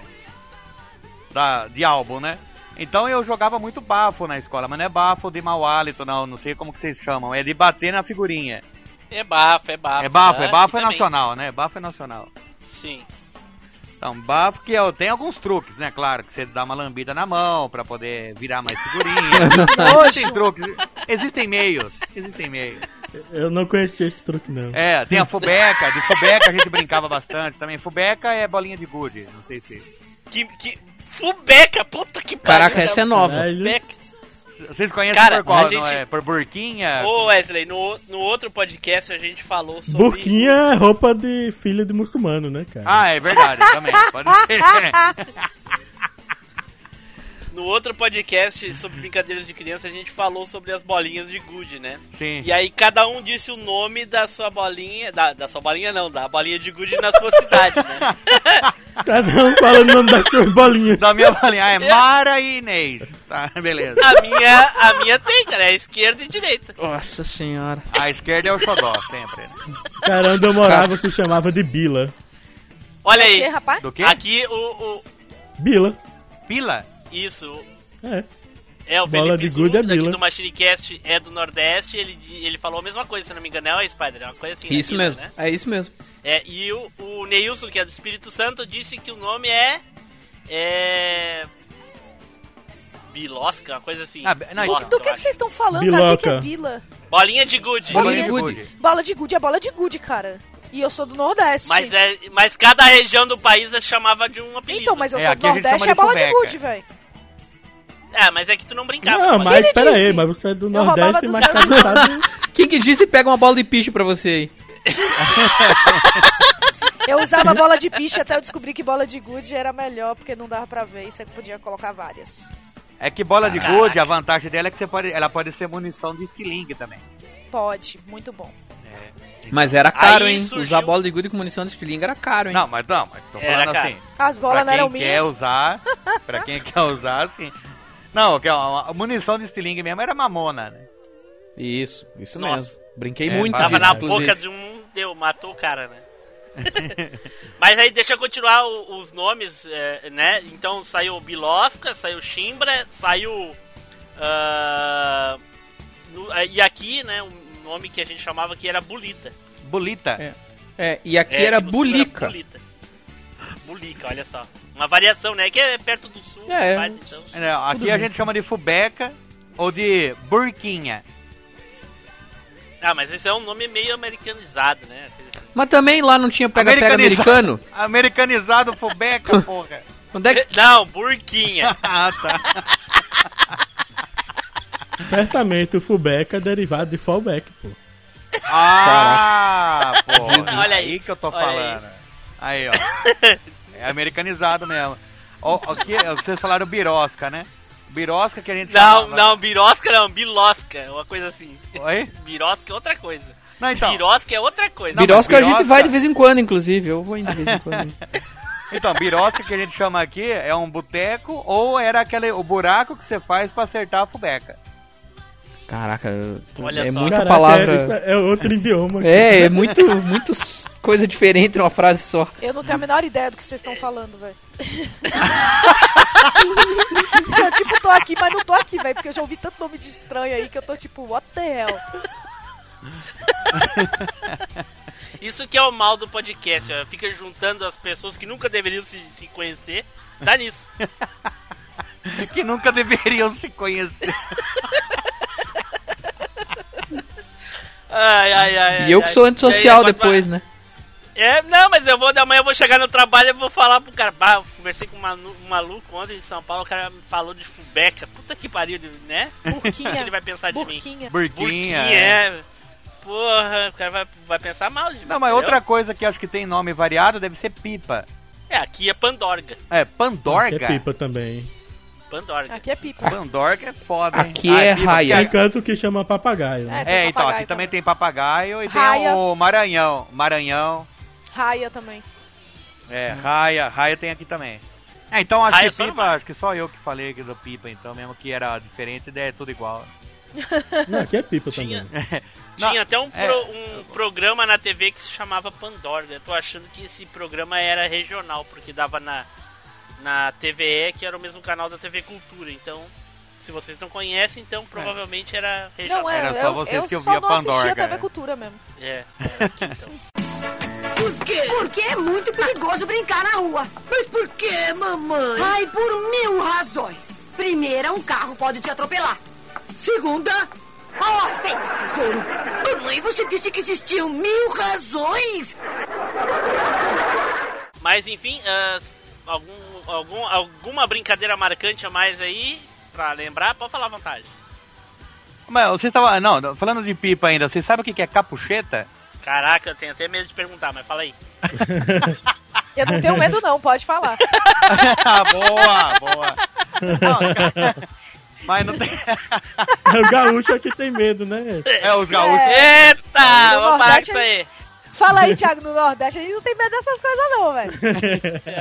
Da, de álbum, né? Então eu jogava muito bafo na escola, mas não é bafo de mau hálito, não, não sei como que vocês chamam, é de bater na figurinha. É, bafo, é bafo. é bafo, tá? é bafo é Aqui também. nacional, né? Bafo é nacional. Sim. Então, bafo que eu, tem alguns truques, né? Claro, que você dá uma lambida na mão pra poder virar mais figurinha. existem truques, existem meios, existem meios. Eu não conhecia esse truque, não. É, tem a Fubeca, de Fubeca a gente brincava bastante também. Fubeca é bolinha de gude, não sei se. Que, que... Fubeca, puta que pariu. Caraca, essa é nova. Caralho. Fubeca. Vocês conhecem Cara, por qual? a não gente- é? Por burquinha? Ô Wesley, no, no outro podcast a gente falou sobre. Burquinha é roupa de filha de muçulmano, né, cara? Ah, é verdade, também. Pode ser. né? No outro podcast sobre brincadeiras de criança a gente falou sobre as bolinhas de gude, né? Sim. E aí cada um disse o nome da sua bolinha. Da, da sua bolinha não, da bolinha de gude na sua cidade, [laughs] né? Cada um falando o nome das suas bolinhas. Da minha bolinha. Ah, é Mara e Inês. Tá, beleza. A minha, a minha tem, cara, é esquerda e direita. Nossa senhora. A esquerda é o xodó, sempre. Cara, onde eu morava se chamava de Bila. Olha E, aí. rapaz? Do quê? Aqui o. o Bila. Pila? isso. É. É, o Bola Felipe de gude é Zucchi, daqui bila. do MachineCast, é do Nordeste, ele, di- ele falou a mesma coisa, se não me engano, é o Spider, é uma coisa assim. né? Isso Bila, mesmo, né? é isso mesmo. É, e o, o Neilson, que é do Espírito Santo, disse que o nome é. É. Bilosca, uma coisa assim. Ah, be- não, Bilosca, Do que, eu que vocês estão falando? Cara, Biloca. que que é bila? acho. Bolinha de gude. Bolinha de de gude. gude. Bola de gude é bola de gude, cara. E eu sou do Nordeste. Mas, é, mas cada região do país é chamava de um apelido. Então, mas eu É, sou do aqui a gente Nordeste chama é de bola de fubeca. gude, velho. É, mas é que tu não brincava. pode- Não, Ele mas disse. pera aí, mas você é do Eu roubava Nordeste, dos mas tá meus do estado. Quem que disse pega uma bola de piche pra você aí? Eu usava bola de piche até eu descobrir que bola de gude era melhor, porque não dava pra ver e você podia colocar várias. É que bola de gude, a vantagem dela é que você pode, ela pode ser munição de estilingue também. Pode, muito bom. Mas era caro, Aí hein? surgiu- Usar bola de gude com munição de estilingue era caro, hein? Não, mas não, mas tô Era, falando cara. assim. As bolas não pra eram quem quer minhas. usar, pra quem quer usar, assim. Não, que é uma- a munição de estilingue mesmo era mamona, né? Isso, isso Nossa. mesmo. Brinquei É, muito tava Tava disso, na inclusive. boca de um, deu, matou o cara, né? [laughs] Mas aí deixa eu continuar o- os nomes, é, né? Então saiu Bilosca, saiu Chimbra, saiu. ah, no- e aqui, né? O nome que a gente chamava que era Bulita. Bolita. É. É, e aqui É, era no sul bulica. Bulita. Bulica, olha só. Uma variação, né? Que é perto do sul, É. faz, então. É, Aqui a gente chama de fubeca ou de burquinha. Ah, mas esse é um nome meio americanizado, né? [laughs] Mas também lá não tinha pega-pega Americaniza- é americano? Americanizado [laughs] fubeca, porra. Onde é [laughs] que... Não, [laughs] Burquinha. Ah, tá. Certamente o fullback é derivado de fallback, pô. Ah, porra. Olha Olha aí. aí que eu tô Olha falando. Aí, ó. [laughs] É americanizado mesmo. Ó, ó, que- vocês falaram birosca, né? Birosca que a gente não, chamava- não, Birosca não, Bilosca, uma coisa assim. Oi? Birosca é outra coisa. Não, então. Birosca é outra coisa. Não, Birosca a gente birosca- vai de vez em quando, inclusive. Eu vou indo de vez em quando. Então, birosca que a gente chama aqui é um boteco ou era aquele, o buraco que você faz pra acertar a fubeca. Caraca, eu- Olha é só. muita Caraca, é, isso palavra. é outro idioma. É, é muito, muito s- coisa diferente numa frase só. Eu não tenho a menor ideia do que vocês estão falando, [laughs] velho. eu, tipo, tô aqui, mas não tô aqui, velho, porque eu já ouvi tanto nome de estranho aí que eu tô tipo, what [laughs] the hell? Isso que é o mal do podcast, ó. fica juntando as pessoas que nunca deveriam se, se conhecer. Tá nisso. Que nunca [laughs] deveriam se conhecer. Ai, ai, ai. ai, E eu que ai. sou É, E aí, antissocial vai- depois, né? É, não, mas eu vou, amanhã eu vou chegar no trabalho e vou falar pro cara. Bah, eu conversei com um manu- um maluco ontem em São Paulo, o cara me falou de fubeca. Puta que pariu, né? O que Burquinha. ele vai pensar de mim? Burquinha. Burquinha. Burquinha. é. Porra, o cara vai, vai pensar mal de mim. Não, mas entendeu? outra coisa que acho que tem nome variado deve ser pipa. É, aqui é Pandorga. É, Porque Pandorga. É pipa também. Pandorga. Aqui é pipa. Pandorga é foda, hein? Aqui é pipa, raia. porque- Tem canto que chama papagaio, né? É, É, tem então, papagaio aqui também tem papagaio e tem Raia. o Maranhão. Maranhão, Raia também. é, raia, raia tem aqui também. É, então acho Hum. Raia que só no pipa, mar. acho que só eu que falei aqui do pipa, então, mesmo que era diferente, é tudo igual. Não, aqui é pipa Tinha- também. Não, Tinha até um, é. pro- um programa na TV que se chamava Pandorga. Eu tô achando que esse programa era regional, porque dava na, na TVE, que era o mesmo canal da TV Cultura. Então, se vocês não conhecem, então É. provavelmente era regional. Não, é, Era só eu, vocês eu que só ouviam não assistia Pandorga, TV né? Cultura mesmo. É, era aqui, então. [laughs] Porque é muito perigoso brincar na rua. Mas por que, mamãe? Ai, por mil razões. Primeira, um carro pode te atropelar. Segunda, A ordem, tesouro. mamãe, você disse que existiam mil razões. Mas enfim, ah, algum algum, alguma brincadeira marcante a mais aí pra lembrar? Pode falar à vontade. Mas você estava. Não, falando de pipa ainda, você sabe o que que é [laughs] capucheta? Caraca, eu tenho até medo de perguntar, mas fala aí. Eu não tenho medo não, pode falar. Ah, boa, boa. Não, [laughs] cara, mas não tem. [laughs] É o gaúcho aqui tem medo, né? É os gaúchos. Eita, No vamos parar com Nordeste isso aí. Fala aí, Thiago, no Nordeste a gente não tem medo dessas coisas não, velho.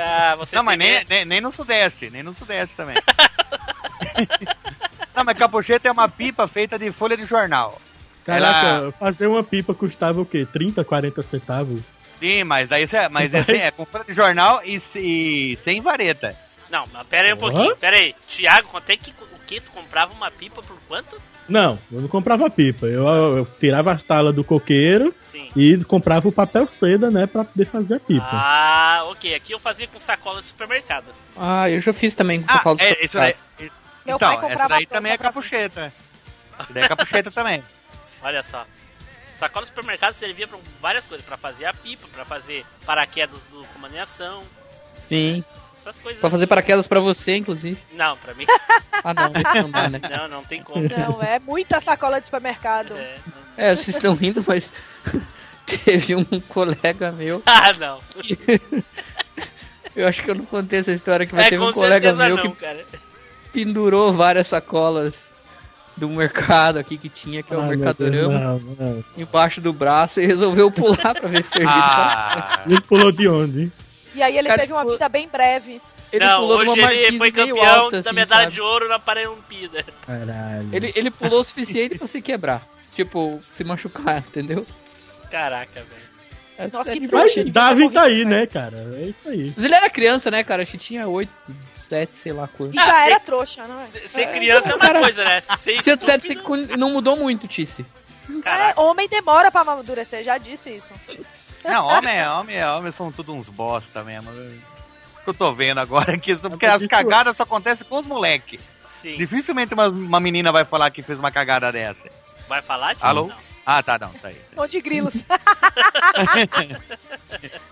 Ah, vocês Não, têm mas nem, medo? nem, nem no Sudeste, nem no Sudeste [laughs] também. não, mas capucheta é uma pipa feita de folha de jornal. Caraca, Ela- fazer uma pipa custava o quê? 30, 40 centavos? Sim, mas daí você, mas é, sem- é com folha de jornal e, se- e sem vareta. Não, mas pera aí um Hã? pouquinho. Pera aí. Tiago, quanto é que o que tu comprava uma pipa por quanto? Não, eu não comprava pipa. Eu, eu tirava as talas do coqueiro Sim. e comprava o papel seda, né, pra poder fazer a pipa. Ah, ok. Aqui eu fazia com sacola de supermercado. Ah, eu já fiz também com o Ah, Paulo Tá. é, isso daí. Meu pai então, comprava essa daí pronta também é pra- capucheta. Isso daí é capucheta também. Olha só. Sacola de supermercado servia pra várias coisas. Pra fazer a pipa, pra fazer paraquedas do comando em ação. Sim. Essas coisas. Pra fazer paraquedas pra você, inclusive. Não, pra [laughs] mim. Ah, não, não dá, né? Não, não tem como. Não, é muita sacola de supermercado. É, não. É, vocês estão rindo, mas [laughs] teve um colega meu. Ah, um não. Eu acho que eu não contei essa história que mas é, teve com um colega certeza meu não, que cara. pendurou várias sacolas do mercado aqui que tinha, que é o Ai, Ah, meu Mercadorama, Deus, não, não. embaixo do braço e resolveu pular pra ver se servia. Ah, Ele pulou de onde? E aí ele Cara, teve uma tipo- vida bem breve. Ele não, pulou de hoje uma ele marquise foi meio campeão alta, da assim, medalha sabe? de ouro na Paralimpíada. Caralho. Ele, ele pulou o suficiente pra se quebrar. Tipo, se machucar, [laughs] entendeu? Caraca, velho. É, Nossa, é que Mas trouxa, ele Davi devia ter tá aí, morrido, né, cara? É isso aí. Mas ele era criança, né, cara? Acho que tinha 8, 7, sei lá quanto. E Ah, já sei- era trouxa, não é? Ser- Ser criança é uma cara. coisa, né? Ser 107 estúpido- secu- não mudou muito, Tice. Caraca. É, homem demora pra amadurecer, já disse isso. não, homem, é- homem, é- homem são tudo uns bosta mesmo. Isso que eu tô vendo agora aqui, só porque as cagadas só acontecem com os moleques. é. Sim. Dificilmente uma, uma menina vai falar que fez uma cagada dessa. Vai falar, Tio? Alô? Não. Ah, tá, não, tá aí. Som de grilos.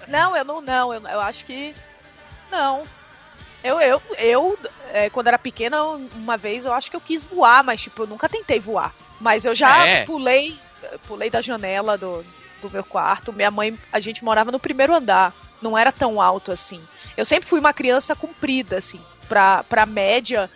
não, eu não, não. Eu, eu acho que. Não. Eu, eu, eu é, quando era pequena, uma vez eu acho que eu quis voar, mas tipo, eu nunca tentei voar. Mas eu já É. pulei, pulei da janela do, do meu quarto. Minha mãe, a gente morava no primeiro andar. Não era tão alto assim. Eu sempre fui uma criança comprida, assim. Pra, pra média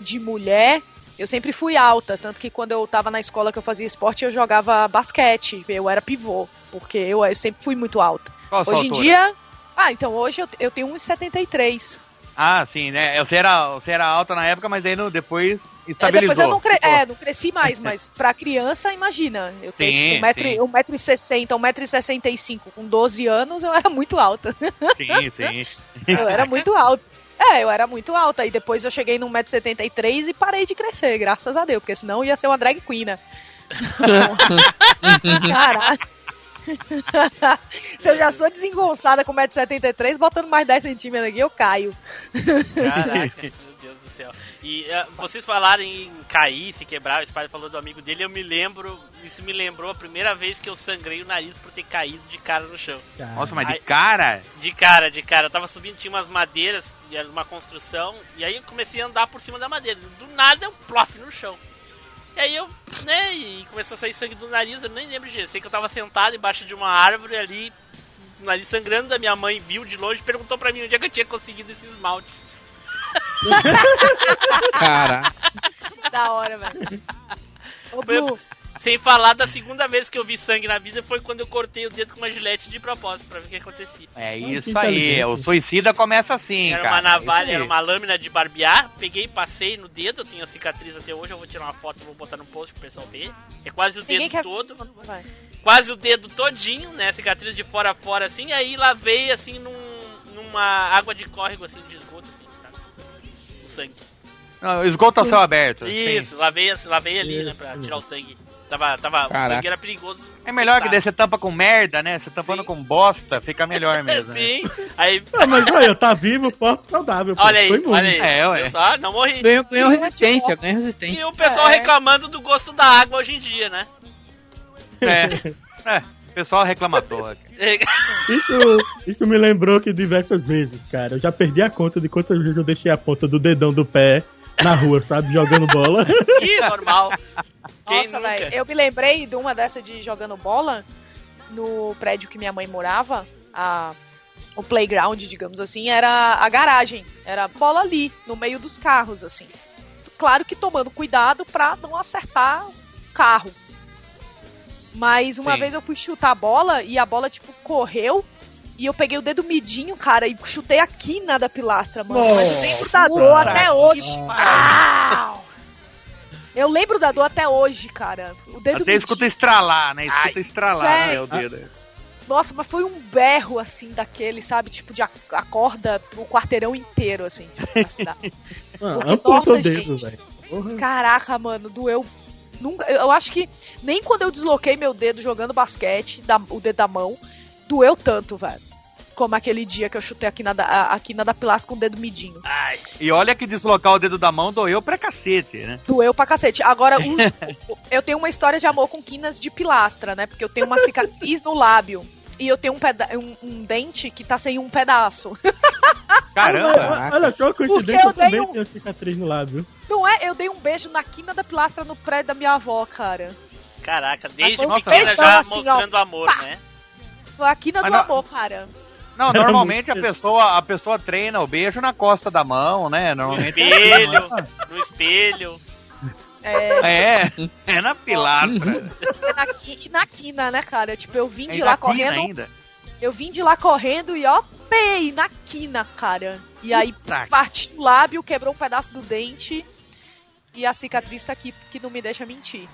de mulher, eu sempre fui alta, tanto que quando eu tava na escola que eu fazia esporte, eu jogava basquete, eu era pivô, porque eu, eu sempre fui muito alta. Qual a sua hoje em altura? dia. Ah, então hoje eu, eu tenho 1,73. Ah, sim, né? Você era, você era alta na época, mas daí no- depois É, estabilizou. tipo, depois eu não, cre- Ficou- é, não cresci mais, mas pra criança, imagina. Eu tenho Sim, tipo, um metro, sim. um metro e 60, 1,65m. Com 12 anos eu era muito alta. Sim, sim. Eu [laughs] era muito alta. É, eu era muito alta. E depois eu cheguei no 1,73m e parei de crescer, graças a Deus, porque senão eu ia ser uma drag queen, [laughs] né? Caralho. Se eu já sou desengonçada com 1,73m, botando mais 10 centímetros aqui, eu caio. Caraca, meu Deus do céu. E ah, vocês falaram em cair, se quebrar, o Spider falou do amigo dele, eu me lembro, isso me lembrou a primeira vez que eu sangrei o nariz por ter caído de cara no chão. Nossa, mas de cara? De cara, de cara. Eu tava subindo, tinha umas madeiras, e era uma construção, e aí eu comecei a andar por cima da madeira. Do nada eu plof no chão. E aí eu, né, e começou a sair sangue do nariz, eu nem lembro disso. Sei que eu tava sentado embaixo de uma árvore ali, o nariz sangrando, a minha mãe viu de longe e perguntou pra mim onde é que eu tinha conseguido esse esmalte. Cara, Da hora, velho. Ô, Blue, Sem falar da segunda vez que eu vi sangue na vida foi quando eu cortei o dedo com uma gilete de propósito pra ver o que acontecia. É que isso aí, inteligente. o suicida começa assim, era cara. uma navalha, é era isso aí. uma lâmina de barbear, peguei, passei no dedo, eu tenho a cicatriz até hoje, eu vou tirar uma foto e vou botar no post pro pessoal ver. É quase o ninguém dedo quer. todo, Vai. quase o dedo todinho, né, cicatriz de fora a fora assim, aí lavei assim num, numa água de córrego assim, de esgoto assim, sabe? O sangue. Não, esgoto a céu aberto. Isso, lavei, assim, lavei ali, né, pra tirar o sangue. Tava, tava, o Caraca. sangue era perigoso. sim. É melhor que Tá. daí você tampa com merda, né? Você tampando Sim. com bosta, fica melhor mesmo. [laughs] né? Sim, aí Ah, mas olha, tá vivo, forte, saudável. pô. Olha aí, Foi muito. olha aí. É, ué. Eu só não é morri. ganhou, ganhou resistência, ganhou E resistência. o pessoal É. [laughs] reclamando do gosto da água hoje em dia, né? É. É. Pessoal reclamatório. Isso, isso me lembrou que diversas vezes, cara, eu já perdi a conta de quantas vezes eu deixei a ponta do dedão do pé na rua, sabe? Jogando bola. [laughs] Ah, Ih, normal. Quem Nossa, nunca? velho, eu me lembrei de uma dessa de jogando bola no prédio que minha mãe morava, a- o playground, digamos assim, era a garagem, era a bola ali, no meio dos carros, assim. Claro que tomando cuidado pra não acertar o carro. Mas uma Sim. vez eu fui chutar a bola e a bola, tipo, correu e eu peguei o dedo midinho, cara, e chutei a quina da pilastra, mano. Mas eu lembro da dor Nossa, até hoje. Au! Eu lembro da dor até hoje, cara. O dedo Até midinho. escuta estralar, né? Escuta estralar, né? O dedo. Nossa, mas foi um berro, assim, daquele, sabe? Tipo, de ac- acorda o quarteirão inteiro, assim, tipo, na cidade. Ah, Porque, amputa o nossa, dedo, gente. velho. Caraca, mano, doeu. Nunca, eu eu acho que nem quando eu desloquei meu dedo jogando basquete, da- o dedo da mão, doeu tanto, velho. Como aquele dia que eu chutei aqui na, da- a- aqui na da pilastra com o dedo midinho. Ai, E olha que deslocar o dedo da mão doeu pra cacete, né? Doeu pra cacete. Agora, um- eu tenho uma história de amor com quinas de pilastra, né? Porque eu tenho uma cicatriz no lábio. E eu tenho um, peda- um- um dente que tá sem um pedaço. Ah, Caramba! Caraca. Olha só, coincidência, eu eu também dei um- tenho cicatriz no lábio. Não é? Eu dei um beijo na quina da pilastra no prédio da minha avó, cara. caraca, desde Nossa, pequena mas- já assim, ó. mostrando amor, né? Foi a quina Mas do não- amor, cara. Não, normalmente a pessoa, a pessoa treina o beijo na costa da mão, né? No Normalmente espelho, assim, né? no espelho. É, é, é na pilastra. na, qui- na quina, né, cara? Tipo, eu Uhum. vim de Ainda lá quina correndo. ainda. Eu vim de lá correndo e ó, pei na quina, cara. E aí Puta partiu o lábio, quebrou um pedaço do dente. E a cicatriz tá aqui, que não me deixa mentir.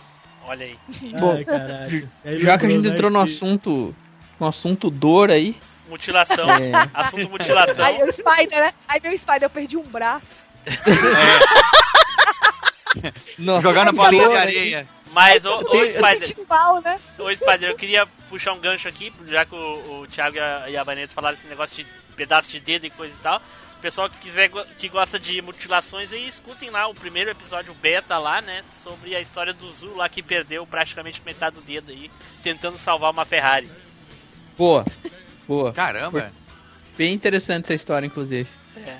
Olha aí. Bom, Ai, caralho. Aí Já que a lembrou, gente né, entrou no que- assunto. No assunto dor aí. Mutilação. É. Assunto mutilação. Aí o Spider, né? Aí meu Spider, eu perdi um braço. Nossa, Jogar na que palhinha dor de aí. areia. Mas, ô, Eu ô, tô me Spider, sentindo mal, né? ô Spider, eu queria puxar um gancho aqui, já que o, o Thiago e a, e a Vanessa falaram esse negócio de pedaço de dedo e coisa e tal. O pessoal que quiser, go- que gosta de mutilações, aí escutem lá o primeiro episódio beta lá, né? Sobre a história do Zu lá que perdeu praticamente metade do dedo aí, tentando salvar uma Ferrari. Boa. Boa. Caramba. Bem interessante essa história, inclusive. É.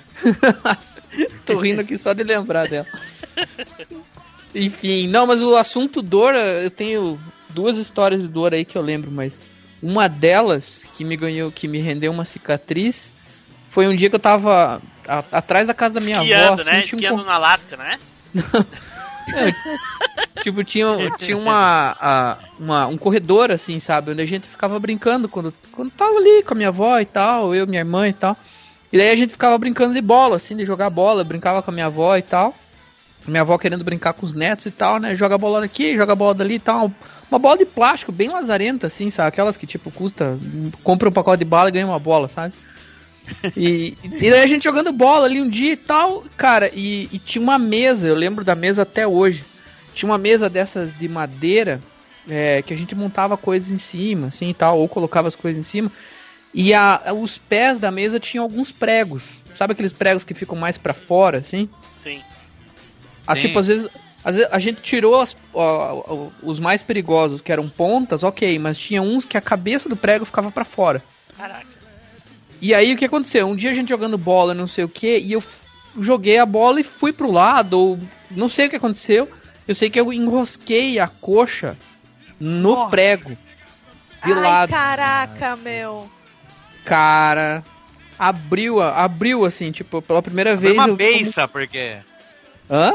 [laughs] Tô rindo aqui só de lembrar dela. Enfim, não, mas o assunto dor, eu tenho duas histórias de dor aí que eu lembro, mas uma delas que me ganhou, que me rendeu uma cicatriz, foi um dia que eu tava a- atrás da casa da minha avó. Esquiando, assim, né? tinha um Esquiando na Alaska, né? Tipo, tinha, tinha uma, a- uma- um corredor, assim, sabe? Onde a gente ficava brincando quando, quando tava ali com a minha avó e tal, eu, minha irmã e tal. E daí a gente ficava brincando de bola, assim, de jogar bola, brincava com a minha avó e tal. Minha avó querendo brincar com os netos e tal, né? Joga a bola daqui, joga a bola dali e tal. Uma bola de plástico bem lazarenta, assim, sabe? Aquelas que, tipo, custa... Compra um pacote de bala e ganha uma bola, sabe? E, e daí a gente jogando bola ali um dia e tal, cara, e, e tinha uma mesa, eu lembro da mesa até hoje. Tinha uma mesa dessas de madeira é, que a gente montava coisas em cima, assim e tal, ou colocava as coisas em cima. E a, os pés da mesa tinham alguns pregos. Sabe aqueles pregos que ficam mais pra fora, assim? Sim. Ah, Sim. tipo, às vezes, às vezes a gente tirou as- ó, ó, os mais perigosos, que eram pontas, ok, mas tinha uns que a cabeça do prego ficava pra fora. Caraca. E aí o que aconteceu? Um dia a gente jogando bola, não sei o que, e eu f- joguei a bola e fui pro lado, ou não sei o que aconteceu. Eu sei que eu enrosquei a coxa no Nossa. prego. De Ai, lado. caraca, meu. Cara, abriu, a- abriu assim, tipo, pela primeira Abriu vez. uma eu- beiça, porque... Hã?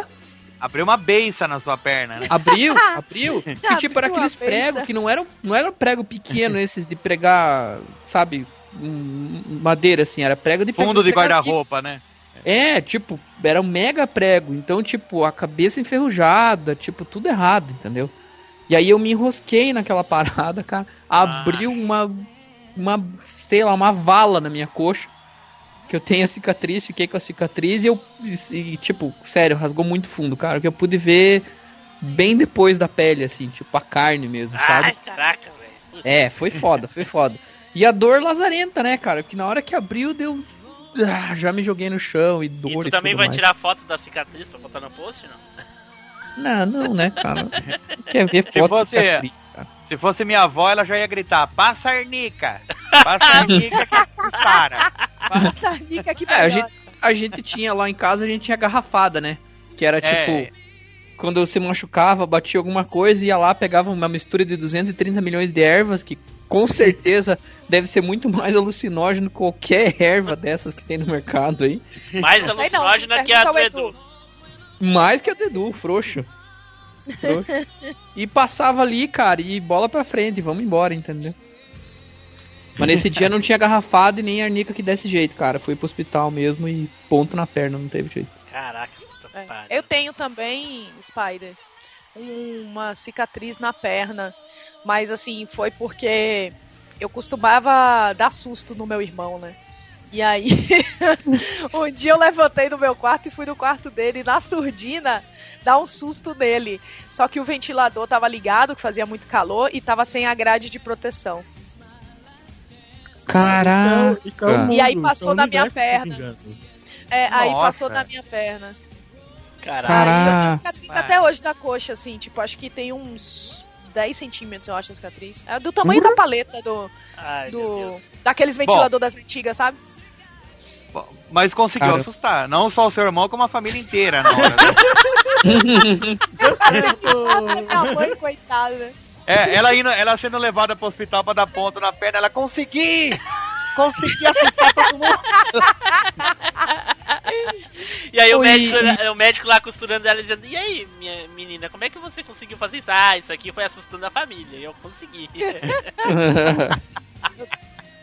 Abriu uma beiça na sua perna, né? Abriu, [laughs] abriu. E tipo, Abriu a era aqueles beça. pregos que não eram, não eram [laughs] prego pequeno esses de pregar, sabe, um- madeira assim, era prego de Fundo [laughs] de pregar guarda-roupa, né? É, tipo, era um mega prego. Então, tipo, a cabeça enferrujada, tipo, tudo errado, entendeu? E aí eu me enrosquei naquela [laughs] parada, cara. Abriu uma, uma, sei lá, uma vala na minha coxa. Que eu tenho a cicatriz, fiquei com a cicatriz e eu, e, tipo, sério, rasgou muito fundo, cara. Que eu pude ver bem depois da pele, assim, tipo, a carne mesmo, sabe? Ai, caraca, velho. É, foi foda, foi foda. E a dor lazarenta, né, cara? Porque na hora que abriu, deu. Ah, já me joguei no chão e dor. E tu também tudo vai mais. tirar foto da cicatriz pra botar no post, não? Não, não, né, cara? [laughs] Quer ver Se foto tá você- cicatriz, cara. Se fosse minha avó, ela já ia gritar: Passarnica! [laughs] Passarnica que assustaram. Essa rica aqui É, a melhor. gente, a gente tinha lá em casa, a gente tinha garrafada, né? Que era É. tipo. Quando eu se machucava, batia alguma coisa, ia lá, pegava uma mistura de 230 milhões de ervas, que com certeza deve ser muito mais alucinógeno que qualquer erva dessas que tem no mercado aí. Mais Sei não, alucinógena que a pergunta do ao Edu. Mais que a Dedu, frouxo. Frouxo. e passava ali, cara, e bola pra frente, vamos embora, entendeu? Mas nesse dia não tinha garrafada e nem arnica que desse jeito, cara. Fui pro hospital mesmo e ponto na perna, não teve jeito. Caraca, puta É. pariu. Eu tenho também, Spider, um- uma cicatriz na perna. Mas assim, foi porque eu costumava dar susto no meu irmão, né? E aí, [laughs] um dia eu levantei do meu quarto e fui no quarto dele, e na surdina, dar um susto nele. Só que o ventilador tava ligado, que fazia muito calor, e tava sem a grade de proteção. Caraca! Isso é o E aí mundo, passou isso é o na minha universo perna. se vingando. É, aí Nossa. passou na minha perna. Caraca. Caraca. Aí eu tenho cicatriz Caraca. até hoje da coxa, assim, tipo, acho que tem uns 10 centímetros, eu acho, a cicatriz. É do tamanho da paleta do. Ai, meu Deus. do daqueles ventilador das antigas, sabe? Mas conseguiu Cara. assustar. Não só o seu irmão, como a família inteira na hora. né? [laughs] [laughs] Ah, minha mãe, coitada. É, ela, indo, ela sendo levada pro hospital pra dar ponto na perna, ela consegui! Consegui assustar todo mundo! E aí o Oi. médico, o médico lá costurando ela dizendo, e aí, minha menina, como é que você conseguiu fazer isso? Ah, isso aqui foi assustando a família, e eu consegui. [laughs]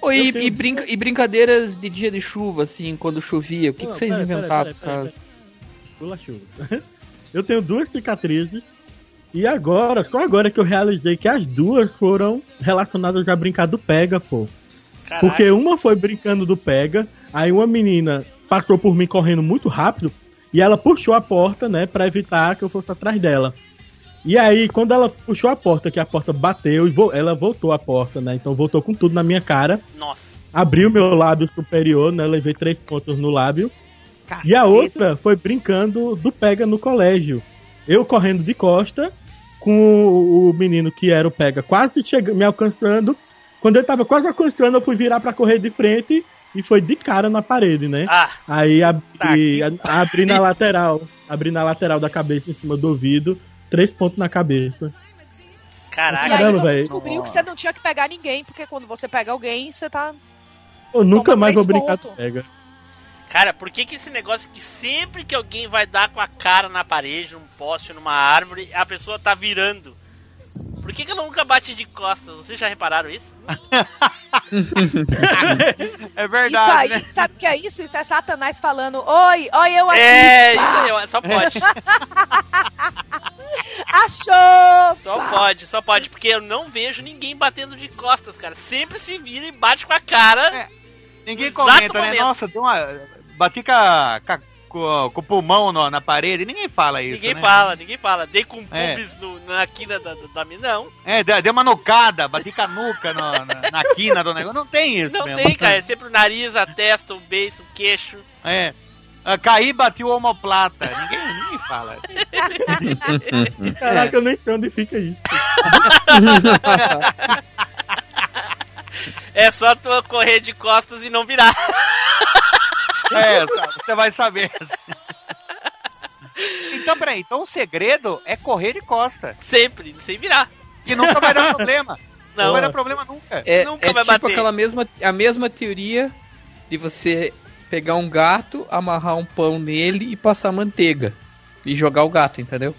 Oi, Eu e, tenho- e brinca- e brincadeiras de dia de chuva, assim, quando chovia, o que, Não, que vocês pera, pera, inventaram pera, por pera, causa? pera. Pula a chuva. [laughs] Eu tenho duas cicatrizes. E agora, só agora que eu realizei que as duas foram relacionadas a brincar do pega, pô. Caraca. Porque uma foi brincando do pega, aí uma menina passou por mim correndo muito rápido e ela puxou a porta, né, Pra evitar que eu fosse atrás dela. E aí, quando ela puxou a porta, que a porta bateu e vo- ela voltou a porta, né? Então voltou com tudo na minha cara. Nossa. Abri o meu lábio superior, né? Levei três pontos no lábio. E a outra foi brincando do pega no colégio. Eu correndo de costa, com o- o menino que era o pega quase chega, me alcançando. Quando ele tava quase alcançando, eu fui virar pra correr de frente e foi de cara na parede, né? Ah, Aí abri, Tá que a- abri na lateral, abri na lateral da cabeça em cima do ouvido, três pontos na cabeça. E caraca. aí Caramba, você velho. descobriu que você não tinha que pegar ninguém, porque quando você pega alguém, você tá. Eu nunca Toma mais vou três brincar do pontos. pega. Cara, por que que esse negócio que sempre que alguém vai dar com a cara na parede, num poste, numa árvore, a pessoa tá virando? Por que que ela nunca bate de costas? Vocês já repararam isso? É verdade, isso aí, né? sabe o que é isso? Isso é Satanás falando: Oi, oi, eu aqui. É, isso aí, ó, só pode. [laughs] Achou! Só pode, só pode, porque eu não vejo ninguém batendo de costas, cara. Sempre se vira e bate com a cara. Ninguém Exato comenta, né? momento. Nossa, deu uma. Bati com, a- com a- com- com o pulmão no- na parede, ninguém fala isso. ninguém né? fala, ninguém fala. Dei com É. pubis no- na quina da, da, da mina. Não, É, deu deu uma nucada, bati com a nuca no- na, na quina do negócio. Não tem isso, não mesmo. tem, cara. É sempre o nariz, a testa, o beiço, o queixo. É. Ah, Caí, bati o homoplata. Ninguém, ninguém fala. Caraca, eu nem sei onde fica isso. É só tu correr de costas e não virar. [laughs] É, sabe, você vai saber. Então, peraí, então o segredo é correr de costa. Sempre, sem virar. Que nunca vai dar problema. Não, Não. vai dar problema nunca. É, Nunca é vai tipo bater. aquela mesma, a mesma teoria de você pegar um gato, amarrar um pão nele e passar manteiga. E jogar o gato, entendeu?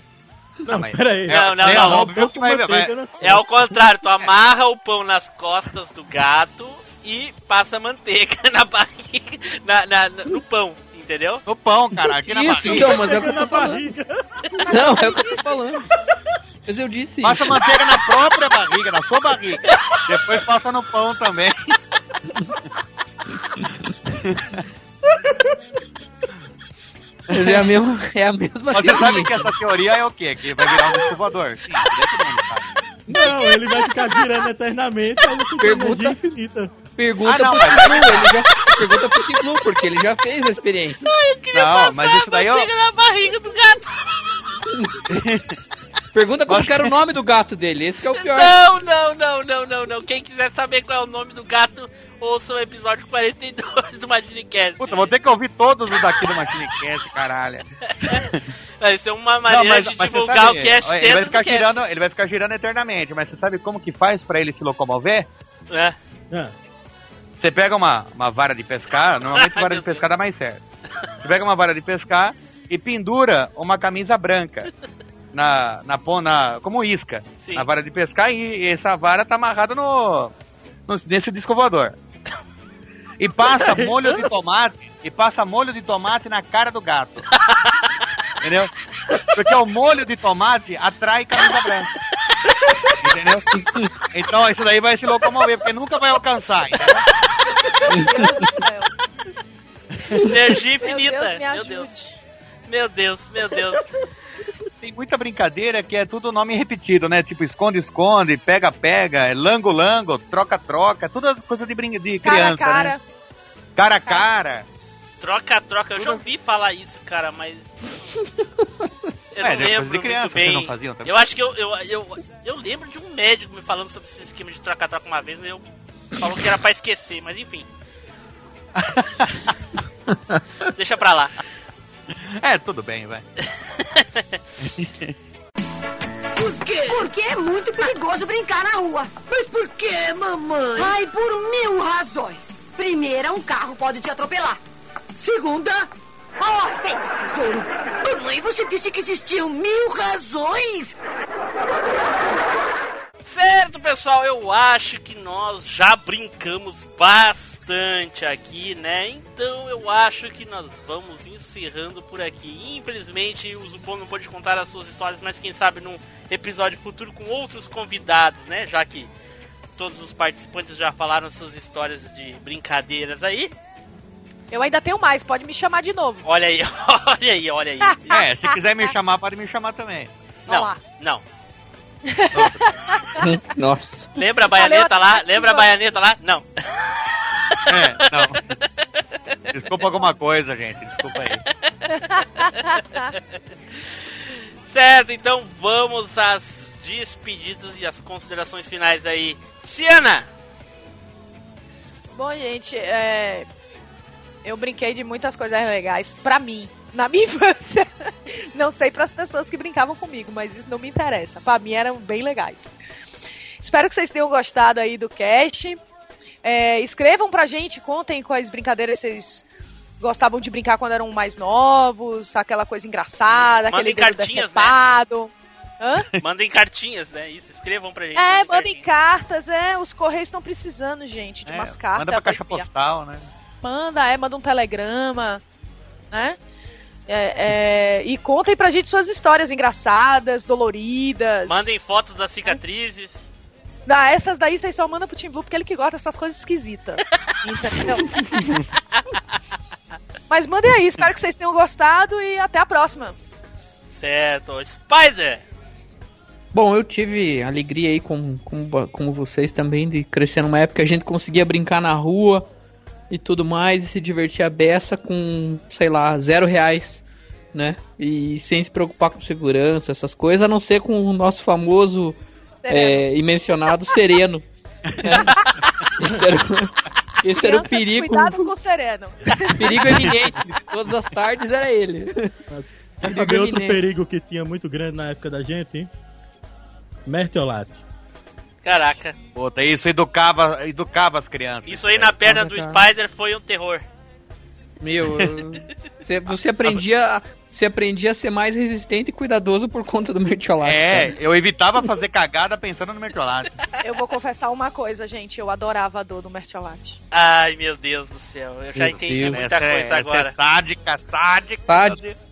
Não, mas- pera aí. É, Não, não, é não. óbvio que vai, vai, É ao contrário, tu amarra o pão nas costas do gato e passa manteiga [laughs] na barriga, na- na- na- no pão, entendeu? No pão, cara, aqui na Isso, barriga. então, mas é o que eu tô falando. barriga. Não, é o que eu tô falando. Mas eu disse isso. Passa manteiga na própria barriga, na sua barriga. Depois passa no pão também. Mas é a mesma, é a mesma Você teoria. sabe que essa teoria é o quê? Que vai virar um desculpador. Sim, todo mundo sabe. Não, ele vai ficar girando eternamente, mas ele tem Pergunta. energia infinita. Pergunta Ah, não, pro mas- Ciclu, ele já... Pergunta pro Ciclu, porque ele já fez a experiência. Eu queria Não, passar mas isso daí a eu- manteiga na barriga do gato. Pergunta como que era o nome do gato dele. Esse que é o pior. Não, não, não, não, não, não. Quem quiser saber qual é o nome do gato, ouça o episódio 42 do Machine Cast. Puta, vou ter que ouvir todos os daqui do Machine Cast, caralho. Vai ser uma Não, maneira de você divulgar sabe, o cast ele dentro vai ficar do é. cast. girando, Ele vai ficar girando eternamente, mas você sabe como que faz pra ele se locomover? É. Ah, Você pega uma, uma vara de pescar, normalmente vara de pescar dá mais certo. Você pega uma vara de pescar e pendura uma camisa branca na, na, pon- na como isca, Sim. na vara de pescar e essa vara tá amarrada no, no nesse disco voador. E passa molho de tomate, e passa molho de tomate na cara do gato. Entendeu? Porque o molho de tomate atrai camisa branca. Entendeu? Então isso daí vai se locomover, porque nunca vai alcançar. entendeu? Meu Deus do céu. Energia Meu infinita. Deus, me Meu ajude. Deus, meu Deus, meu Deus. Tem muita brincadeira que é tudo nome repetido, né? Tipo esconde-esconde, pega-pega, é lango-lango, troca-troca, é tudo coisa de, brin... de Cara, criança, cara. né? Cara-cara. Troca, troca. Eu já ouvi falar isso, cara, mas. Eu É, não era coisa lembro de criança, muito vocês bem. não faziam também? eu acho que eu, eu, eu, eu lembro de um médico me falando sobre esse esquema de troca-troca uma vez, mas eu falou que era pra esquecer, mas enfim. Deixa pra lá. É, tudo bem, vai. Por quê? Porque é muito perigoso brincar na rua. Mas por quê, mamãe? Ai, por mil razões. Primeira, um carro pode te atropelar. Segunda, A ordem, tesouro. mamãe, você disse que existiam mil razões. Certo, pessoal, eu acho que nós já brincamos bastante aqui, né? Então eu acho que nós vamos encerrando por aqui. Infelizmente, o Zupon não pôde contar as suas histórias, mas quem sabe num episódio futuro com outros convidados, né? Já que todos os participantes já falaram suas histórias de brincadeiras aí. Eu ainda tenho mais, pode me chamar de novo. Olha aí, [laughs] olha aí, olha aí. É, se quiser me chamar, pode me chamar também. Olha Não, lá. não. Hum, Nossa. Lembra a baianeta lá? Lembra a baianeta lá? Não. É, não. Desculpa alguma coisa, gente. Desculpa aí. Certo, então vamos às despedidas e às considerações finais aí. Tiana! Bom, gente, é, eu brinquei de muitas coisas legais pra mim, na minha [laughs] infância. Não sei pras pessoas que brincavam comigo, mas isso não me interessa. Pra mim eram bem legais. Espero que vocês tenham gostado aí do cast. É, escrevam pra gente, contem quais brincadeiras vocês gostavam de brincar quando eram mais novos, aquela coisa engraçada, Mandem aquele dedo cartinhas, né? decepado. Hã? Mandem cartinhas, né? Isso, escrevam pra gente. É, mandem cartinhas. cartas, é. Os correios estão precisando, gente, de É, umas cartas. manda pra caixa enviar. postal, né? Manda, é, manda um telegrama, né? É, é, e contem pra gente suas histórias engraçadas, doloridas. Mandem fotos das cicatrizes. Ah, essas daí vocês só mandam pro Tim Blue porque é ele que gosta dessas coisas esquisitas. Entendeu? Mas mandem aí, espero que vocês tenham gostado e até a próxima. Certo. Spider! Bom, eu tive alegria aí como, como, como vocês também de crescer numa época que a gente conseguia brincar na rua e tudo mais e se divertir a beça com, sei lá, zero reais, né? E sem se preocupar com segurança, essas coisas, a não ser com o nosso famoso é, e mencionado sereno. né? Esse era, o- esse era o Crianças, perigo, Cuidado com o sereno. perigo eminente. Todas as tardes era ele. Quer saber outro Iluminei. perigo que tinha muito grande na época da gente, hein? Mertiolate. Caraca, Puta, isso educava, educava as crianças. isso aí na perna do Spider foi um terror. Meu, [laughs] você, você aprendia, a- você aprendia a ser mais resistente e cuidadoso por conta do mertiolate. É, eu evitava fazer cagada pensando no mertiolate. Eu vou confessar uma coisa, gente. Eu adorava a dor do Mertiolate. Ai, meu Deus do céu. Eu já Meu entendi Deus. muita é- coisa agora. é sádica, sádica. Sádica.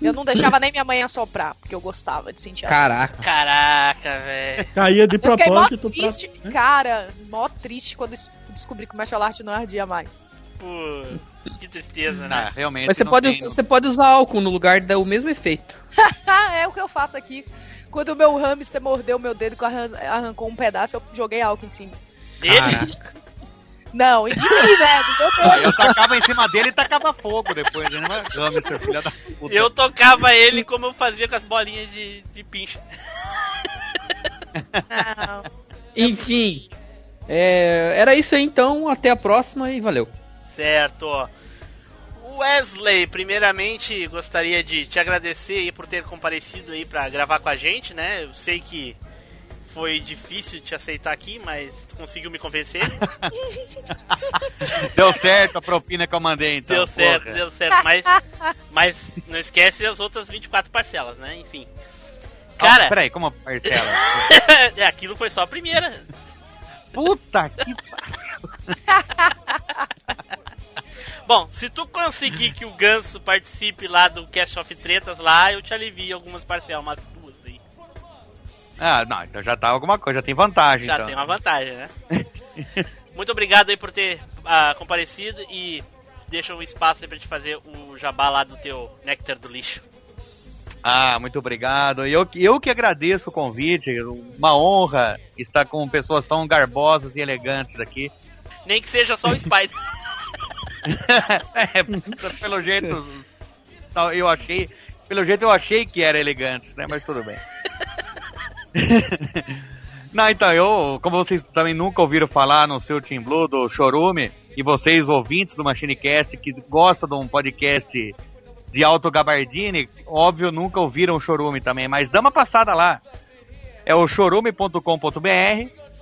Eu não deixava nem minha mãe assoprar, porque eu gostava de sentir a dor. Caraca. Caraca, velho. Caía de Eu fiquei mó propósito pra... né? triste, cara, mó triste quando es- descobri que o Mertiolate não ardia mais. [laughs] Pô, Que tristeza, Ah, né? realmente. Mas você não pode, tem, usar- você pode usar álcool no lugar do o mesmo efeito. Ah, é o que eu faço aqui. Quando o meu hamster mordeu meu dedo que arran- arrancou um pedaço, eu joguei álcool em cima. Dele? Caraca. Não, e de mim, velho. Meu Deus. Aí Ah, eu tacava em cima dele e tacava fogo depois, né? Mas, Hamster, filha da puta. Eu tocava ele como eu fazia com as bolinhas de, de pincha. Não. Enfim, é, era isso aí então. Até a próxima e valeu. Certo. Wesley, primeiramente gostaria de te agradecer aí por ter comparecido aí para gravar com a gente, né? Eu sei que foi difícil te aceitar aqui, mas tu conseguiu me convencer. Deu certo a propina que eu mandei, então. deu certo, porra. deu certo, mas mas não esquece as outras 24 parcelas, né? Enfim. Ah, [laughs] Cara, é, peraí, como parcela? aquilo foi só a primeira. Puta que Bom, se tu conseguir que o Ganso participe lá do Cast of Tretas lá, eu te alivio algumas parcelas, umas duas aí. Ah, não, então já tá alguma coisa, já tem vantagem. Já então. tem uma vantagem, né? [laughs] Muito obrigado aí por ter ah, comparecido e deixa um espaço aí pra te fazer o jabá lá do teu Nectar do Lixo. Ah, muito obrigado. Eu, que- eu que agradeço o convite, uma honra estar com pessoas tão garbosas e elegantes aqui. Nem que seja só o [laughs] Spider. É, pelo jeito, tal, eu achei, pelo jeito eu achei que era elegante, né? Mas tudo bem. [laughs] Não, então, eu, como vocês também nunca ouviram falar no seu Team Blue do Chorume, e vocês ouvintes do Machinecast que gostam de um podcast de alto gabardine, óbvio, nunca ouviram o Chorume também, mas dá uma passada lá. É o chorume.com.br,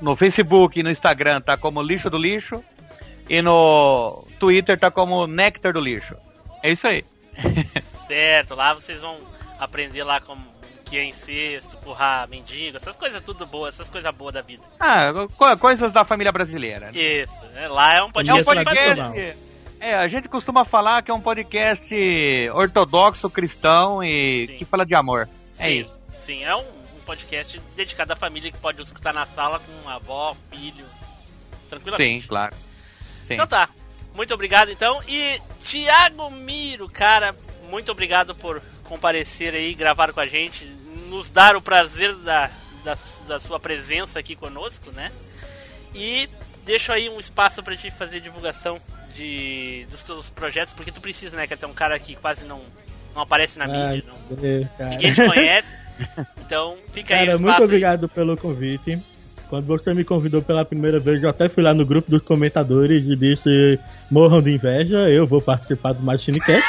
no Facebook e no Instagram tá como Lixo do Lixo, e no Twitter tá como Nectar do Lixo. É isso aí. certo, lá vocês vão aprender lá como que é incesto, currar mendigo, essas coisas tudo boas, essas coisas boas da vida. Ah, co- coisas da família brasileira. né? Isso, né? lá é um É um podcast. Isso, podcast. tradicional. É, a gente costuma falar que é um podcast ortodoxo, cristão e Sim. que fala de amor. É Sim, isso. Sim, é um, um podcast dedicado à família que pode escutar na sala com a avó, filho, Sim, tranquilamente. claro. Sim. Então tá. Muito obrigado então. E Thiago Miro, cara, muito obrigado por comparecer aí, gravar com a gente, nos dar o prazer da, da, su- da sua presença aqui conosco, né? E deixo aí um espaço pra te fazer divulgação de, dos teus projetos, porque tu precisa, né? Que até um cara que quase não, não aparece na Ai, mídia, não- meu Deus, cara. ninguém te conhece. Então fica aí o é. Cara, espaço. muito aí. obrigado pelo convite. Quando você me convidou pela primeira vez, eu até fui lá no grupo dos comentadores e disse: morram de inveja, eu vou participar [laughs] do Machinecast.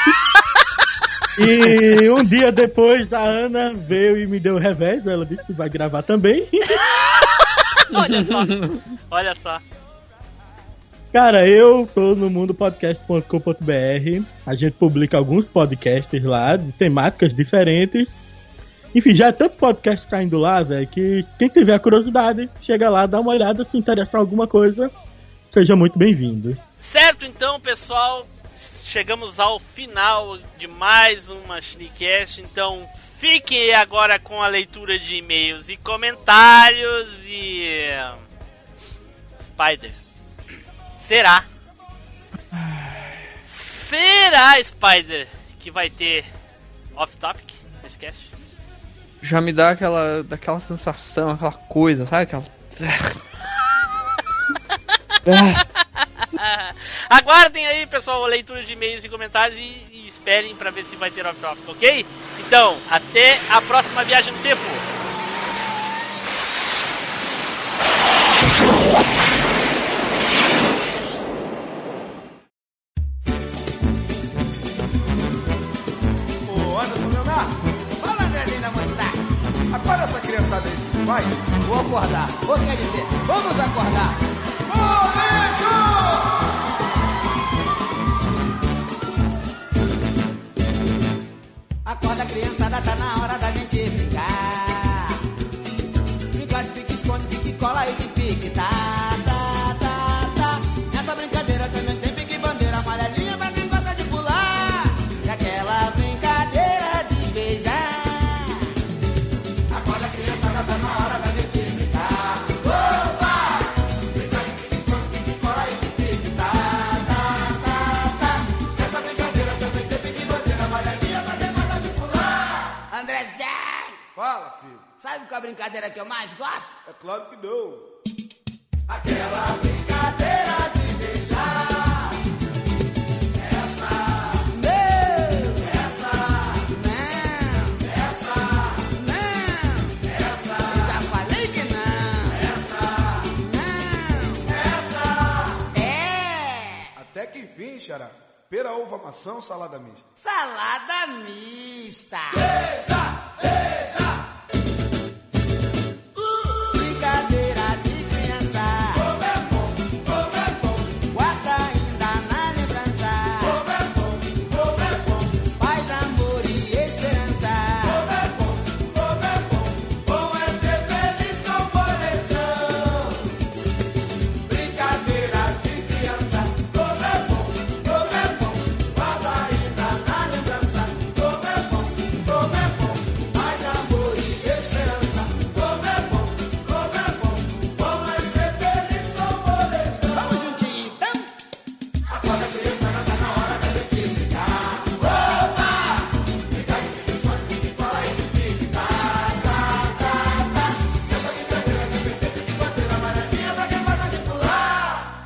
e um dia depois, a Ana veio e me deu revés. Ela disse que vai gravar também. Olha só. Olha só. Cara, eu tô no mundopodcast.com.br. A gente publica alguns podcasts lá, de temáticas diferentes. Enfim, já é tanto podcast caindo lá, velho, que quem tiver curiosidade, chega lá, dá uma olhada, se interessar em alguma coisa, seja muito bem-vindo. Certo, então, pessoal, chegamos ao final de mais uma Sneakcast, então fiquem agora com a leitura de e-mails e comentários e... eh, Spider, será? Será, Spider, que vai ter off-topic nesse cast? Já me dá aquela, daquela sensação, aquela coisa, sabe? Aquela... Aguardem aí, pessoal, a leitura de e-mails e comentários e, e esperem pra ver se vai ter off-topic, ok? Então, até a próxima viagem no tempo! Ô Anderson Leonardo, fala nele da mocidade. Acorda essa criançada aí, vai. Vou acordar, vou quer dizer, vamos acordar. Momento! Acorda criançada, tá na hora da gente brincar. Brincar de pique, esconde, pique, cola e de pique, tá, tá, tá, tá. Nessa brincadeira também tem pique, bandeira amarelinha pra quem gosta de pular. E aquela brincadeira de beijar. Agora a criançada tá na hora da gente brincar. Opa! Brincar de pique, esconde, pique, cola e de pique, tá, tá, tá, tá. Nessa brincadeira também tem pique, bandeira amarelinha pra quem gosta de pular. Andrezão! Fala, filho. Sabe qual é a brincadeira que eu mais gosto? É claro que não. Aquela brincadeira de beijar. aí, Xará? Pera, uva, maçã ou salada mista? Salada mista. Uh, Brincadeira de criança. Como é bom, como é bom. Guarda ainda na lembrança. Como é bom, como é bom. Paz, amor e esperança. Como é bom, como é bom. Bom é ser feliz com coração. Brincadeira de criança. Como é bom, como é bom. Guarda ainda na lembrança. Como é bom, como é bom. Paz, amor e esperança. Como é bom, como é bom. Bom é ser feliz com coração. Vamos juntinho então. Acorda criança, tá na hora da gente brincar.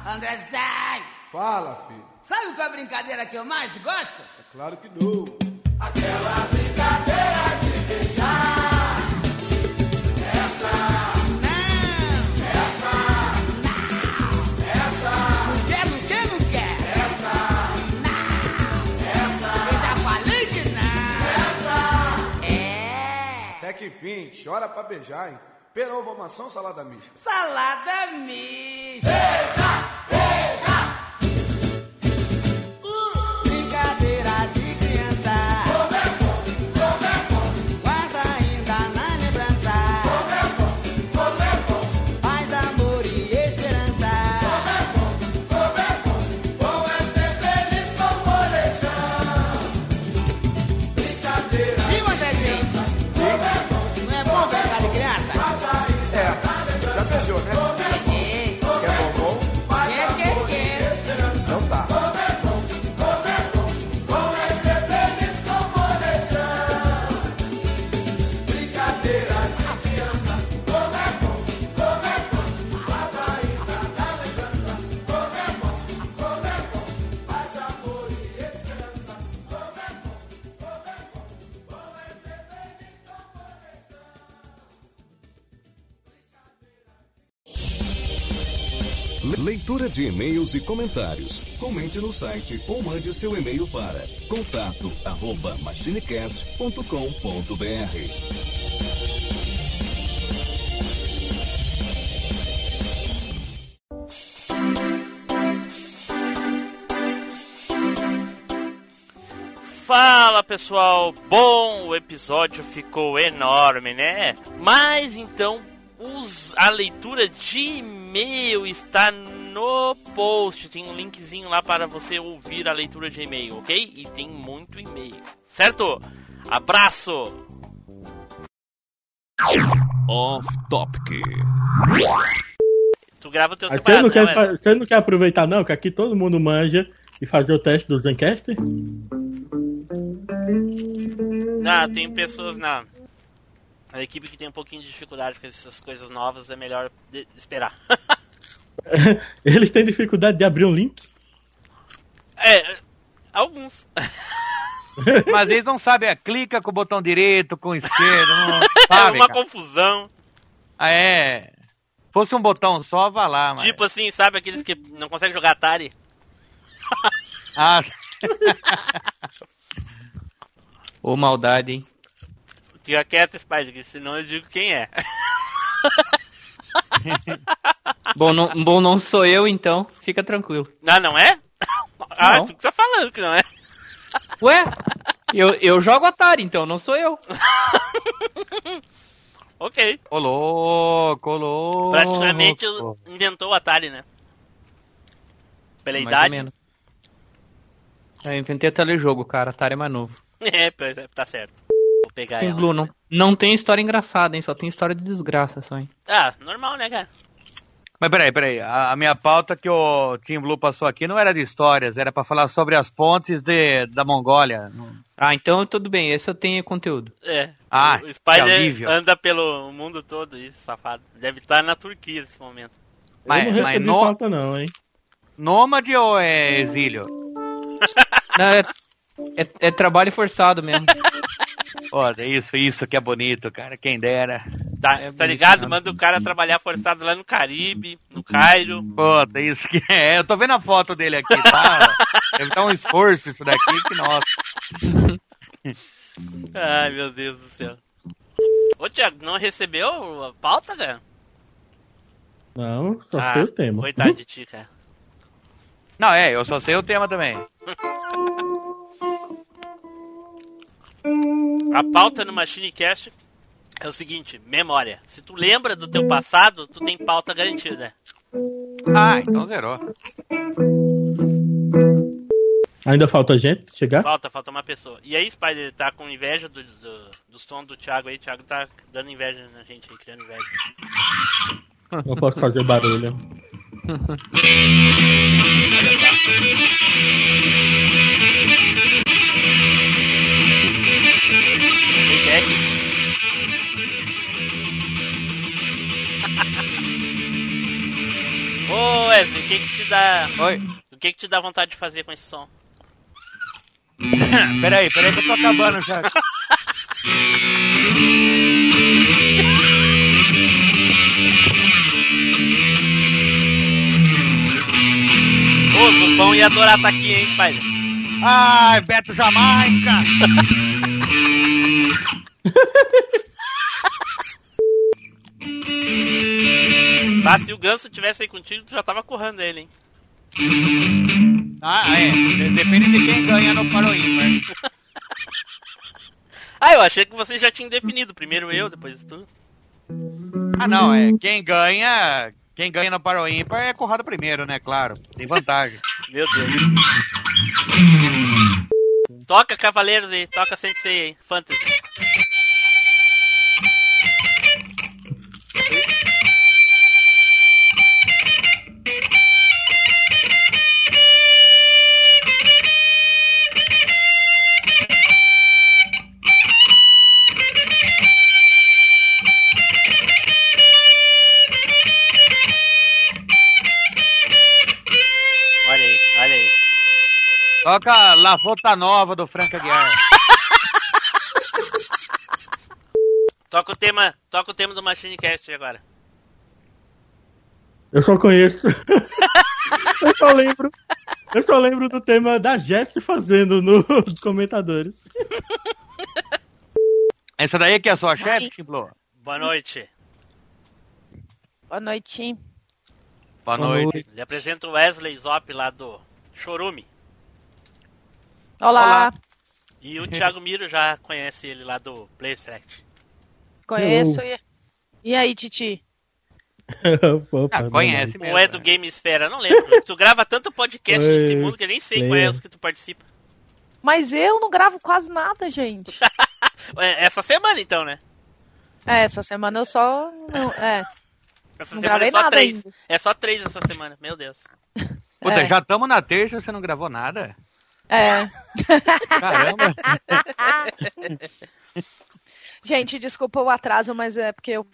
André sai! Fala, filho. Sabe qual é a brincadeira que eu mais gosto? É claro que não. Não! Essa! Não! Essa! Não quer, não quer, não quer! Essa! Não! Essa! Eu já falei que não! Essa! É! Até que fim, chora pra beijar, hein? Pera, uva, maçã ou um salada mista? Salada mista! Beija! Beija! Brincadeira de criança! Como é bom, como é bom! Guarda ainda na lembrança! Como é bom, como é bom! Paz, amor e esperança! Como é bom, como é bom! Bom é ser feliz com coleção! Brincadeira! Viva, Andrezinho! Não é bom brincar de criança? É, já beijou, né? Beijei! Quer bombom? Quer, quer, quer! Então tá. Leitura de e-mails e comentários. Comente no site ou mande seu e-mail para contato arroba machinecast.com.br. Fala pessoal, bom, o episódio ficou enorme, né? Mas então, os- a leitura de e-mail está no post, tem um linkzinho lá para você ouvir a leitura de e-mail, ok? E tem muito e-mail, certo? Abraço! Off Topic. Tu grava o teu Aí você não, separado, quer, né, fa- você não quer aproveitar, não? Que aqui todo mundo manja e fazer o teste do Zencast? [laughs] Wesley? Ah, tem pessoas na, na equipe que tem um pouquinho de dificuldade com essas coisas novas, é melhor de- esperar. [laughs] Eles têm dificuldade de abrir um link. é, alguns. Mas eles não sabem, é, clica com o botão direito, com o esquerdo, [laughs] não É sabe, uma cara. confusão. Ah, é. Fosse um botão só, vá lá, mas... Tipo assim, sabe aqueles que não conseguem jogar Atari? Ah, Ô, maldade, hein? Fica quieto, Spider, que senão eu digo quem é. [laughs] Bom não, bom, não sou eu, então. Fica tranquilo. Ah, não é? [laughs] Ah, Não. tu que tá falando que não é. [laughs] Ué? Eu, eu jogo Atari, então. Não sou eu. Ok. ô louco, ô louco. Praticamente inventou o Atari, né? Pela Mais ou idade. menos. É, Eu inventei telejogo, cara. Atari é mais novo. [laughs] É, pois é, tá certo. Vou pegar Tem ela. Blue, não. Não tem história engraçada, hein? Só tem história de desgraça, só, hein? Ah, normal, né, cara? Mas peraí, peraí. A, a minha pauta que o Tim Blue passou aqui não era de histórias, era pra falar sobre as pontes de, da Mongólia. Ah, então tudo bem. Esse eu tenho conteúdo. É. Ah, o que Spider alívio. anda pelo mundo todo, isso, safado. Deve estar na Turquia nesse momento. eu Mas, não mas recebi nó- falta, não, hein? nômade ou é exílio? Não, é, [laughs] é, é trabalho forçado mesmo. Olha, isso, isso que é bonito, cara. Quem dera. Tá, tá É bonito, ligado? né? Manda o cara trabalhar forçado lá no Caribe, no Cairo. Puta, isso que [laughs] é. Eu tô vendo a foto dele aqui, tá? Deve dar um esforço isso daqui, que nossa. Ai, meu Deus do céu. Ô, Thiago, não recebeu a pauta, cara? Não, só Ah, foi o tema. Coitado de ti, cara. Não, é, eu só sei o tema também. A pauta no Machine Cast é o seguinte, memória. Se tu lembra do teu passado, tu tem pauta garantida. Ah, então zerou. Ainda falta gente chegar? Falta, falta uma pessoa. E aí, Spider, tá com inveja do, do, do som do Thiago aí. Thiago tá dando inveja na gente aí, criando inveja. Não posso fazer barulho. Ô Wesley, o que que te dá... Oi. O que que te dá vontade de fazer com esse som? peraí, peraí que eu tô acabando já. Ô, o Zupão ia adorar tá aqui, hein, Spider? Ai, Beto Jamaica! Tá, se o Ganso tivesse aí contigo, tu já tava correndo ele, hein? Ah, é. De- Depende de quem ganha no Paroímar. Ah, eu achei que vocês já tinham definido. Primeiro eu, depois tu. Ah, não, é. Hum. Quem ganha. Quem ganha no Paroímar é corrado primeiro, né? Claro. Tem vantagem. Meu Deus. Toca Cavaleiros aí, toca Sensei aí, Fantasy. Olha aí, olha aí. Toca La Volta Nova do Franca Guiar. Toca o tema, toca o tema do Machine Cast aí agora. Eu só conheço. [laughs] eu só lembro. Eu só lembro do tema da Jess fazendo no [laughs] nos comentadores. Essa daí que é a sua chefe, Timblo? Boa noite. Boa noite. Boa noite. Ele apresenta o Wesley Zop lá do Chorume. Olá, E o Thiago Miro já conhece ele lá do Playstrack. conheço. E... e aí, Titi? Opa, não, Ah, conhece né? Ou é do Gamesfera, não lembro. tu grava tanto podcast nesse mundo que eu nem sei qual é os que tu participa. Mas eu não gravo quase nada, [laughs] gente. É, Essa semana então, né? É, essa semana eu só. Não, é. Essa Não semana gravei é só nada três. ainda. É só três essa semana, meu Deus. Puta, É. já estamos na terça e você não gravou nada? É. Caramba. Gente, desculpa o atraso, mas é porque eu.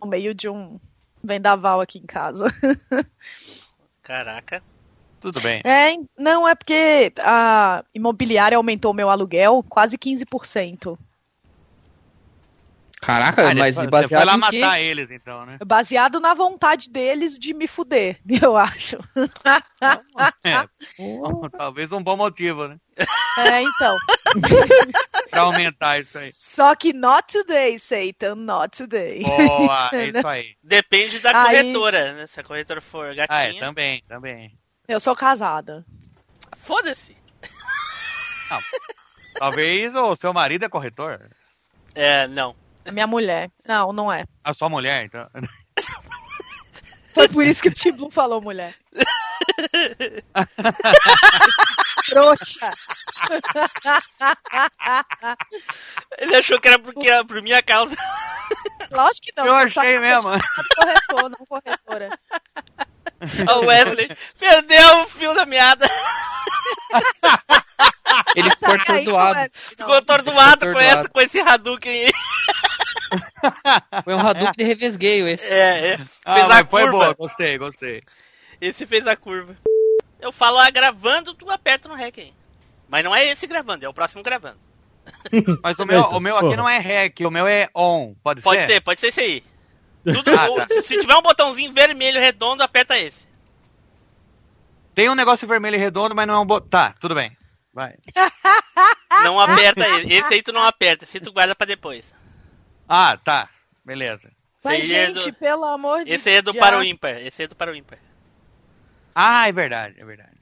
No meio de um vendaval aqui em casa. [laughs] Caraca. Tudo bem. É, não, é porque a imobiliária aumentou meu aluguel quase 15%. Caraca, Ah, mas você foi- você foi baseado lá em quê? matar eles, então, né? [laughs] Baseado na vontade deles de me fuder, [laughs] eu acho. É. Talvez um bom motivo, né? É, então. Pra aumentar É isso aí. Só que not today, Satan, not today. [laughs] Boa, é isso aí. Depende da Aí- corretora, né? Se a corretora for Ah, é, gatinha. também, também. Eu sou casada. Foda-se. Talvez o seu marido é corretor. É, não. É minha mulher. Não, não é. A sua mulher, então. Foi por isso que o Tiblu falou mulher. Trouxa. Ele achou que era [laughs] porque era por minha causa. [laughs] Lógico que não. Eu sou só achei mesmo. é Corretor, não corretora. O Wesley perdeu o fio da meada. [laughs] Ele Ah, tá, ficou é atordoado. assim, Ficou atordoado com, essa, Atordoado. com esse Hadouken aí. Foi um Hadouken de revesgueio esse. É, é. [laughs] Ah, Fez a mas foi curva. boa, gostei, gostei. Esse fez a curva. Eu falo, ah, gravando, tu aperta no rec aí. Mas não é esse gravando, é o próximo gravando. Mas o meu, o meu aqui não é REC, o meu é ON, pode, Pode ser? ser, pode ser esse aí. Tudo- Ah, ou- tá. Se tiver um botãozinho vermelho redondo, aperta esse. Tem um negócio vermelho e redondo, mas não é um botão. Tá, tudo bem. Vai. Não Ah, tá. aperta ele. Esse aí tu não aperta, esse tu guarda pra depois. Ah, tá. Beleza. Mas, Esse aí é gente, do- pelo amor de Esse aí é do Já. para o ímpar. Esse aí é do para o ímpar. Ah, é verdade, é verdade.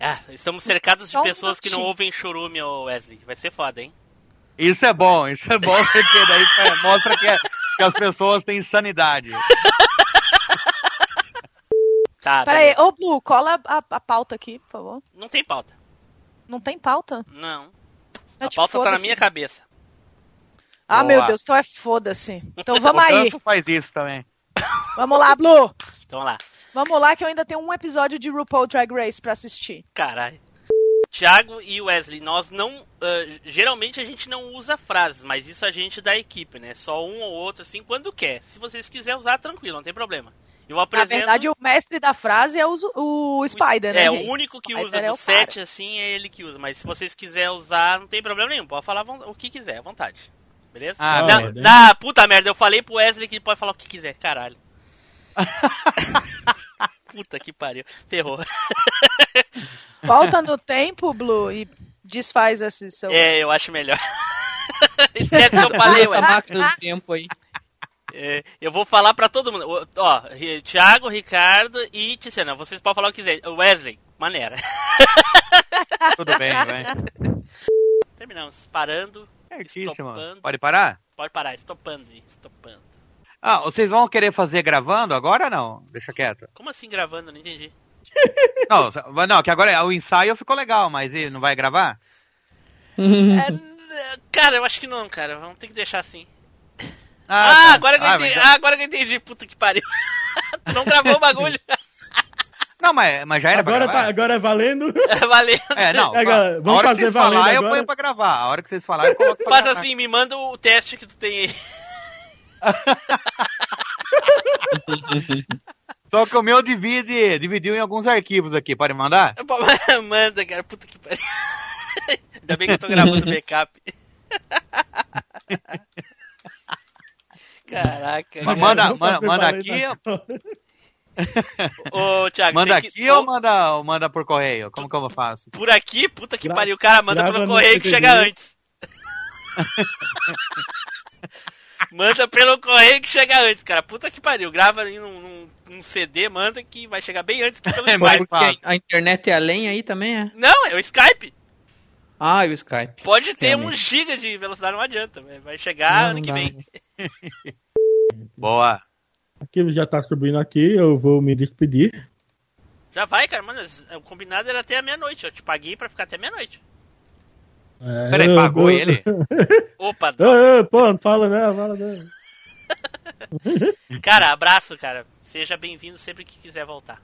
Ah, estamos cercados de Só um pessoas que não minutinho. ouvem churume, ô Wesley. Vai ser foda, hein? Isso é bom, isso é bom, [laughs] porque daí é, mostra que, é- que as pessoas têm sanidade. Tá, Pera aí, beleza. ô Blue, cola a, a pauta aqui, por favor. Não tem pauta. Não tem pauta? Não. É A tipo, pauta tá na foda-se. minha cabeça. Ah, Boa. meu Deus, então é foda-se. Então [laughs] vamos o aí. Ganso faz isso também. Vamos lá, Blue. Então vamos lá. Vamos lá, que eu ainda tenho um episódio de RuPaul Drag Race pra assistir. Caralho. Thiago e Wesley, nós não. ah, geralmente a gente não usa frases, mas isso a gente da equipe, né? Só um ou outro, assim, quando quer. Se vocês quiserem usar, tranquilo, não tem problema. Eu Na apresento. verdade, o mestre da frase é o, Zu- o Spider, né? É, o gente? único que Spider usa é do o cara. set, assim, é ele que usa. Mas se vocês quiserem usar, não tem problema nenhum. Pode falar von- o que quiser, à vontade. Beleza? Ah, Na- merda, hein? na- puta merda, eu falei pro Wesley que ele pode falar o que quiser, [laughs] caralho. [laughs] puta que pariu. Ferrou. Volta no tempo, Blue, e desfaz esse Então seu... É, eu acho melhor. [laughs] Esquece que eu falei, é. Essa Wesley. máquina do [laughs] tempo aí. É, eu vou falar pra todo mundo. Ó, Ó, Ri- Thiago, Ricardo e Tiziana, vocês podem falar o que quiser. Wesley, maneira. [laughs] Tudo bem, vai. Terminamos. Parando, Certíssimo. Estopando. Pode parar? pode parar, estopando, aí, estopando. Ah, vocês vão querer fazer gravando agora ou não? Deixa quieto. Como assim gravando? Não entendi. Não, só- mas não, que agora é, o ensaio ficou legal, mas e não vai gravar? É, n- cara, eu acho que não, cara. Vamos ter que deixar assim. Ah, tá. agora que eu Ah, entendi. mas Ah, agora que eu entendi. Puta que pariu. [laughs] tu não gravou o [laughs] bagulho. já- Não, mas, mas já era Agora, pra tá, gravar. agora é valendo. Valeu. É, não. É, galera, a vamos hora fazer que vocês falar, valendo eu agora. ponho pra gravar. A hora que vocês falarem, eu coloco [laughs] pra Faz gravar. assim, me manda o teste que tu tem aí. Só que o meu divide, dividiu em alguns arquivos aqui. Pode mandar? Tá [laughs] Manda, cara. Puta que pariu. [laughs] Ainda bem que eu tô gravando [laughs] backup. Caraca. cara. Mas [laughs] manda- [laughs] Vamos fazer manda valendo aqui, agora. Ô, Thiago, Manda tem que- aqui ou manda, ou manda por correio? Como que eu faço? Por aqui? Puta que Gra- pariu. Cara, manda grava pelo no correio que CTV. chega [laughs] antes. manda pelo correio que chega antes, cara. Puta que pariu. Grava aí num, num- num CD, manda que vai chegar bem antes que pelo [laughs] É, mas- Skype. Porque a internet é além aí também, é? Não, é o Skype. Ah, e o Skype. Pode É, ter Realmente. um giga de velocidade, não adianta. velho. Vai chegar Não, ano que não. vem. Boa. Aquilo já tá subindo aqui, eu vou me despedir. Já vai, cara. Mano, é, o combinado era até a meia-noite. Eu te paguei pra ficar até meia-noite. É, Peraí, eu- pagou eu- [laughs] ele? Opa, Ô, ô, pô, não fala não, fala não. cara, abraço, cara. Seja bem-vindo sempre que quiser voltar.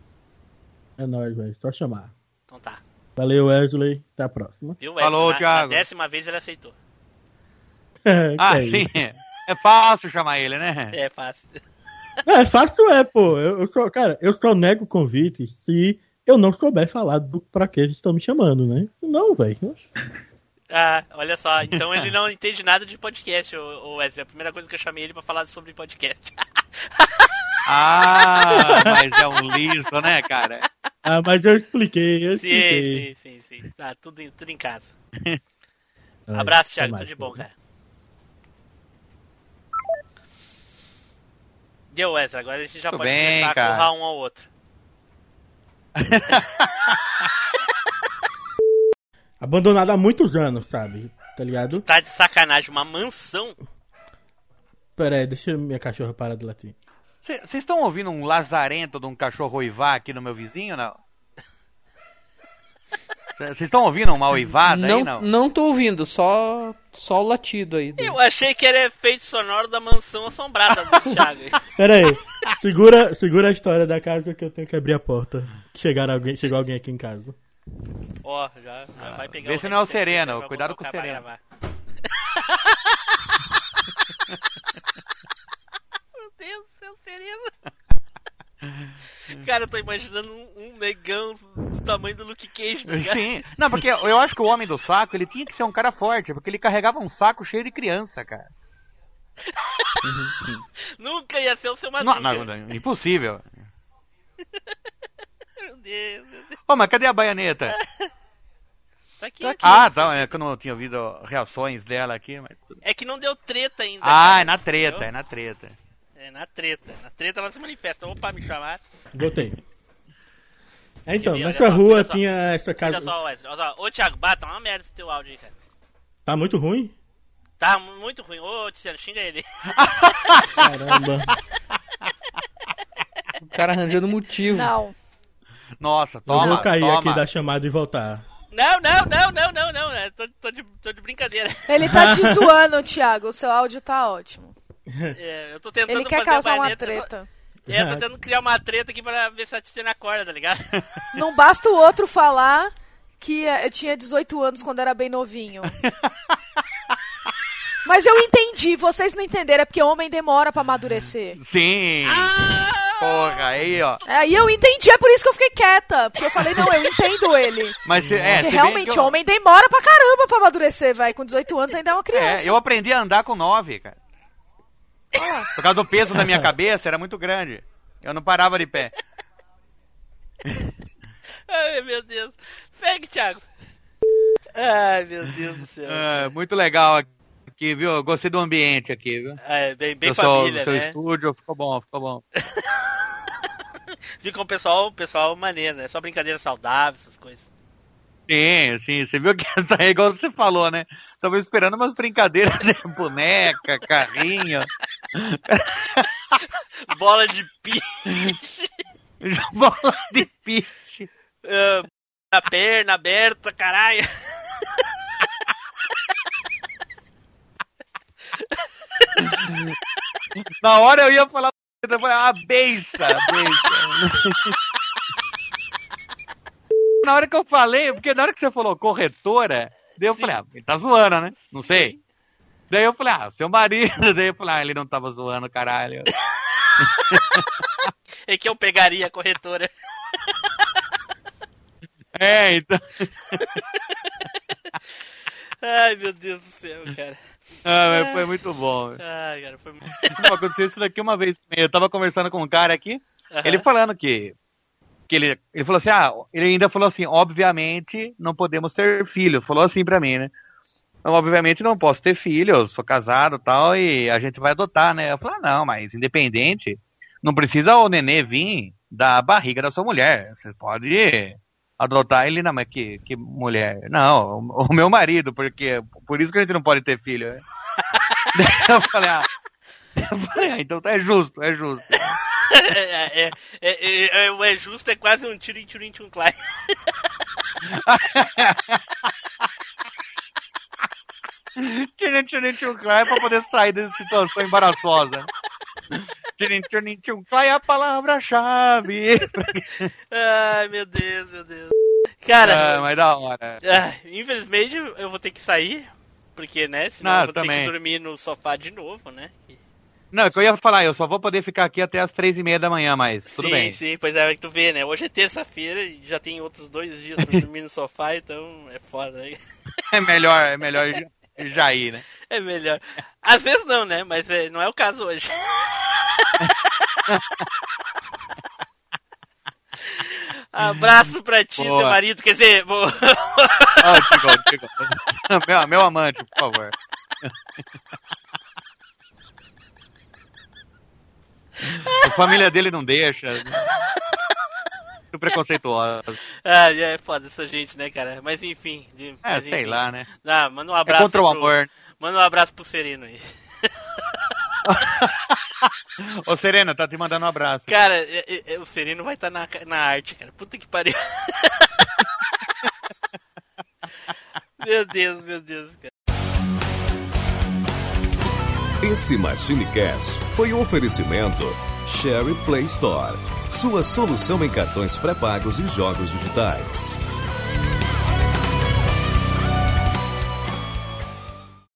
É nóis, velho. Só chamar. Então tá. Valeu, Wesley. Até a próxima. [laughs] Viu, Wesley? Falou, Na- Thiago. Na décima vez ele aceitou. Ah, Que sim. É fácil chamar ele, né? É fácil. [laughs] É, fácil é, pô. Eu, eu só, cara, eu só nego o convite se eu não souber falar do pra que eles estão me chamando, né? Se não, velho. Ah, olha só, então ele não entende nada de podcast, o, o Wesley. É A primeira coisa que eu chamei ele pra falar sobre podcast. [laughs] Ah, mas é um liso, né, cara? Ah, mas eu expliquei, eu sim, sim, expliquei. sim, sim. Tá, tudo em, tudo em casa. Ah, Abraço, até Thiago, mais, tudo de pô. bom, cara. Deu, Wesley, agora a gente já Tudo pode bem, começar a cara. currar um ao outro. Abandonado há muitos anos, sabe? Tá ligado? Tá de sacanagem, uma mansão? Pera aí, deixa minha cachorra parar de latir. Vocês estão ouvindo um lazarento de um cachorro oivar aqui no meu vizinho, não? Vocês estão ouvindo uma oivada aí, Não, não? não tô ouvindo, só, só o latido aí. do- Eu achei que era efeito sonoro da mansão assombrada [laughs] do Thiago. Pera [laughs] aí. Segura, segura a história da casa que eu tenho que abrir a porta. Chegaram alguém, chegou alguém aqui em casa. Ó, já, já vai pegar vê se não é o headset aqui, Sereno, já vou cuidado com colocar o pra [laughs] Sereno. gravar. Meu Deus, do céu, Sereno. Cara, eu tô imaginando um, um negão do tamanho do Luke Cage. tá ligado? [laughs] Sim. Não, porque eu acho que o homem do saco, ele tinha que ser um cara forte, porque ele carregava um saco cheio de criança, cara. Nunca ia ser o seu Não, Madruga. não, não, impossível. Meu Deus, meu Deus. Ô, mas cadê a [laughs] baianeta? Tá aqui, Ah, tá. É que eu não tinha ouvido reações dela aqui, mas tudo. É que não deu treta ainda. Ah, cara, é na treta, entendeu? é na treta. É na treta. Na treta ela se manifesta. Opa, me chamaram. Botei. É, então, Olha nessa só, rua olha só. tinha essa Olha casa. só, Wesley. Olha só. Ô, Thiago, bata uma merda esse teu áudio aí, cara. Tá [laughs] muito ruim? Tá mu- muito ruim. Ô, Tiziano, xinga ele. [laughs] Caramba. O cara arranjando motivo. Não. Nossa, Eu toma, vou cair toma. aqui da chamada e voltar. Não, não, não, não, não, não. né? Tô, tô de, tô de [laughs] brincadeira. Ele [laughs] tá te zoando, Thiago. O seu áudio tá ótimo. É, eu tô tentando Ele quer fazer causar a uma baioneta, eu tô- treta. É, eu tô tentando criar uma treta aqui pra ver se a Tiziana acorda, tá [laughs] ligado? Não basta o outro falar que eh, tinha 18 anos quando era bem novinho. Mas eu entendi, vocês não entenderam, é porque homem demora pra amadurecer. [laughs] Sim. Ah! Porra, aí, ó. Aí eu entendi, é por isso que eu fiquei quieta. Porque eu falei, não, eu entendo ele. Mas se- é, se porque bem realmente que eu- homem demora pra caramba pra amadurecer, vai. Com 18 anos ainda é uma criança. É, eu aprendi a andar com nove, cara. Por causa do peso da minha cabeça, era muito grande. Eu não parava de pé. Ai, meu Deus. Segue, Thiago. Ai, meu Deus do céu. Ah, muito legal aqui, viu? Eu gostei do ambiente aqui, viu? É, bem, bem do seu, família, do seu né? estúdio, ficou bom, ficou bom. Ficou o um pessoal, o pessoal maneiro, né? Só brincadeira saudável, essas coisas. Sim, sim, você viu que [laughs] tá igual você falou, né? Tava esperando umas brincadeiras de boneca, carrinho. [laughs] Bola de piche. Bola de piche. [laughs] Ah, a perna aberta, caralho. Na hora eu ia falar, eu falei, ah, besta, besta. [laughs] na hora que eu falei, porque na hora que você falou corretora, daí eu falei, ah, ele tá zoando, né? Não sei. Daí eu falei, ah, seu marido. [laughs] Daí eu falei, ah, ele não tava zoando, caralho. É que eu pegaria a corretora. É, então. [laughs] Ai, meu Deus do céu, cara. Ah, mas foi muito bom. Ai, cara, foi muito. [laughs] Não, Tipo, aconteceu isso daqui uma vez também. Eu tava conversando com um cara aqui, Aham. ele falando que. que ele, ele falou assim, ah, ele ainda falou assim, obviamente não podemos ter filho. Falou assim pra mim, né? "Não, obviamente não posso ter filho, eu sou casado e tal, e a gente vai adotar, né? Eu falei, ah, não, mas independente, não precisa o nenê vir da barriga da sua mulher. Você pode adotar ele, não, mas que, que mulher? Não, o, o meu marido, porque por isso que a gente não pode ter filho. [laughs] né?" Daí eu falei, ah, eu falei, ah, então tá, é justo, é justo. é, é, é, é, é, o é justo é quase um tiro em tiro em tchum clai. Tirin, tirin, tchum, clai, pra poder sair dessa situação embaraçosa. Tirin, tirin, tchum, clai é a palavra-chave. Ai, meu Deus, meu Deus. Cara, Ah, mas da hora. ah, infelizmente eu vou ter que sair. Porque, né? Senão Ah, eu vou ter também. que dormir no sofá de novo, né? Não, é que eu ia falar, eu só vou poder ficar aqui até as três e meia da manhã, mas tudo sim, bem. sim, pois é, tu vê, né? Hoje é terça-feira e já tem outros dois dias [laughs] pra dormir no sofá, então é foda, né? É melhor, é melhor já- já ir, né? É melhor. Às vezes não, né? Mas é, não é o caso [laughs] hoje. Abraço pra ti, Boa. teu marido. Quer dizer, bo- [laughs] Ah, Tigon, Tigon. Meu, meu amante, por favor. A família dele não deixa. Muito preconceituosa. ah, é foda essa gente, né, cara? Mas enfim. de- É, mas sei enfim. lá, né? Ah, manda um abraço. É contra o aí pro- amor. Manda um abraço pro Sereno aí. [laughs] Ô, Serena, tá te mandando um abraço. Cara, é- é- é, o Sereno vai estar na, ca- na arte, cara. Puta que pariu. [laughs] meu Deus, meu Deus, cara. Esse Machine Cash foi um oferecimento Sherry Play Store, sua solução em cartões pré-pagos e jogos digitais.